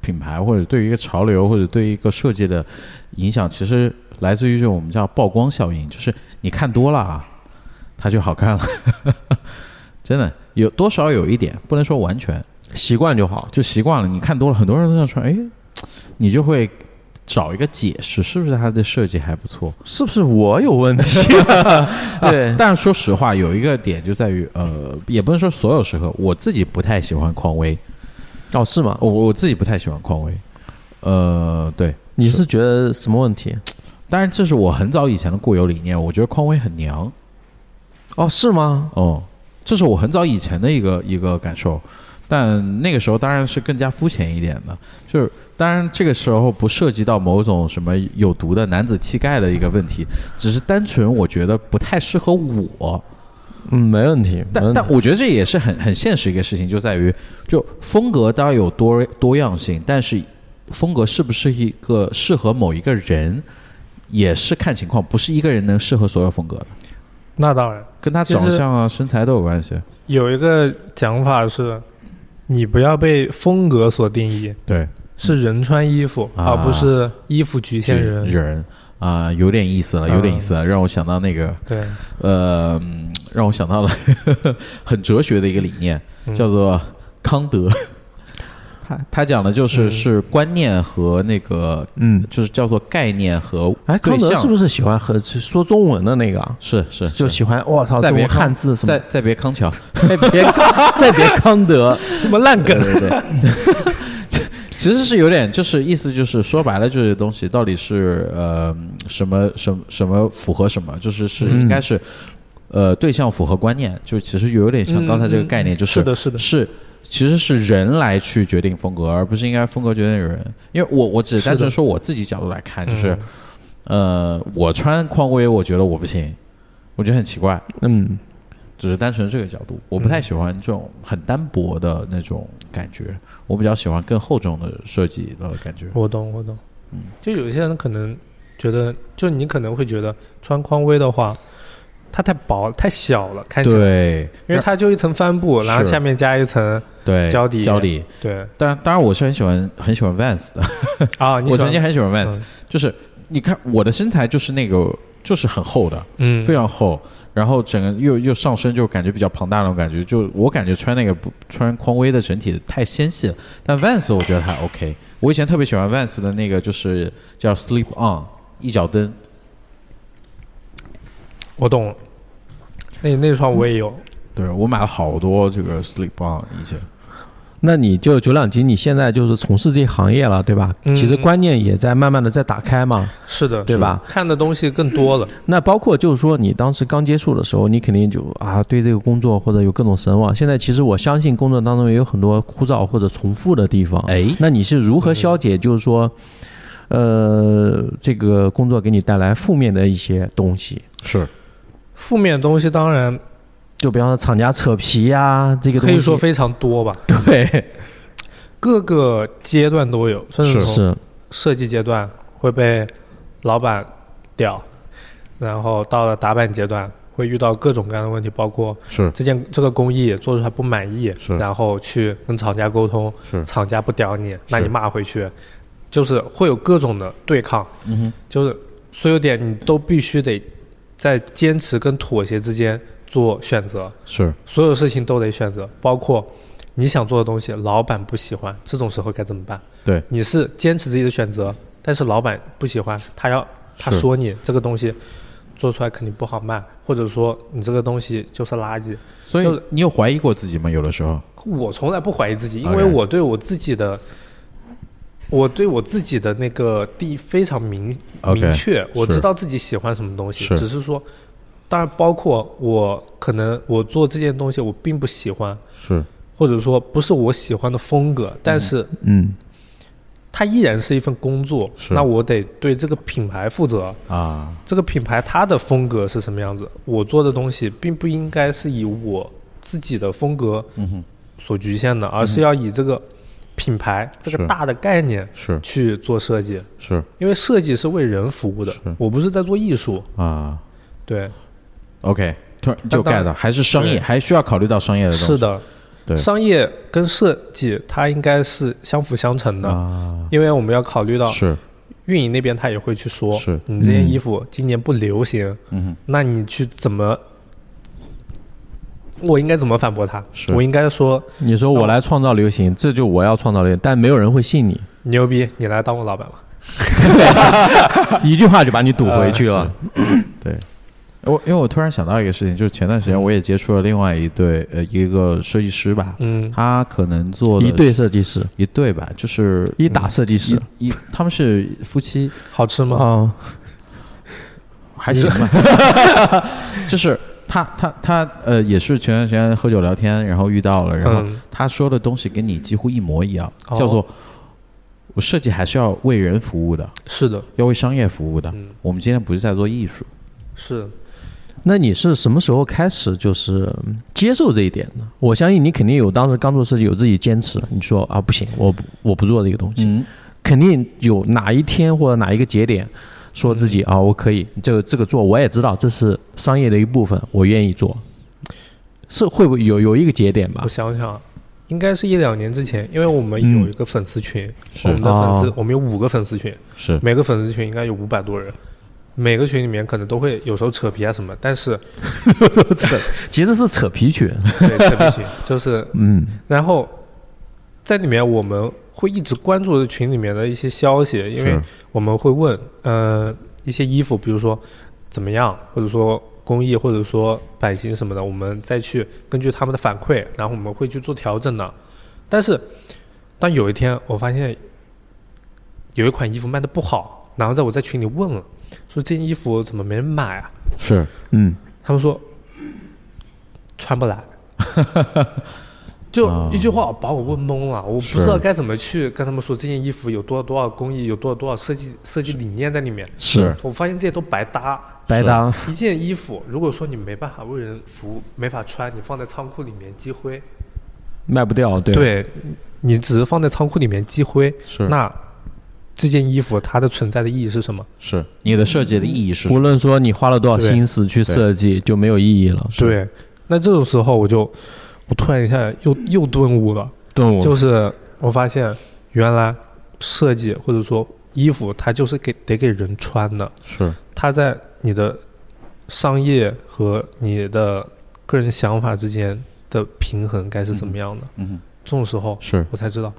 S1: 品牌或者对于一个潮流或者对于一个设计的影响，其实来自于这种我们叫曝光效应，就是你看多了啊，它就好看了。 (laughs) 真的有多少有一点，不能说完全，
S4: 习惯就好。
S1: 就习惯了。你看多了，很多人都这样穿，哎，你就会找一个解释，是不是它的设计还不错？
S4: 是不是我有问题？啊 (laughs) 对
S1: 但是说实话，有一个点就在于，呃，也不能说所有时候，我自己不太喜欢匡威。
S4: 哦，是吗？
S1: 我我自己不太喜欢匡威，呃，对，
S4: 你是觉得什么问题？
S1: 当然这是我很早以前的固有理念，我觉得匡威很娘，
S4: 哦，是吗？
S1: 哦，这是我很早以前的一个一个感受，但那个时候当然是更加肤浅一点的，就是当然这个时候不涉及到某种什么有毒的男子气概的一个问题，只是单纯我觉得不太适合我。
S4: 嗯，没问题。
S1: 但但我觉得这也是很很现实一个事情，就在于就风格当然有多多样性，但是风格是不是一个适合某一个人，也是看情况，不是一个人能适合所有风格的，
S2: 那当然，
S1: 跟他长相啊、身材都有关系。
S2: 有一个讲法是，你不要被风格所定义，
S1: 对，
S2: 是人穿衣服，
S1: 啊
S2: 而不是衣服局限人。
S1: 人啊、有点意思了，有点意思了，让我想到那个
S2: 对，
S1: 呃，嗯让我想到了 (laughs) 很哲学的一个理念，
S2: 嗯
S1: 叫做康德。他他讲的就是
S2: 嗯
S1: 是观念和那个
S4: 嗯，
S1: 就是叫做概念和
S4: 哎，
S1: 对
S4: 康德
S1: 象
S4: 是不是喜欢和说中文的那个啊？
S1: 是是
S4: 就喜欢我操，
S1: 再
S4: 中
S1: 别
S4: 国
S1: 康
S4: 汉字什么
S1: 再，再别康桥，
S4: 再 (laughs) 别再别康
S2: (laughs)
S4: 德，
S1: 什么烂梗？对对对， (laughs) 其实是有点，就是意思就是说白了，就是东西到底是呃什么什么什么符合什么，就是是
S4: 嗯
S1: 应该是、呃对象符合观念，就其实有点像刚才这个概念，
S2: 嗯嗯
S1: 就是
S2: 的，是的，
S1: 是，其实是人来去决定风格，而不是应该风格决定人。因为我我只
S2: 是
S1: 单纯
S2: 的
S1: 说我自己角度来看，哎
S2: 嗯
S1: 就是、呃，我穿匡威，我觉得我不行，我觉得很奇怪，
S4: 嗯，
S1: 只是单纯这个角度，我不
S2: 嗯
S1: 太喜欢这种很单薄的那种感觉，我比较喜欢更厚重的设计的感觉。
S2: 我懂，我懂。
S1: 嗯
S2: 就有些人可能觉得，就你可能会觉得穿匡威的话，它太薄太小了，看起来，
S1: 对，
S2: 因为它就一层帆布，然后
S1: 是
S2: 下面加一层，
S1: 对
S2: 胶底
S1: 胶底，
S2: 对
S1: 当然当然我是很喜欢很喜欢 Vans 的，
S2: 啊，你
S1: 我
S2: 喜欢
S1: 曾经很喜欢 Vans，、
S2: 嗯
S1: 就是你看我的身材就是那个就是很厚的，
S2: 嗯
S1: 非常厚，然后整个又又上身就感觉比较庞大那种感觉，就我感觉穿那个不穿匡威的整体太纤细了，但 Vans 我觉得还 OK。我以前特别喜欢 Vans 的那个，就是叫 Sleep On 一脚蹬，
S2: 我懂了。那那双我也有，
S1: 对我买了好多这个 Sleep On 以前，
S4: 那你就九两金，你现在就是从事这一行业了，对吧？
S2: 嗯
S4: 其实观念也在慢慢的在打开嘛。
S2: 是的，
S4: 对吧
S2: 是的？看的东西更多了，
S4: 那包括就是说，你当时刚接触的时候，你肯定就啊对这个工作或者有各种神往。现在其实我相信工作当中也有很多枯燥或者重复的地方。
S1: 哎
S4: 那你是
S2: 嗯
S4: 如何消解？就是说，呃，这个工作给你带来负面的一些东西，
S1: 是
S2: 负面的东西当然
S4: 就比方说厂家扯皮呀、这个东
S2: 可
S4: 西
S2: 以说非常多吧，
S4: 对，
S2: 各个阶段都有，甚至从
S4: 是
S2: 设计阶段会被老板屌，然后到了打版阶段会遇到各种各样的问题，包括
S1: 是
S2: 这件这个工艺做出来不满意
S1: 是，
S2: 然后去跟厂家沟通，
S1: 是，
S2: 厂家不屌你，那你骂回去，就是会有各种的对抗，
S1: 嗯哼，
S2: 就是所有点你都必须得在坚持跟妥协之间做选择，
S1: 是
S2: 所有事情都得选择，包括你想做的东西，老板不喜欢，这种时候该怎么办？
S1: 对，
S2: 你是坚持自己的选择，但是老板不喜欢，他要他
S1: 是
S2: 说你这个东西做出来肯定不好卖，或者说你这个东西就是垃圾。
S1: 所
S2: 就
S1: 以你有怀疑过自己吗？有的时候，
S2: 我从来不怀疑自己，因为
S1: OK
S2: 我对我自己的。我对我自己的那个地非常明
S1: OK，
S2: 明确，我
S1: 是
S2: 知道自己喜欢什么东西，
S1: 是
S2: 只是说，当然包括我可能我做这件东西我并不喜欢，
S1: 是
S2: 或者说不是我喜欢的风格，但是
S4: 嗯，
S2: 它依然是一份工作，
S1: 是
S2: 那我得对这个品牌负责。
S1: 啊，
S2: 这个品牌它的风格是什么样子？我做的东西并不应该是以我自己的风格
S1: 嗯哼，
S2: 所局限的，而是要以这个品牌这个
S1: 是
S2: 大的概念
S1: 嗯是
S2: 去做设计，
S1: 是
S2: 因为设计是为人服务的
S1: 是，
S2: 我不是在做艺术。
S1: 啊
S2: 对，
S1: ，OK，突然就
S2: 但当
S1: get 到，还是商业，
S2: 对
S1: 还需要考虑到商业的东西，
S2: 是的，
S1: 对
S2: 商业跟设计它应该是相辅相成的，
S1: 啊，
S2: 因为我们要考虑到
S1: 是
S2: 运营那边他也会去说，
S1: 是
S2: 你这件衣服今年不流行，
S1: 嗯哼，
S2: 那你去怎么？我应该怎么反驳他？
S1: 是
S2: 我应该说
S4: 你说我来创造流行，这就我要创造流行，但没有人会信你，
S2: 牛逼，你来当我老板吧。
S4: (laughs) 一句话就把你堵回去了。
S1: 我因为我突然想到一个事情，就是前段时间我也接触了另外一对呃一个设计师吧，
S2: 嗯，
S1: 他可能做了
S4: 一对设计师，
S1: 一对吧，就是
S4: 一打设计师
S1: 一一他们是夫妻，
S4: 嗯
S2: 好吃吗？
S4: 啊，
S1: (laughs) 还行吧，就是他他他呃，也是前段时间喝酒聊天，然后遇到了，然后
S2: 嗯
S1: 他说的东西跟你几乎一模一样，
S2: 哦
S1: 叫做我设计还是要为人服务的，
S2: 是的，
S1: 要为商业服务的。
S2: 嗯
S1: 我们今天不是在做艺术，
S2: 是
S4: 那你是什么时候开始就是嗯接受这一点呢？我相信你肯定有当时刚做设计有自己坚持，你说啊不行，我不我不做这个东西，
S1: 嗯，
S4: 肯定有哪一天或者哪一个节点，说自己啊我可以，这这个做我也知道这是商业的一部分，我愿意做，是会不会有有一个节点吧
S2: 我？想想，应该是一两年之前，因为我们
S4: 嗯
S2: 有一个粉丝群，
S1: 嗯是啊
S2: 我们的粉丝
S4: 哦，
S2: 我们有五个粉丝群，
S1: 是
S2: 每个粉丝群应该有五百多人。每个群里面可能都会有时候扯皮啊什么，但是
S4: 其实是扯皮群，
S2: 对
S1: (laughs)
S2: 扯皮群就是，
S4: 嗯，
S2: 然后在里面我们会一直关注的群里面的一些消息，因为
S1: 是
S2: 我们会问，呃，一些衣服，比如说怎么样，或者说工艺，或者说版型什么的，我们再去根据他们的反馈，然后我们会去做调整的。但是，当有一天我发现有一款衣服卖的不好，然后在我在群里问了，说这件衣服怎么没人买啊？
S1: 是，
S4: 嗯，
S2: 他们说穿不来， (laughs) 就
S1: 啊
S2: 一句话把我问懵了，我不
S1: 是
S2: 知道该怎么去跟他们说这件衣服有多少多少工艺，有多少多少设计设计理念在里面。
S1: 是
S2: 我发现这些都白搭。
S4: 白搭，
S2: 一件衣服，如果说你没办法为人服务，没法穿，你放在仓库里面积灰，
S4: 卖不掉，对，
S2: 对你只是放在仓库里面积灰，
S1: 是
S2: 那这件衣服它的存在的意义是什么？
S1: 是你的设计的意义是
S4: 无论说你花了多少心思去设计，就没有意义了。
S2: 对，那这种时候我就，我突然一下又又顿悟了，
S4: 动物
S2: 就是我发现原来设计或者说衣服，它就是给得给人穿的，
S1: 是
S2: 它在你的商业和你的个人想法之间的平衡该是怎么样的。
S1: 嗯
S2: 这种时候，
S1: 是
S2: 我才知道，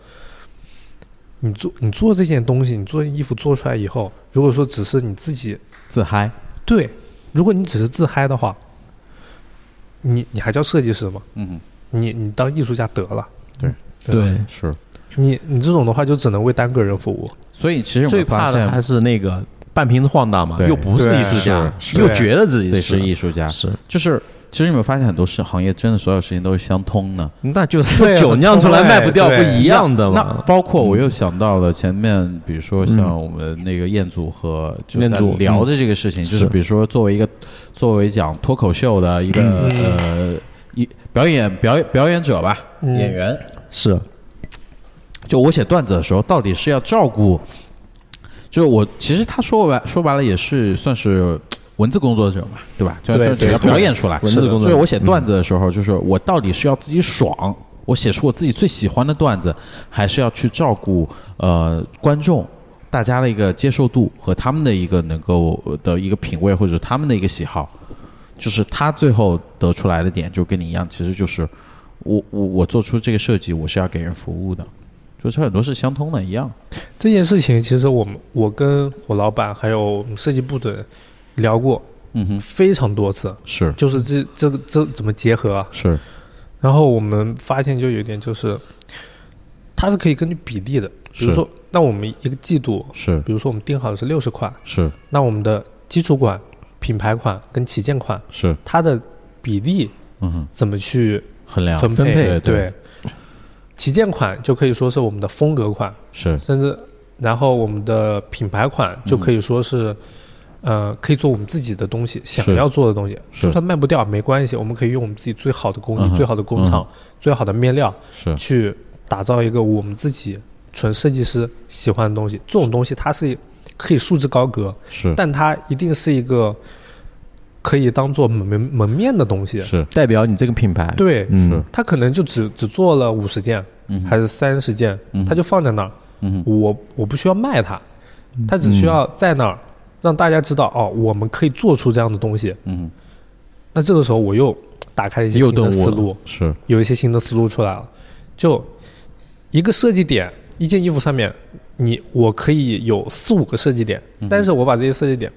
S2: 你做你做这件东西，你做衣服做出来以后，如果说只是你自己
S1: 自嗨，
S2: 对，如果你只是自嗨的话，你你还叫设计师吗？
S1: 嗯
S2: 你你当艺术家得了。
S1: 对
S2: 吧
S4: 对，
S1: 是。
S2: 你你这种的话，就只能为单个人服务。
S1: 所以其实我
S4: 最
S1: 们
S4: 怕
S1: 发
S4: 的还
S1: 现
S4: 是那个半瓶子晃荡嘛，
S1: 对
S4: 又不是艺术家，
S1: 是是
S4: 又觉得自己
S1: 自己是
S4: 艺
S1: 艺术家，
S4: 是，
S1: 就是其实你有没有发现很多事行业真的所有事情都是相通的。
S4: 那就是
S2: 对
S4: 酒酿出来卖不掉不
S2: 很痛哎
S4: 一样的
S1: 那
S4: 嘛。
S1: 包括我又想到了前面，比如说像我们那个彦祖和就
S4: 彦
S1: 在
S4: 祖嗯
S1: 聊的这个事情，就是是比如说作为一个作为讲脱口秀的一个
S4: 嗯
S1: 呃一表演表演表演者吧，
S2: 嗯
S1: 演员，
S4: 是，
S1: 就我写段子的时候，到底是要照顾，就是我其实他说白说白了也是算是呃文字工作者嘛，对吧？就是只要表演出来，
S4: 文字工作者
S1: 所以我写段子的时候，就是我到底是要自己爽，我写出我自己最喜欢的段子，还是要去照顾呃观众。大家的一个接受度和他们的一个能够的一个品味，或者他们的一个喜好，就是他最后得出来的点，就跟你一样，其实就是我我我做出这个设计，我是要给人服务的，就是很多是相通的，一样。
S2: 这件事情，其实我们我跟我老板还有设计部的人聊过
S1: 嗯哼，
S2: 非常多次，
S1: 是
S2: 就是这这个这怎么结合啊？
S1: 是
S2: 然后我们发现就有一点就是，它是可以根据比例的，比如
S1: 是
S2: 说，那我们一个季度，
S1: 是
S2: 比如说我们定好的是六十款，
S1: 是
S2: 那我们的基础款、品牌款跟旗舰款，
S1: 是，
S2: 它的比例
S1: 嗯哼，
S2: 怎么去
S1: 衡量
S2: 分配？
S4: 分配
S1: 对
S2: 对
S1: 对
S2: 旗舰款就可以说是我们的风格款，
S1: 是
S2: 甚至然后我们的品牌款就可以说是，
S1: 嗯
S2: 呃，可以做我们自己的东西，想要做的东西，
S1: 是
S2: 就算卖不掉没关系，我们可以用我们自己最好的工艺、
S1: 嗯哼
S2: 最好的工厂、最好的面料
S1: 是
S2: 去打造一个我们自己纯设计师喜欢的东西。这种东西它是可以束之高阁，
S1: 是
S2: 但它一定是一个可以当做门门面的东西。
S1: 是
S4: 代表你这个品牌，
S2: 对，
S4: 嗯，
S2: 他可能就只只做了五十件，
S1: 嗯哼
S2: 还是三十件，
S1: 嗯
S2: 他就放在那儿。
S1: 嗯哼嗯
S2: 我我不需要卖它，他只需要在那儿让大家知道哦，我们可以做出这样的东西。
S1: 嗯
S2: 那这个时候我又打开了一些
S4: 又
S2: 新的
S4: 顿悟
S2: 思
S4: 了
S2: 路，
S1: 哼是
S2: 有一些新的思路出来了。就一个设计点，一件衣服上面，你我可以有四五个设计点，
S1: 嗯
S2: 但是我把这些设计点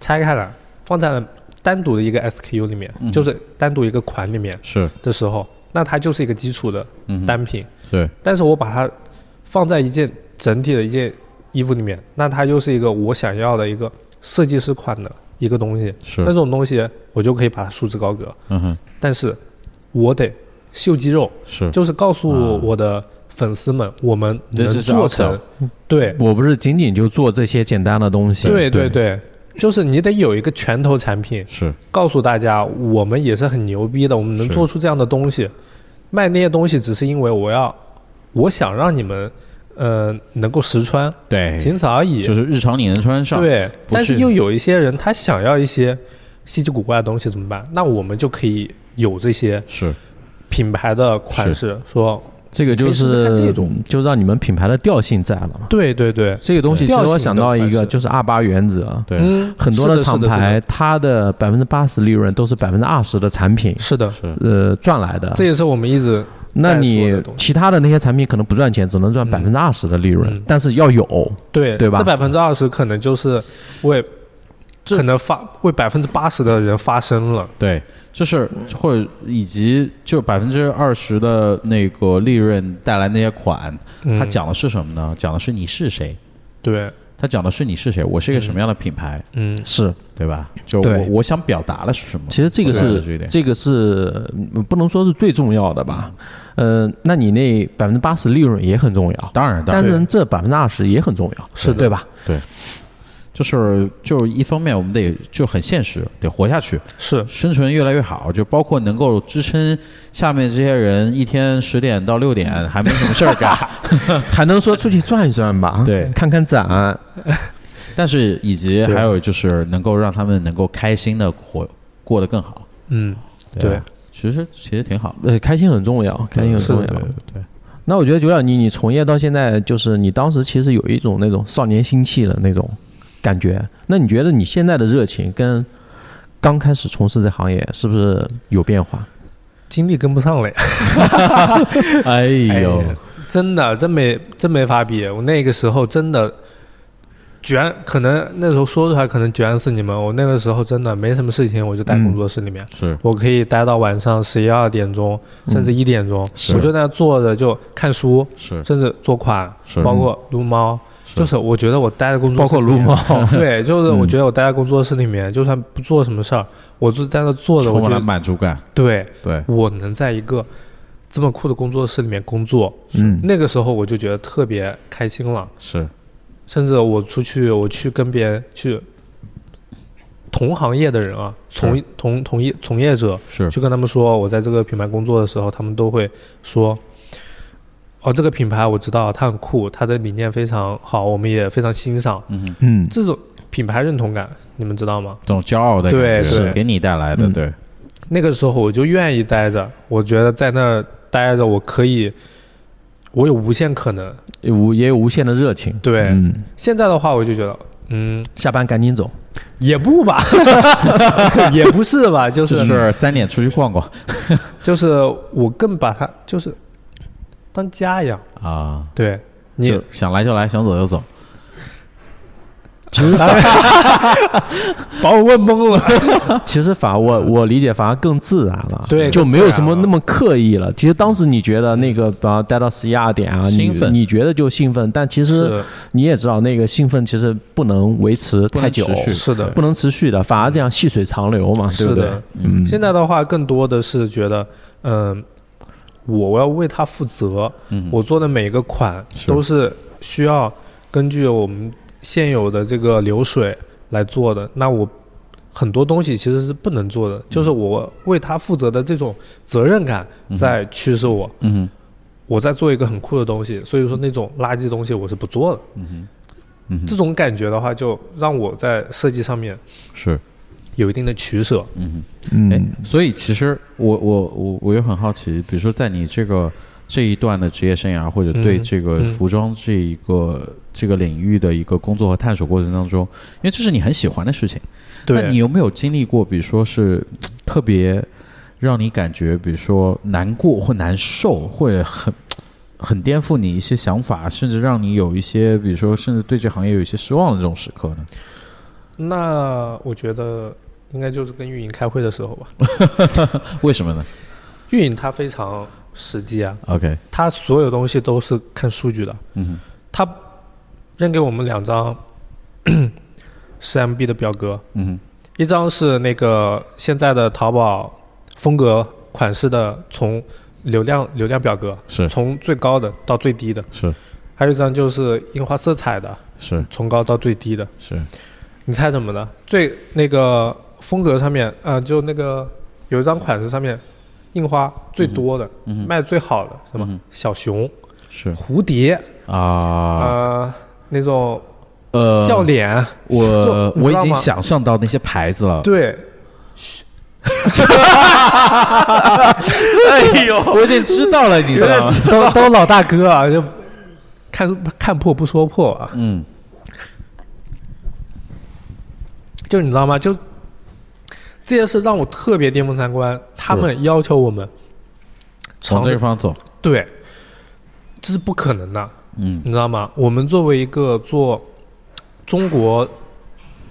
S2: 拆开来，放在了单独的一个 SKU 里面，
S1: 嗯
S2: 就是单独一个款里面
S1: 是
S2: 的时候，那它就是一个基础的
S1: 嗯哼
S2: 单品。
S1: 对
S2: 但是我把它放在一件整体的一件衣服里面，那它又是一个我想要的一个设计师款的一个东西。
S1: 是
S2: 那这种东西，我我就可以把它束之高阁。
S1: 嗯哼，
S2: 但是我得秀肌肉，
S1: 是啊
S2: 就是告诉我的粉丝们，我们能
S1: This is
S2: 做成
S1: awesome。
S2: 对
S4: 我不是仅仅就做这些简单的东西，
S2: 对对对，就是你得有一个拳头产品，
S1: 是
S2: 告诉大家我们也是很牛逼的，我们能
S1: 是
S2: 做出这样的东西。卖那些东西只是因为我要，我想让你们呃能够实穿，
S4: 哎
S1: 对，
S2: 仅此而已。
S1: 就是日常你能穿上，
S2: 对，
S1: 不
S2: 但是
S1: 是
S2: 又有一些人他想要一些稀奇古怪的东西怎么办？那我们就可以有这些
S1: 是
S2: 品牌的款式，说
S4: 这个就
S2: 可以试试看这
S4: 是
S2: 种
S4: 就让你们品牌的调性在了嘛。
S2: 对对对，
S4: 这个东西其
S2: 对
S4: 实我想到一
S2: 调性的
S4: 个，
S2: 款式
S4: 就是二八原则，
S1: 对
S2: 嗯，
S4: 很多
S2: 是
S4: 的
S2: 的
S4: 厂牌，它的百分之八十利润都是百分之二十的产品
S2: 是的，是的
S1: 是
S4: 呃赚来的
S2: 这。也是我们一直
S4: 那
S2: 在说
S4: 你
S2: 的东西
S4: 其他的那些产品可能不赚钱，只能赚
S2: 嗯
S4: 百分之二十的利润
S2: 嗯，
S4: 但是要有。
S2: 对
S4: 对吧
S2: 这百分之二十可能就是为可能发为百分之八十的人发声了，
S1: 对，就是或者以及就百分之二十的那个利润带来那些款，
S2: 嗯
S1: 它讲的是什么呢？讲的是你是谁，
S2: 对，
S1: 它讲的是你是谁，我是一个什么样的品牌，
S2: 嗯，
S4: 是，
S1: 对吧？就
S4: 对
S1: 我我想表达的是什么？
S4: 其实这个
S1: 我觉得这一
S4: 是
S1: 点
S4: 这个是嗯不能说是最重要的吧？呃，那你那百分之八十利润也很重要，
S1: 当然，当
S4: 但
S1: 然，
S4: 是这百分之二十也很重要，
S2: 是的
S4: 对吧？
S1: 就是就一方面我们得就很现实，得活下去，
S2: 是
S1: 生存越来越好，就包括能够支撑下面这些人一天十点到六点还没什么事儿干，
S4: 还能说出去转一转吧？
S1: 对
S4: 看看展，
S1: 但是以及
S2: 对
S1: 还有就是能够让他们能够开心的活过得更好，
S2: 嗯，
S1: 吧其实其实挺好的，
S4: 呃，开心很重要，开心很重
S1: 对
S4: 要。
S1: 对
S4: 那我觉得九两你你从业到现在，就是你当时其实有一种那种少年心气的那种感觉。那你觉得你现在的热情跟刚开始从事这行业是不是有变化？
S2: 精力跟不上了呀，
S1: 对，哎呦，
S2: (laughs) 真的真没真没法比，我那个时候真的。卷可能那时候说出来可能卷死你们，我那个时候真的没什么事情，我就待
S4: 嗯
S2: 工作室里面，
S1: 是
S2: 我可以待到晚上十一二点钟，甚至一点钟，
S1: 是
S2: 我就在那坐着就看书，
S1: 是
S2: 甚至做款，
S1: 是
S2: 包括撸猫，就是我觉得我待在工作
S4: 包
S2: 室
S4: 括
S2: 里
S4: 撸
S2: 面，
S4: 猫，
S2: (laughs) 对，就是我觉得我待在工作室里面，就算不做什么事儿，我就在那坐着，
S1: 充
S2: 我觉
S1: 满了
S2: 得
S1: 满足感，
S2: 对
S1: 对，
S2: 我能在一个这么酷的工作室里面工作，
S4: 嗯，
S2: 那个时候我就觉得特别开心了。
S1: 是
S2: 甚至我出去，我去跟别人去同行业的人啊，
S1: 是
S2: 同同同业从业者，
S1: 是
S2: 去跟他们说我在这个品牌工作的时候，他们都会说，哦，这个品牌我知道，它很酷，它的理念非常好，我们也非常欣赏。
S1: 嗯哼，
S4: 嗯，
S2: 这种品牌认同感，你们知道吗？
S1: 这种骄傲的感觉
S2: 对是
S1: 给你带来的，
S4: 嗯
S1: 对，
S2: 那个时候我就愿意待着，我觉得在那儿待着，我可以，我有无限可能。
S4: 有无也有无限的热情。
S2: 对，
S4: 嗯，
S2: 现在的话我就觉得，嗯，
S4: 下班赶紧走，
S2: 也不吧， (laughs) 也不是吧，就
S1: 就是是三点出去逛逛
S2: 就是我更把它就是当家一样。
S1: 啊，
S2: 对你
S1: 就想来就来，想走就走，
S2: (laughs) 把我问懵了，
S4: 其实反而我我理解反而更自然了，
S2: 对
S4: 就
S2: 更
S4: 没有
S2: 自然
S4: 什么
S2: 了
S4: 那么刻意了。其实当时你觉得那个，把它待到十一二点啊，你
S1: 兴奋
S4: 你觉得就兴奋，但其实你也知道那个兴奋其实不能维持
S1: 不
S4: 太
S1: 能
S4: 久，
S1: 持续
S2: 哦是的
S4: 不能持续的，反而这样细水长流嘛，对
S2: 是
S4: 不对？
S2: 的。
S4: 嗯，
S2: 现在的话，更多的是觉得，嗯，我要为它负责，
S1: 嗯，
S2: 我做的每一个款
S1: 是
S2: 都是需要根据我们现有的这个流水来做的。那我很多东西其实是不能做
S1: 嗯
S2: 的，就是我为它负责的这种责任感在驱使我。
S1: 嗯哼。
S2: 我在做一个很酷的东西，所以说那种垃圾东西我是不做的。
S1: 嗯哼，嗯
S2: 这
S1: 哼，
S2: 种感觉的话，就让我在设计上面
S1: 是，
S2: 有一定的取舍。
S1: 嗯哼，哎
S4: 嗯，，
S1: 所以其实我我我我又很好奇，比如说在你这个这一段的职业生涯，或者对
S2: 嗯
S1: 这个
S2: 嗯
S1: 服装这一个、这个领域的一个工作和探索过程当中，因为这是你很喜欢的事情，那
S2: 对，
S1: 你有没有经历过，比如说是嘖特别让你感觉，比如说难过或难受，或者很嘖很颠覆你一些想法，甚至让你有一些，比如说甚至对这行业有一些失望的这种时刻呢？
S2: 那我觉得应该就是跟运营开会的时候吧。
S1: 为什么呢
S2: 运营他非常实际啊，
S1: ？OK，
S2: 他所有东西都是看数据的。
S1: 嗯哼，
S2: 他 (coughs) 扔给我们两张十 MB 的表格，
S1: 嗯哼，
S2: 一张是那个现在的淘宝风格款式的，从流量流量表格，
S1: 是
S2: 从最高的到最低的，
S1: 是
S2: 还有一张就是樱花色彩的，
S1: 是
S2: 从高到最低的。
S1: 是，
S2: 你猜怎么的？最那个风格上面，呃，就那个有一张款式上面，印花最多的，
S1: 嗯哼
S2: 卖最好的什么、
S1: 嗯哼
S2: 小熊、
S1: 是
S2: 蝴蝶，
S1: 啊，
S2: 呃，那种
S1: 呃，
S2: 笑脸，
S1: 我
S2: 就你
S1: 我
S2: 知
S1: 已
S2: 道
S1: 经
S2: 吗
S1: 想象到那些牌子了，
S2: 对，
S1: 哎呦，我已经知道了，你知道吗？
S2: 都都老大哥啊，就看看破不说破啊，
S1: 嗯，
S2: 就你知道吗？就这件事让我特别颠覆三观，他们要求我们
S1: 从嗯
S2: 尝
S1: 这
S2: 试
S1: 个方走，
S2: 对，这是不可能的，
S1: 嗯
S2: 你知道吗？我们作为一个做中国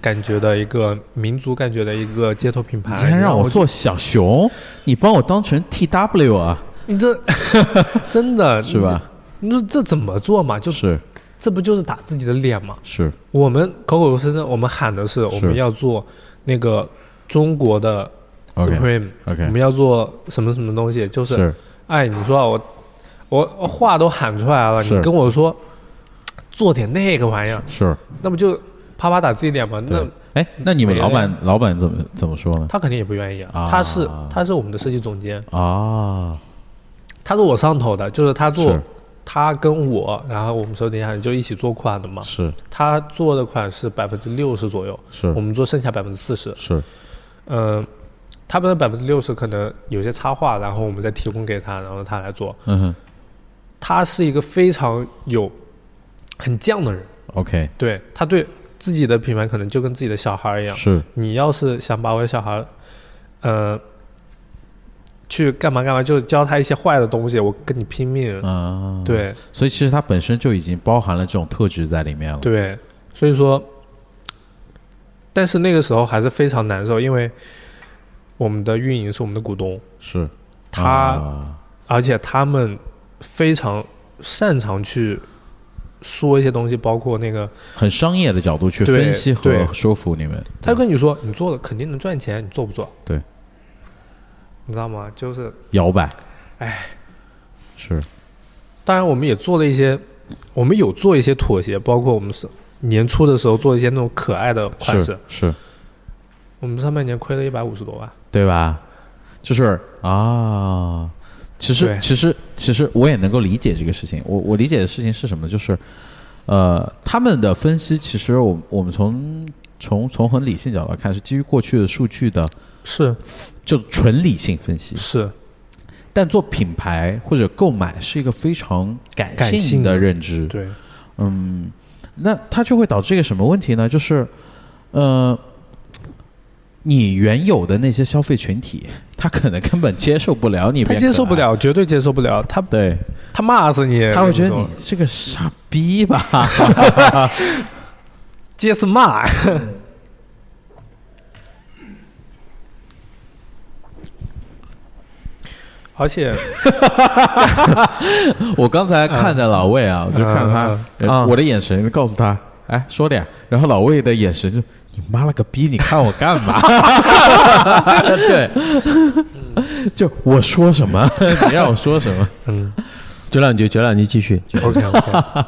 S2: 感觉的一个民族感觉的一个街头品牌，
S1: 你竟然让我做小熊，你帮我当成 T W 啊，
S2: 你
S1: (laughs)
S2: 知道吗，你这真的
S1: 是吧？？
S2: 你说这怎么做嘛？就是这不就是打自己的脸吗？
S1: 是
S2: 我们口口声声我们喊的是我们要做那个中国的
S1: OK
S2: Supreme，我
S1: OK，
S2: 们要做什么什么东西，就是
S1: 嗯是
S2: 哎，你说啊我我我话都喊出来了，
S1: 是
S2: 你跟我说做点那个玩意儿，
S1: 是，那
S2: 那不就啪啪打自己脸吗？那
S1: 对，哎，那你们老板老板怎么怎么说呢？
S2: 他肯定也不愿意啊，
S1: 啊
S2: 他是他是我们的设计总监，
S1: 啊，
S2: 他是我上头的，就是他做
S1: 是。
S2: 他跟我，然后我们手底下人就一起做款的嘛。
S1: 是
S2: 他做的款是百分之六十左右，
S1: 是
S2: 我们做剩下百分之四十。
S1: 是
S2: 嗯，他们的百分之六十可能有些插画，然后我们再提供给他，然后他来做。
S1: 嗯哼
S2: 他是一个非常有很犟的人，
S1: ，OK，
S2: 对他对自己的品牌可能就跟自己的小孩儿一样。
S1: 是
S2: 你要是想把我的小孩儿，呃，去干嘛干嘛，就教他一些坏的东西，我跟你拼命。
S1: 啊，，
S2: 对
S1: 所以其实它本身就已经包含了这种特质在里面了。
S2: 对，所以说，但是那个时候还是非常难受，因为我们的运营是我们的股东，
S1: 是
S2: 他。
S1: 啊
S2: 而且他们非常擅长去说一些东西，包括那个，
S1: 很商业的角度去
S2: 对
S1: 分析和
S2: 对
S1: 说服你们。
S2: 他就跟你说，你做了肯定能赚钱，你做不做？
S1: 对，
S2: 你知道吗？就是，
S1: 摇摆，
S2: 哎，
S1: 是
S2: 当然我们也做了一些，我们有做一些妥协，包括我们是年初的时候做一些那种可爱的款式
S1: 是，是，
S2: 我们上半年亏了一百五十多万，
S1: 对吧？就是啊，其实
S2: 对
S1: 其实其实我也能够理解这个事情。我我理解的事情是什么？就是呃，他们的分析其实我我们从从从很理性角度来看，是基于过去的数据的，
S2: 是
S1: 就纯理性分析。
S2: 是，
S1: 但做品牌或者购买是一个非常感
S2: 感
S1: 性
S2: 性
S1: 的
S2: 的
S1: 认知，
S2: 对，
S1: 嗯，那它就会导致一个什么问题呢？就是，呃，你原有的那些消费群体，他可能根本接受不了你，
S2: 他接受不，了，绝对接受不了，他
S1: 对，
S2: 他骂死你，
S1: 他会觉得
S2: 跟
S1: 你
S2: 说
S1: 是个傻逼吧？
S2: 接
S1: (laughs)
S2: 是骂，而且。
S1: (laughs) 我刚才看着老魏啊，我就看他
S2: 嗯，
S1: 呃
S3: 啊
S1: 我的眼神告诉他，哎，说的呀。然后老魏的眼神就，你妈了个逼，你看我干
S2: (laughs)
S1: 嘛？对，就我说什么， (laughs) 你让我说什么？
S2: 嗯
S4: 九两局，九两局继续。
S2: ，OK OK。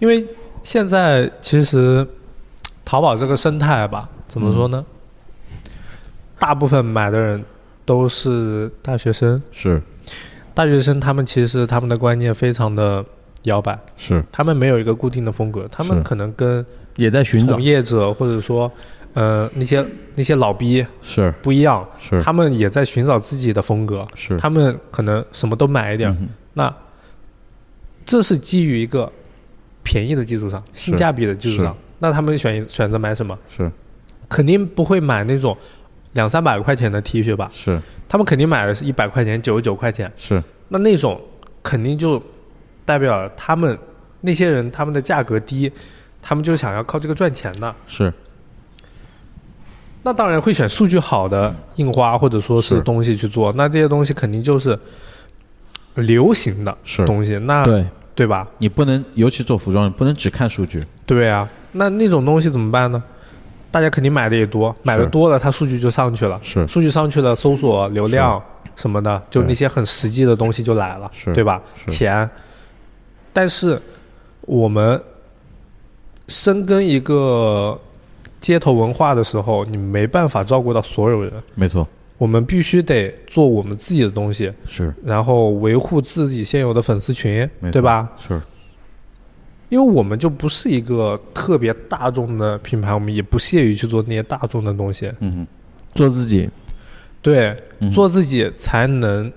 S2: 因为现在其实淘宝这个生态吧，怎么说呢？大部分买的人都是大学生，
S1: 是
S2: 大学生他们其实他们的观念非常的摇摆，
S1: 是，
S2: 他们没有一个固定的风格，他
S1: 是
S2: 们可能跟
S4: 也在寻找
S2: 从，业者或者说呃那些那些老逼
S1: 是
S2: 不一样，
S1: 是
S2: 他们也在寻找自己的风格，
S1: 是
S2: 他们可能什么都买一点儿，那这是基于一个便宜的基础上，性价比的基础上，那他们选选择买什么？
S1: 是
S2: 肯定不会买那种两三百块钱的 T 恤吧？
S1: 是
S2: 他们肯定买的是一百块钱、九十九块钱，
S1: 是
S2: 那那种肯定就代表了他们那些人他们的价格低，他们就想要靠这个赚钱的。
S1: 是
S2: 那当然会选数据好的印花或者说是
S1: 是
S2: 东西去做，那这些东西肯定就是流行的
S1: 是，
S2: 东西，那
S4: 对，
S2: 对吧？
S1: 你不能，尤其做服装，你不能只看数据，
S2: 对啊，那那种东西怎么办呢？大家肯定买的也多，买的多了，它数据就上去了，
S1: 是
S2: 数据上去了，搜索流量什么的，就那些很实际的东西就来了，
S1: 是
S2: 对吧？
S1: 是
S2: 钱，但是我们深耕一个街头文化的时候，你没办法照顾到所有人，
S1: 没错，
S2: 我们必须得做我们自己的东西，
S1: 是
S2: 然后维护自己现有的粉丝群
S1: 没，错
S2: 对吧？
S1: 是
S2: 因为我们就不是一个特别大众的品牌，我们也不屑于去做那些大众的东西。
S1: 嗯
S4: 做自己，
S2: 对，
S1: 嗯
S2: 做自己才能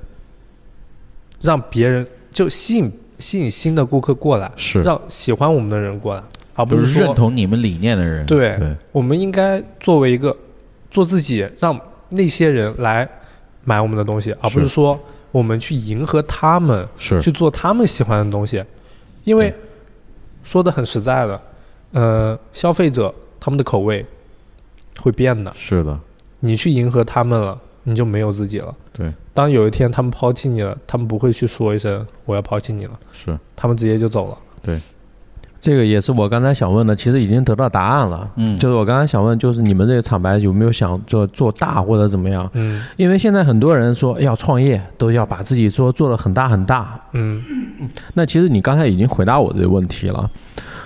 S2: 让别人就吸引吸引新的顾客过来，
S1: 是
S2: 让喜欢我们的人过来，而不
S1: 就是是
S2: 说
S1: 认同你们理念的人，
S2: 对
S1: 对
S2: 我们应该作为一个做自己，让那些人来买我们的东西，而不是
S1: 是
S2: 说我们去迎合他们，
S1: 是
S2: 去做他们喜欢的东西。因为说的很实在的，呃，消费者他们的口味会变的，
S1: 是的，
S2: 你去迎合他们了，你就没有自己了。
S1: 对
S2: 当有一天他们抛弃你了，他们不会去说一声“我要抛弃你了
S1: 是”，
S2: 他们直接就走了。
S4: 这个也是我刚才想问的，其实已经得到答案了。
S1: 嗯
S4: 就是我刚才想问，就是你们这个厂牌有没有想做做大或者怎么样？
S2: 嗯
S4: 因为现在很多人说哎要创业，都要把自己做做的很大很大。
S2: 嗯
S4: 那其实你刚才已经回答我这个问题了。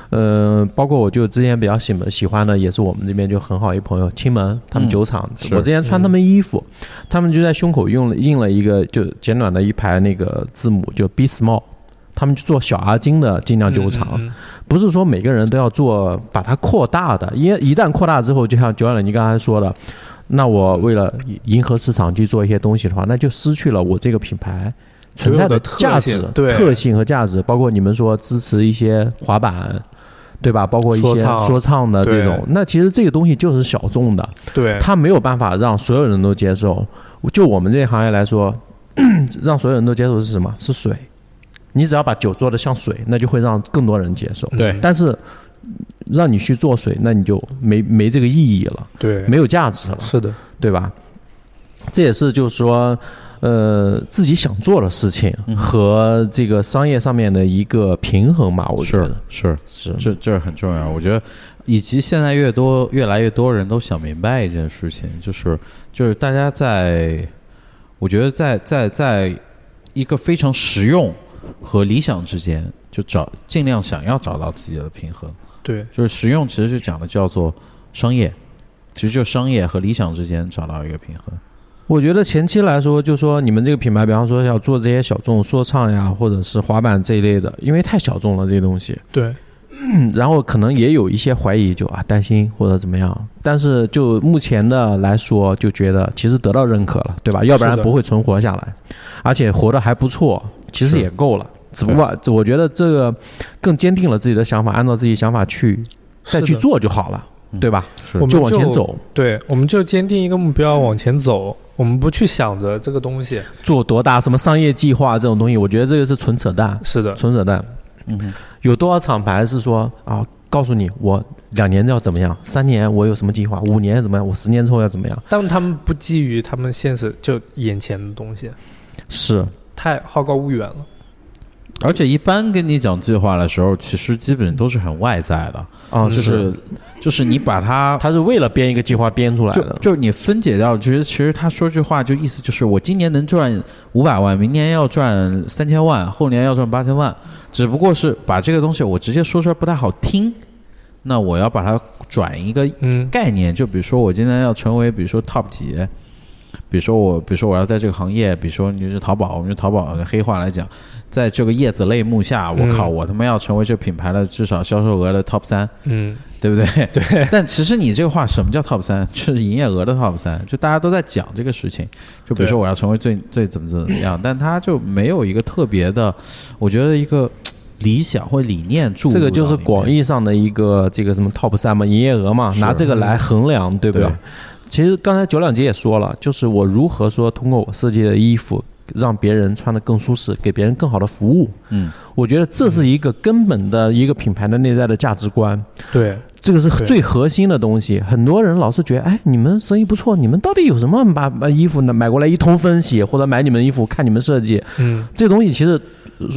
S4: 呃，包括我就之前比较喜喜欢的，也是我们这边就很好一朋友，青门他们
S1: 嗯
S4: 酒厂，
S1: 是
S4: 我之前
S2: 嗯
S4: 穿他们衣服，他们就在胸口用了印了一个就简短的一排那个字母，就 Be Small。他们去做小而精的精酿酒厂，
S2: 嗯嗯
S4: 不是说每个人都要做把它扩大的，因为一旦扩大之后，就像九二你刚才说的，那我为了迎合市场去做一些东西的话，那就失去了我这个品牌存在价
S2: 所有
S4: 值
S2: 的特性、对
S4: 特性和价值，包括你们说支持一些滑板。对吧？包括一些
S2: 说唱
S4: 说唱的这种
S2: 对，
S4: 那其实这个东西就是小众的，
S2: 嗯对，
S4: 它没有办法让所有人都接受。就我们这行业来说， (clears throat) 让所有人都接受是什么？是水。你只要把酒做的像水，那就会让更多人接受。
S2: 对
S4: 但是让你去做水，那你就没没这个意义了，
S2: 对，
S4: 没有价值了，
S2: 是的，
S4: 对吧？这也是就是说，呃，自己想做的事情和这个商业上面的一个平衡吧，我觉
S1: 是
S4: 得嗯
S1: 是，
S4: 是
S1: 这这很重要。我觉得，以及现在越多越来越多人都想明白一件事情，就是就是大家在，我觉得在在在一个非常实用和理想之间，就找尽量想要找到自己的平衡。
S2: 对，
S1: 就是实用，其实就讲的叫做商业，其实就商业和理想之间找到一个平衡。
S4: 我觉得前期来说，就说你们这个品牌，比方说要做这些小众说唱呀，或者是滑板这一类的，因为太小众了这些东西，
S2: 对，
S4: 嗯然后可能也有一些怀疑，就啊担心或者怎么样。但是就目前的来说，就觉得其实得到认可了，对吧？要不然
S2: 是的
S4: 不会存活下来，而且活得还不错，其实
S1: 是
S4: 也够了。只不过我觉得这个更坚定了自己的想法，按照自己想法去再
S2: 是
S4: 去
S2: 的，嗯
S4: 做就好了，对吧？
S1: 是
S2: 我们
S4: 就往前走，
S2: 对，我们就坚定一个目标往前走，我们不去想着这个东西。
S4: 做多大什么商业计划这种东西，我觉得这个是纯扯淡。
S2: 是的，
S4: 纯扯淡。
S1: 嗯哼，
S4: 有多少厂牌是说啊，告诉你我两年要怎么样，三年我有什么计划，五年怎么样，我十年之后要怎么样？
S2: 但他们不基于他们现实就眼前的东西，
S4: 是
S2: 太好高骛远了。
S1: 而且一般跟你讲计划的时候，其实基本都是很外在的，
S4: 啊，
S2: 嗯
S1: 就
S4: 就是
S1: 就是你把它
S4: 他是为了编一个计划编出来
S1: 就
S4: 的。
S1: 就是你分解掉，其实其实他说句话就意思就是我今年能赚五百万，明年要赚三千万，后年要赚八千万，只不过是把这个东西我直接说出来不太好听，那我要把它转一个
S2: 嗯，
S1: 概念，就比如说我今天要成为，比如说 top 几，比如说我，比如说我要在这个行业，比如说你就是淘宝，我们就淘宝黑话来讲，在这个叶子类目下，我
S2: 嗯
S1: 靠，我他妈要成为这品牌的至少销售额的 top 三，
S2: 嗯，
S1: 对不对？对。 (laughs) 但其实你这个话，什么叫 top 三？就是营业额的 top 三，就大家都在讲这个事情。就比如说我要成为最最怎么怎么样，但他就没有一个特别的，我觉得一个理想或理念注入
S4: 这
S1: 到里
S4: 个
S1: 面。
S4: 就是广义上的一个这个什么 top 三嘛，营业额嘛，
S1: 是
S4: 拿这个来衡量，对不对
S1: 对？
S4: 其实刚才九两姐也说了，就是我如何说通过我设计的衣服，让别人穿得更舒适，给别人更好的服务。
S1: 嗯，
S4: 我觉得这是一个根本的一个品牌的内在的价值观。
S2: 对，
S4: 这个是
S2: 对
S4: 最核心的东西。很多人老是觉得，哎，你们生意不错，你们到底有什么把把衣服呢买过来一通分析，或者买你们衣服看你们设计，
S2: 嗯，
S4: 这东西其实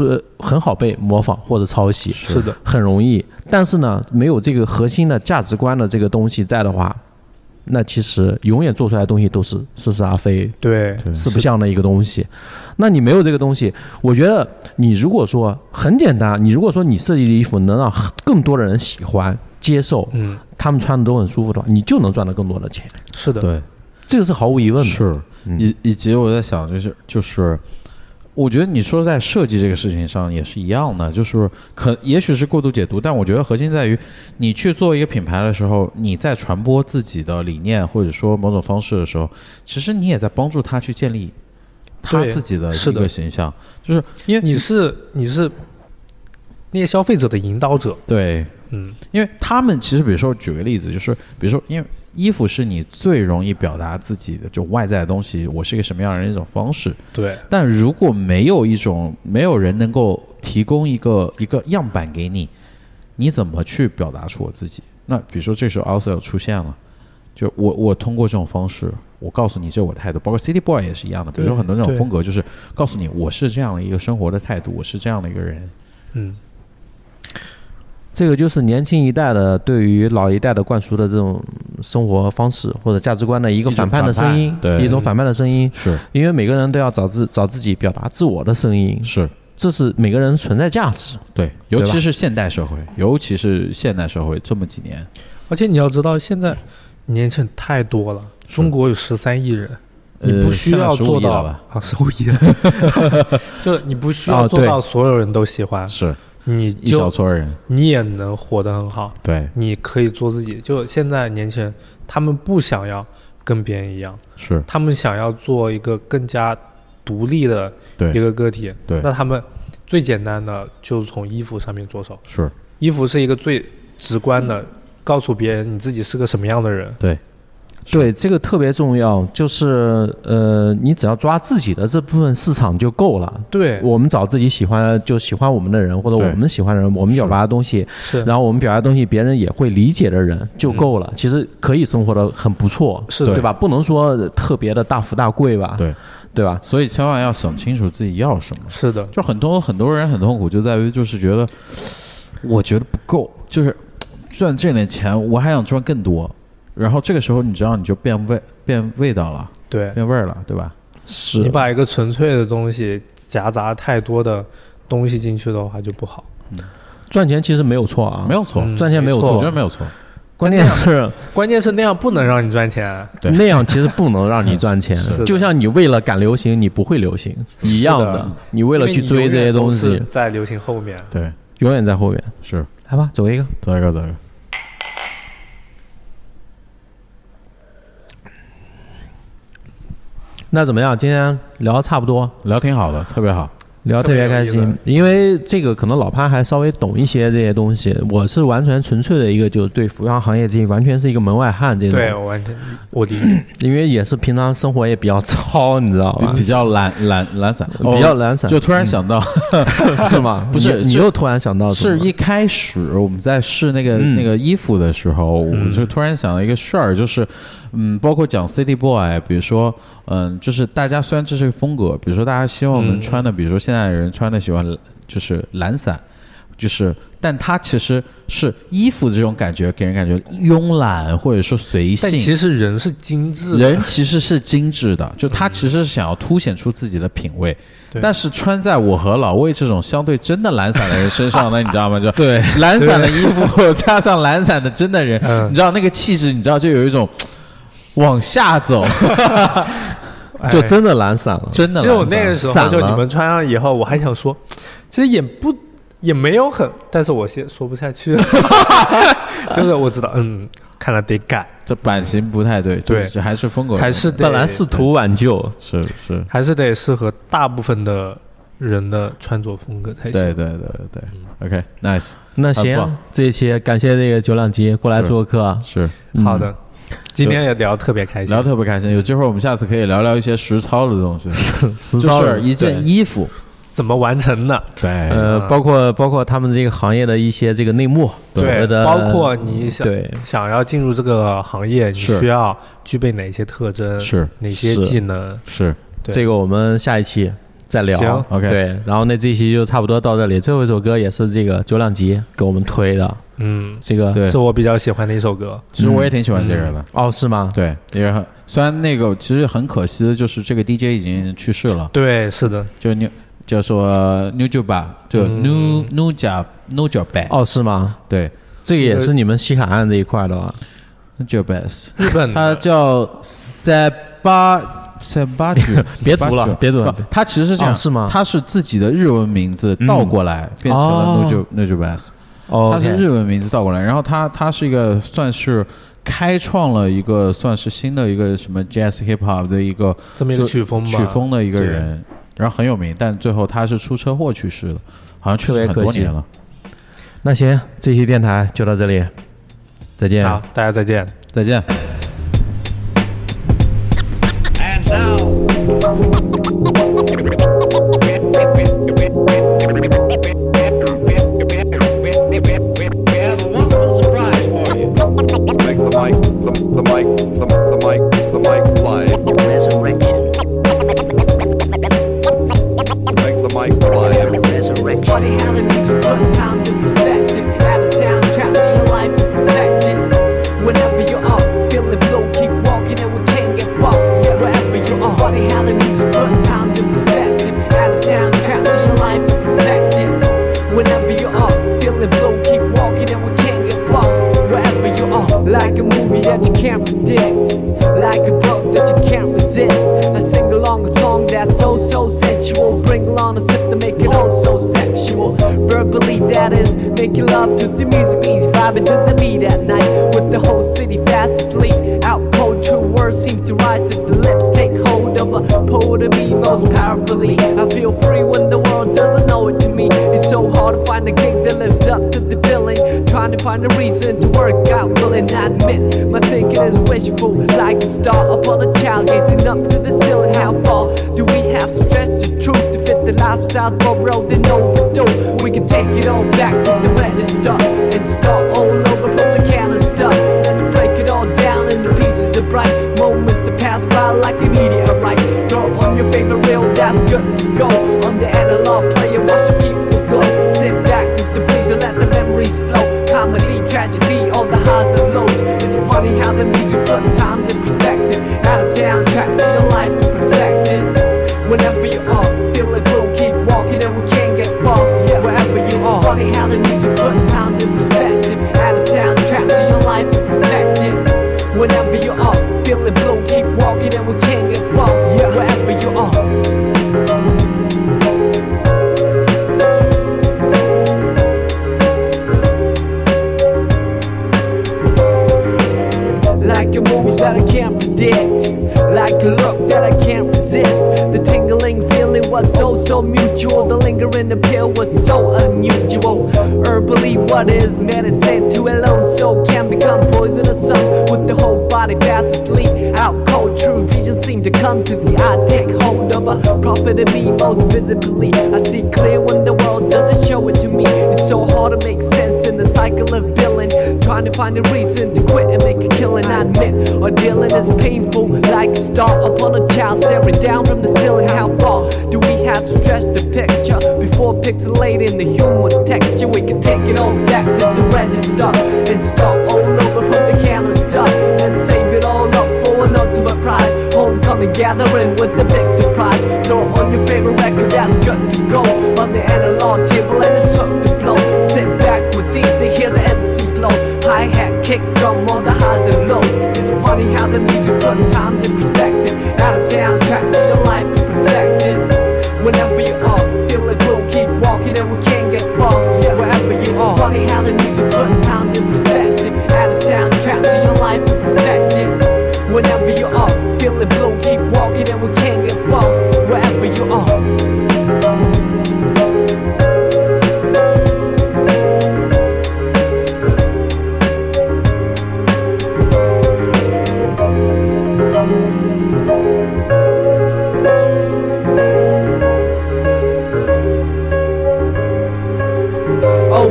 S4: 呃很好被模仿或者抄袭，
S2: 是的，
S4: 很容易。但是呢，没有这个核心的价值观的这个东西在的话，那其实永远做出来的东西都是似是而非、
S2: 对，
S1: 对
S4: 四不像的一个东西。那你没有这个东西，我觉得你如果说很简单，你如果说你设计的衣服能让更多的人喜欢、接受，
S2: 嗯，
S4: 他们穿的都很舒服的话，你就能赚到更多的钱，
S2: 是的，
S1: 对，
S4: 这个是毫无疑问的。
S1: 是，
S4: 嗯
S1: 以以及我在想，就是就是，我觉得你说在设计这个事情上也是一样的，就是可也许是过度解读，但我觉得核心在于你去做一个品牌的时候，你在传播自己的理念或者说某种方式的时候，其实你也在帮助他去建立他
S2: 对
S1: 自己的
S2: 是
S1: 一
S2: 的
S1: 个形象，就是因为
S2: 你是你是那些消费者的引导者，
S1: 对
S2: 嗯，
S1: 因为他们其实，比如说举个例子，就是比如说，因为衣服是你最容易表达自己的就外在的东西，我是一个什么样的人一种方式。
S2: 对，
S1: 但如果没有一种没有人能够提供一个一个样板给你，你怎么去表达出我自己？那比如说这时候 o u t s e l 出现了，就我我通过这种方式，我告诉你这是我态度，包括 City Boy 也是一样的，比如说
S2: 对
S1: 很多那种
S2: 对
S1: 风格就是告诉你我是这样的一个生活的态度，我是这样的一个人。
S2: 嗯，
S4: 这个就是年轻一代的对于老一代的灌输的这种生活方式或者价值观的一个
S1: 一种
S4: 反叛的
S1: 反叛
S4: 声音，
S1: 对
S4: 一种反叛的声音。
S1: 是
S4: 因为每个人都要找自找自己表达自我的声音，
S1: 是，
S4: 这是每个人存在价值。
S1: 对，尤
S4: 对吧
S1: 其是现代社会，尤其是现代社会这么几年，
S2: 而且你要知道，现在年轻人太多了，中国有十三亿人。你不
S1: 呃
S2: 需
S1: 现在
S2: 要
S1: 15
S2: 做
S1: 亿了
S2: 到
S1: 吧？
S2: 啊，十五亿了，
S1: (laughs)
S2: 就是你不需要
S4: 哦
S2: 做
S4: 对
S2: 到所有人都喜欢，
S1: 是
S2: 你
S1: 一小
S2: 就
S1: 撮人，
S2: 你也能活得很好，
S1: 对，
S2: 你可以做自己。就现在年轻人，他们不想要跟别人一样，
S1: 是
S2: 他们想要做一个更加独立的
S1: 对
S2: 一个个体。
S1: 对
S2: 那他们最简单的就是从衣服上面着手，
S1: 是，
S2: 衣服是一个最直观的，告诉别人你自己是个什么样的人。
S4: 对，这个特别重要，就是呃，你只要抓自己的这部分市场就够了。
S2: 对，
S4: 我们找自己喜欢就喜欢我们的人，或者
S1: 对
S4: 我们喜欢的人，我们表达的东西，
S2: 是
S4: 然后我们表达的东西别人也会理解的人就够了。其实可以生活的很不错，
S2: 是
S1: 的
S4: 对吧？不能说特别的大富大贵吧，
S1: 对，
S4: 对吧？
S1: 所以千万要想清楚自己要什么。
S2: 是的，
S1: 就很多很多人很痛苦，就在于就是觉得，我觉得不够，就是赚这点钱，我还想赚更多。然后这个时候，你知道你就变味变味道了，
S4: 哎
S2: 对
S1: 变味儿了，对吧？
S4: 是
S2: 你把一个纯粹的东西夹杂太多的东西进去的话就不好。
S4: 赚钱其实没有错啊，
S1: 没有错，
S2: 嗯
S4: 赚钱没有
S1: 我
S4: 错
S1: 觉得没有错，
S4: 关键是
S2: 关键是那样不能让你赚钱。啊
S1: 对
S4: 那样其实不能让你赚钱
S2: 是的，
S4: 就像你为了赶流行，你不会流行
S2: 的
S4: 一样的，你为了去追这些东
S2: 因为你永远
S4: 西
S2: 都是，在流行后面。
S1: 对，
S4: 永远在后面。
S1: 是。
S4: 来吧，走一个。
S1: 走一个，走一个。
S4: 那怎么样？今天聊得差不多，
S1: 聊挺好的，特别好。
S4: 聊得特别开
S2: 特别有意
S4: 心，因为这个可能老潘还稍微懂一些这些东西，我是完全纯粹的一个，就是对服装行业这完全是一个门外汉这
S2: 对，
S4: 种，
S2: 我完全我理
S4: (clears throat)
S2: 解。
S4: 因为也是平常生活也比较糙，你知道吧
S1: 比？比较懒懒懒散，
S4: (laughs) 比较懒散，
S1: 就突然想到，
S4: 是 (laughs) 吗？
S1: 不是
S4: 你你
S1: 是
S4: 又突然想到什么
S1: 是一开始我们在试那个、
S4: 嗯
S1: 那个衣服的时候，我就突然想到一个事儿，就是，嗯，包括讲 City Boy，比如说，嗯，就是大家虽然这是个风格，比如说大家希望
S4: 嗯
S1: 能穿的，比如说现在人穿的喜欢就是懒散，就是，但它其实是衣服的这种感觉给人感觉慵懒或者说随
S2: 但
S1: 性，
S2: 其实人是精致的，
S1: 人其实是精致的，就他其实是想要凸显出自己的品味，
S2: 对
S1: 但是穿在我和老魏这种相对真的懒散的人身上
S2: (laughs)
S1: 呢，你知道吗？就
S4: 对
S1: (laughs) 懒散的衣服 (laughs) 加上懒散的真的人，
S2: 嗯
S1: 你知道那个气质，你知道就有一种往下
S2: (laughs)
S1: 走，
S2: 哎
S4: 就真的懒散了。
S1: 真的
S2: 只
S1: 懒
S2: 有
S1: 散
S2: 那个时
S4: 散
S2: 候，
S4: 了
S2: 就你们穿上以后，我还想说，其实也不也没有很，但是我先说不下去了， (laughs) 就是我知道，嗯，看来得改，
S1: 这版型不太对，
S2: 对
S1: 就是还是风格
S2: 还是得
S4: 本来试图挽救，
S1: 是是，
S2: 还是得适合大部分的人的穿着风格才行。嗯
S1: 对对对对，OK，nice，
S4: 那
S1: 很棒
S4: 行，这一期感谢这个九两级过来
S1: 是
S4: 做客，
S1: 是
S2: 好
S4: 嗯
S2: 的，今天也聊得特别开心
S1: 聊得，特别开心，有机会我们下次可以聊聊一些实操的东西，
S4: 实操
S1: 就
S4: 的
S1: 是一件
S4: 对
S1: 衣服，
S2: 怎么完成的？嗯
S1: 对
S4: 呃，包括包括他们这个行业的一些这个内幕，
S2: 对
S4: 我觉，得
S2: 包括你想
S4: 对
S2: 想要进入这个行业，你
S1: 是
S2: 需要具备哪些特征，
S1: 是
S2: 哪些
S4: 是
S2: 技能？
S1: 是。
S2: 对
S4: 这个我们下一期再聊。
S2: 行
S1: ，OK
S4: 对，然后那这一期就差不多到这里。最后一首歌也是这个九两级给我们推的，
S2: 嗯，
S4: 这个
S1: 对
S2: 是我比较喜欢的一首歌。
S1: 其实我也挺喜欢这个的。
S4: 哦是吗？
S1: 对，也很虽然那个其实很可惜的就是这个 DJ 已经去世了，
S2: 对，是的，
S1: 就 New 就说 New Juba 就
S2: 嗯
S1: New New Juba New Juba
S4: 哦是吗？
S1: 对
S4: 这个也是你们西海岸这一块的吧？，
S1: New Juba
S2: 日本
S1: 他叫塞巴塞巴举
S4: (laughs) 别读了
S1: 塞巴举
S4: 别读了
S1: 不他其实是这
S4: 哦
S1: 样，
S4: 是吗嗯
S1: 他是自己的日文名字倒过来变成
S4: 哦
S1: 了 Nuju Nuju Bass，
S4: 哦，
S1: 他是
S4: OK
S1: 日文名字倒过来，然后他他是一个算是开创了一个算是新的一个什么 Jazz Hip Hop 的一个
S2: 这么一个曲风吧，
S1: 曲风的一个人，然后很有名，但最后他是出车祸去世的，好像去世
S4: 特别
S1: 很
S4: 可
S1: 多
S4: 惜
S1: 年了。
S4: 那行，这期电台就到这里，再见。
S2: 好，啊大家再见。
S1: 再见。
S5: And now.
S6: Make the mic, the, the mic, the, the mic, the mic fly.
S7: Resurrection.
S6: Make the mic fly.
S7: Resurrection.
S8: Funny how they make you put time to perspective. Add a sound trap to your life to perfect it. Whenever you're up, feeling low, keep walking and we can't get fucked. Wherever you are, funny how they make you put time to perspective. Add a sound trap to your life to perfect it. Whenever you're up, feeling low, keep walking and we can't get fucked. Wherever you are, like a movie that you can't predict, like a drug that you can't resist. And sing along a song that's so so sensual. Bring along a sip to make it all so sexual. Verbally, that is making love to the music means vibing to the beat at night with the whole city fast asleep. Out cold, true words seem to rise to the lips. Take hold of a poet of me most powerfully. I feel free when the world doesn't know it to me. It's so hard to find a gig that lives up to the billing. Trying to find a reason to work out, willing I admit my thinking is wishful. Like a star upon a child, gazing up to the ceiling. How far do we have to stretch the truth to fit the lifestyle borrowed and overdue? We can take it all back to the register and start all over from the canister. Let's break it all down into pieces of bright moments that pass by like a meteorite. Throw on your favorite reel, that's good to go. On the analog player, watch the people go. Sit back with the breeze and let the memories flow. Comedy, tragedy, all the highs and lows. It's funny how the music put times in perspective. Add a soundtrack to your life and perfect it. Whenever you are, feel it, we'll keep walking and we can't get far. Wherever you are, it's funny how the music put times in perspective. Add a soundtrack to your life and perfect it. Whenever you are, feel it, we'll keep walking and we can't get far. Wherever you are. Like a move that I can't predict. Like a look that I can't resist. The tingling feeling was so, so mutual. The lingering appeal was so unusual. Herbally, what is medicine to alone? So can become poison or some with the whole body fast asleep. Out cold, true vision seem to come to the eye. Take hold of a prophet in me most visibly. I see clear when the world doesn't show it to me. It's so hard to make sense in the cycle of billing. Trying to find a reason to quit and make a killing. I admit, or dealing is painful. Like a star upon a child staring down from the ceiling. How far do we have to stretch the picture before pixelating the human texture? We can take it all back to the register and start all over from the canister and save it all up for an ultimate prize. Homecoming gathering with the big surprise. Throw on your favorite record that's good to go on the analog table and it's something to blow. Sit back with these and hear the MC flow. Hi hat, kick drum on the highs and lows. It's funny how the music put times in perspective. Add a soundtrack to your life and perfect it. Whenever you are, feel it will keep walking and we can't get far. Wherever you are, it's funny how the music put times in perspective. Add a soundtrack to your life and perfect it. Whenever you are, feel it will keep walking and we can't get far. Wherever you are.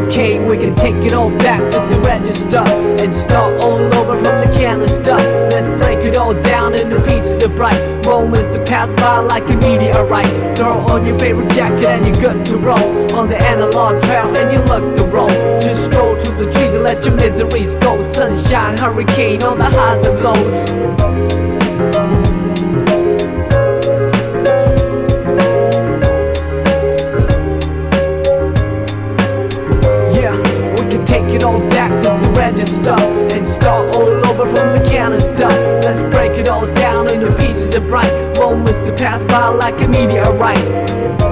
S8: Okay, we can take it all back to the register and start all over from the countless stuff. Let's break it all down into pieces of bright moments that pass by like a meteorite. Throw on your favorite jacket and you're good to roll. On the analog trail and you look the road. Just stroll through the trees and let your miseries go. Sunshine, hurricane on the highs and lows. Yeah, we can take it all back to the register and start all over from the canister. Let's break it all down into pieces of bright moments that pass by like a meteorite.